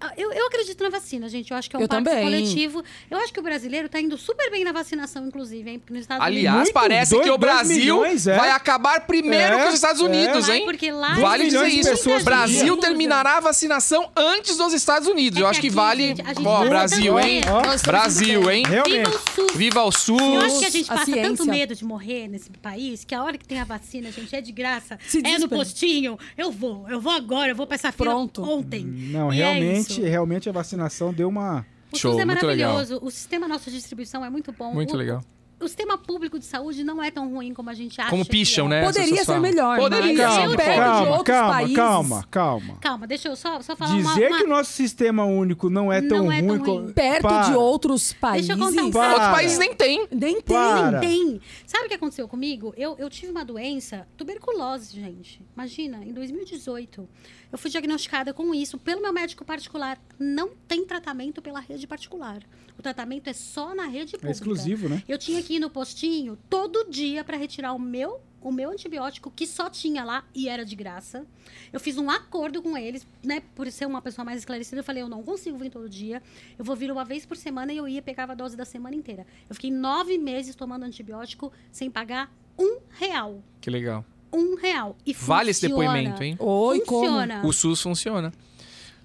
D: Ah, Eu, eu acredito na vacina, gente. Eu acho que é um
B: Eu
D: pacto
B: também.
D: coletivo. Eu acho que o brasileiro tá indo super bem na vacinação, inclusive, hein? Porque nos Estados
A: Aliás,
C: Muito,
A: parece
C: dois-
A: que o
C: dois
A: Brasil
C: milhões, é.
A: vai acabar primeiro
C: É,
A: que os Estados
C: é.
A: Unidos,
D: Vai,
A: hein?
D: porque lá-
A: vale
C: Dois
A: dizer
C: milhões de
A: isso.
C: pessoas
A: O
D: por
A: Brasil
D: dia.
A: terminará a vacinação antes dos Estados Unidos.
D: É
A: Eu
D: que
A: acho que
D: aqui,
A: vale.
D: gente, a gente
A: Ó,
D: não
A: Brasil,
C: tá
A: hein?
C: bem. Ó,
B: nós estamos
A: Brasil,
B: muito
A: hein?
D: Viva
C: Realmente.
D: o SUS!
A: Viva o SUS!
D: Eu acho que a gente
B: A
D: passa tanto
B: ciência.
D: medo de morrer nesse país que a hora que tem a vacina, gente, é de graça.
B: Se
D: é no
B: desespera.
D: postinho, eu vou, eu vou agora, eu vou pra essa fila
B: Pronto.
D: ontem.
C: Não,
D: E é
C: realmente,
D: isso.
C: realmente a vacinação deu uma.
D: O
A: Show,
D: SUS é
A: muito legal.
D: maravilhoso, o sistema nosso de distribuição é muito bom.
A: Muito
D: o,
A: legal.
D: O sistema público de saúde não é tão ruim como a gente acha.
A: Como
D: que
A: picham,
D: é.
A: né?
B: Poderia
A: Essas
B: ser
A: falam.
B: melhor,
A: Poderia
B: mas
A: ser
B: eu
A: um
B: pego
A: pouco.
B: de
C: calma,
B: outros
C: calma,
B: países.
C: calma, calma.
D: Calma, deixa eu só, só falar uma-
C: Dizer
D: uma...
C: que o nosso sistema único não é
D: Não
C: tão
D: é
C: ruim.
D: tão ruim.
C: co-
B: Perto de
C: Para.
B: outros países.
D: Deixa eu contar um
C: Para.
A: Outros países nem tem.
B: Nem tem.
C: Para.
D: Nem tem. Sabe o que aconteceu comigo? Eu, eu tive uma doença, tuberculose, gente. Imagina, em 2018. Eu fui diagnosticada com isso pelo meu médico particular. Não tem tratamento pela rede particular. O tratamento é só na rede pública.
C: É exclusivo, né?
D: Eu tinha que ir no postinho todo dia para retirar o meu o meu antibiótico, que só tinha lá e era de graça. Eu fiz um acordo com eles, né? Por ser uma pessoa mais esclarecida, eu falei, eu não consigo vir todo dia. Eu vou vir uma vez por semana e eu ia pegava a dose da semana inteira. Eu fiquei nove meses tomando antibiótico sem pagar um real.
A: Que legal.
D: Um real. E
A: Vale esse
D: funciona.
A: depoimento, hein?
B: Oi, como?
D: Funciona.
A: O SUS funciona.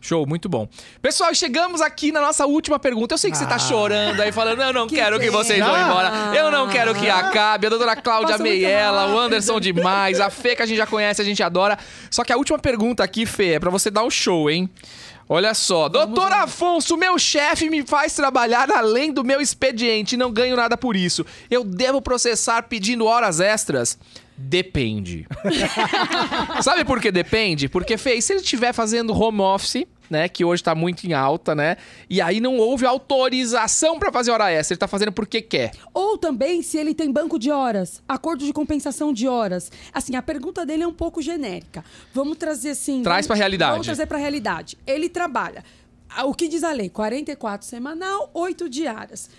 A: Show, muito bom. Pessoal, chegamos aqui na nossa última pergunta. Eu sei que você tá
C: Ah.
A: chorando aí, falando, eu não
B: Que
A: quero que
B: pena.
A: vocês vão embora. Eu não quero que acabe. A doutora Cláudia
B: Ah. Passa muito
A: Meiela, o
B: rápido.
A: Anderson demais, a Fê, que a gente já conhece, a gente adora. Só que a última pergunta aqui, Fê, é pra você dar o show, hein? Olha só, doutor Afonso, meu chefe me faz trabalhar além do meu expediente e não ganho nada por isso. Eu devo processar pedindo horas extras? Depende. Sabe por que depende? Porque, Fê, e se ele estiver fazendo home office, né? Que hoje tá muito em alta, né? E aí não houve autorização pra fazer hora extra. Ele tá fazendo porque quer.
B: Ou também se ele tem banco de horas, acordo de compensação de horas. Assim, a pergunta dele é um pouco genérica. Vamos trazer assim.
A: Traz
B: vamos-
A: pra realidade.
B: Vamos trazer para realidade. Ele trabalha. ah, O que diz a lei? 44 semanal, 8 diárias.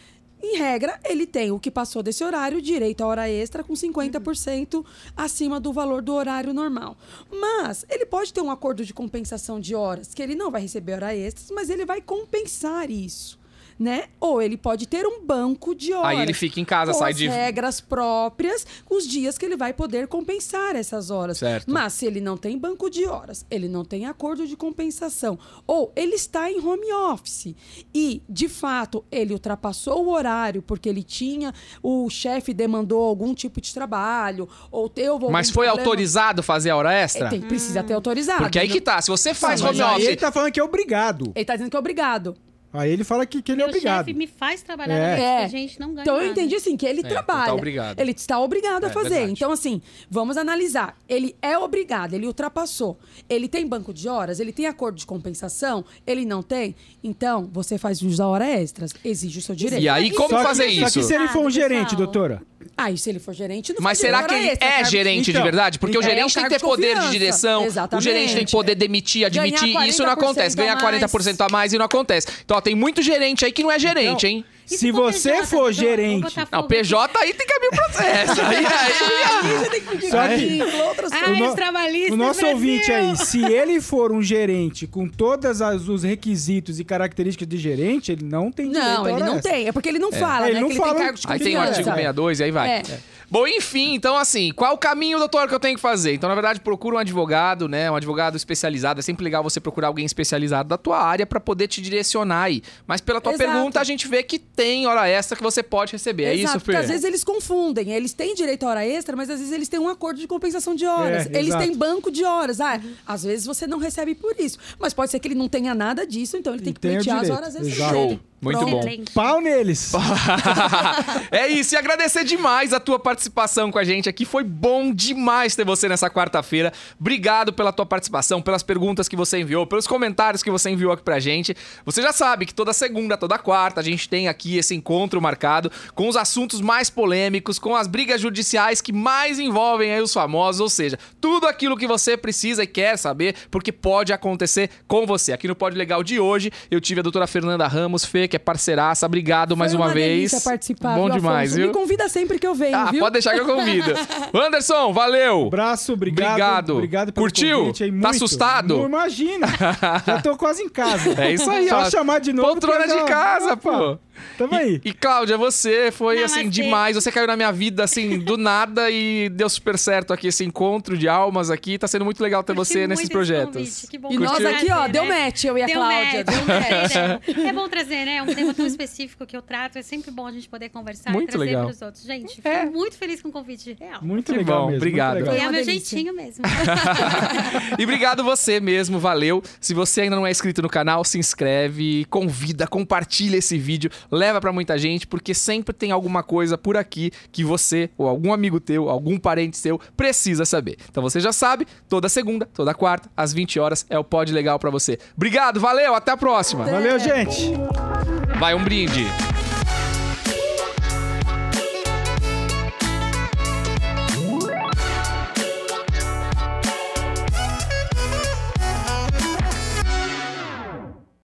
B: Em regra, ele tem o que passou desse horário, direito à hora extra com 50% acima do valor do horário normal. Mas ele pode ter um acordo de compensação de horas, que ele não vai receber hora extra, mas ele vai compensar isso. Né? Ou ele pode ter um banco de horas.
A: Aí ele fica em casa,
B: com
A: sai
B: as
A: de.
B: regras próprias, os dias que ele vai poder compensar essas horas.
A: Certo.
B: Mas se ele não tem banco de horas, ele não tem acordo de compensação, ou ele está em home office e, de fato, ele ultrapassou o horário porque ele tinha, o chefe demandou algum tipo de trabalho, ou teve algum
A: Mas foi
B: problema-
A: autorizado fazer a hora extra?
B: É, tem- precisa ter autorizado.
A: Porque aí
B: né?
A: que tá. Se você faz
B: Não,
C: mas
A: home
C: aí
A: office.
C: ele tá falando que é obrigado.
B: Ele tá dizendo que é obrigado.
C: Aí ele fala que, que ele é
E: Meu
C: obrigado.
E: chefe me faz trabalhar
C: É.
E: é.
B: É.
E: a gente não ganha
B: Então eu
E: nada.
B: entendi assim que ele
A: então tá
B: trabalha.
A: obrigado.
B: Ele está obrigado
A: É,
B: a fazer.
A: verdade.
B: Então assim, vamos analisar. Ele é obrigado, ele ultrapassou. Ele tem banco de horas, ele tem acordo de compensação, ele não tem. Então, você faz uso da hora extras, exige o seu direito.
A: E aí, como
C: Só que-
A: fazer
C: Só
A: isso?
C: que se ele
B: Ah,
C: for um
D: Ah, Pessoal.
C: gerente, doutora.
B: Aí, se ele for gerente, não
A: Mas
B: faz
A: será
B: hora
A: que ele
B: extra,
A: é
B: cargo-
A: gerente de
C: Então,
A: verdade? Porque o
B: então, é um
A: gerente tem que ter
B: cargo de
A: poder de
B: confiança.
A: direção, o
B: Exatamente.
A: gerente tem que poder demitir,
B: Ganhar
A: admitir, e isso não
B: 40%
A: acontece. Ganhar
B: a
A: 40% a mais e não acontece. Então, ó, tem muito gerente aí que não é gerente,
C: Então,
A: hein?
D: E
C: Se
D: for
C: você
D: PJ,
E: então,
C: for
D: doutor, o
C: gerente-
A: Não,
B: tá
D: Botafogo-
A: Ah, o PJ aí tem que abrir processo. Aí, aí,
B: Aí já Ah, tem que pedir
C: Só que-
B: currículo, outras
E: Ah,
B: coisas.
E: esse
C: no-
B: é
E: trabalhista
C: O nosso
E: Brasil.
C: ouvinte aí, se ele for um gerente com todos os requisitos e características de gerente, ele não tem direito
B: Não,
C: a
B: ele
C: hora
B: não
C: extra.
B: tem. É porque ele não fala,
C: Ele
B: né?
C: não
B: que ele
C: fala-
B: tem cargo de
A: Tipo, Aí tem o
B: confiança.
A: artigo 62 e aí vai.
B: É.
A: Bom, enfim, então assim, qual o caminho, doutor, que eu tenho que fazer? Então, na verdade, procura um advogado, né? Um advogado especializado. É sempre legal você procurar alguém especializado da tua área pra poder te direcionar aí. Mas pela tua
B: Exato.
A: pergunta, a gente vê que tem hora extra que você pode receber. é isso,
B: Exato,
A: Fê?
B: porque às vezes eles confundem. Eles têm direito à hora extra, mas às vezes eles têm um acordo de compensação de horas.
C: É,
B: eles
C: exato.
B: têm banco de horas. Ah, às vezes você não recebe por isso. Mas pode ser que ele não tenha nada disso, então ele tem
C: E
B: que
C: tem o
B: pleitear as
C: direito,
B: horas extras.
C: exato.
B: dele.
A: Show. Muito
B: Pronto.
A: bom.
D: Excelente.
C: Pau neles.
A: é isso, e agradecer demais a tua participação com a gente aqui. Foi bom demais ter você nessa quarta-feira. Obrigado pela tua participação, pelas perguntas que você enviou, pelos comentários que você enviou aqui pra gente. Você já sabe que toda segunda, toda quarta, a gente tem aqui esse encontro marcado com os assuntos mais polêmicos, com as brigas judiciais que mais envolvem aí os famosos, ou seja, tudo aquilo que você precisa e quer saber, porque pode acontecer com você. Aqui no Pod Legal de hoje, eu tive a doutora Fernanda Ramos, Fê, que é parceiraça. Obrigado mais
B: Foi
A: uma, vez.
B: delícia participar,
A: Bom
B: viu,
A: demais,
B: Afonso?
A: viu?
B: Me convida sempre que eu venho,
A: Ah,
B: viu?
A: pode deixar que eu convido. Anderson, valeu.
C: Abraço, obrigado.
A: Obrigado.
C: Obrigado pelo
A: Curtiu?
C: convite aí,
A: Tá
C: muito.
A: assustado?
C: Não imagina. Já tô quase em casa.
A: É isso aí,
C: Só
A: ó.
C: chamar de novo.
A: Poltrona
C: que eu
A: de
C: já-
A: casa,
C: Opa,
A: pô.
C: Tamo aí.
A: E, e Cláudia, você foi
E: Não,
A: assim
E: mas é.
A: demais. Você caiu na minha vida assim do nada e deu super certo aqui esse encontro de almas aqui. Tá sendo muito legal ter
E: Curti
A: você
E: muito
A: nesses
E: esse
A: projetos.
E: convite, que bom
B: E nós
A: Curtiu?
B: aqui, ó,
E: Prazer,
B: deu
E: né?
B: match, eu e a
E: Deu
B: Cláudia.
E: match,
B: Deu
E: deu
B: match.
E: match, né? É bom trazer, né? É um tema tão específico que eu trato. É sempre bom a gente poder conversar
A: Muito
E: e trazer
A: legal.
E: pros outros. Gente,
B: É.
E: fico muito feliz com o convite, real.
C: Muito
A: Que
C: legal
A: bom,
C: mesmo.
A: obrigado.
C: Muito
E: E
C: legal.
E: é
B: uma
E: meu
B: delícia.
E: jeitinho mesmo.
A: e obrigado você mesmo, valeu. Se você ainda não é inscrito no canal, se inscreve, convida, compartilha esse vídeo, leva pra muita gente, porque sempre tem alguma coisa por aqui que você ou algum amigo teu, algum parente seu precisa saber. Então você já sabe, toda segunda, toda quarta, às 20 horas é o pod legal pra você. Obrigado, valeu, até a próxima.
C: Valeu, gente.
A: Vai um brinde.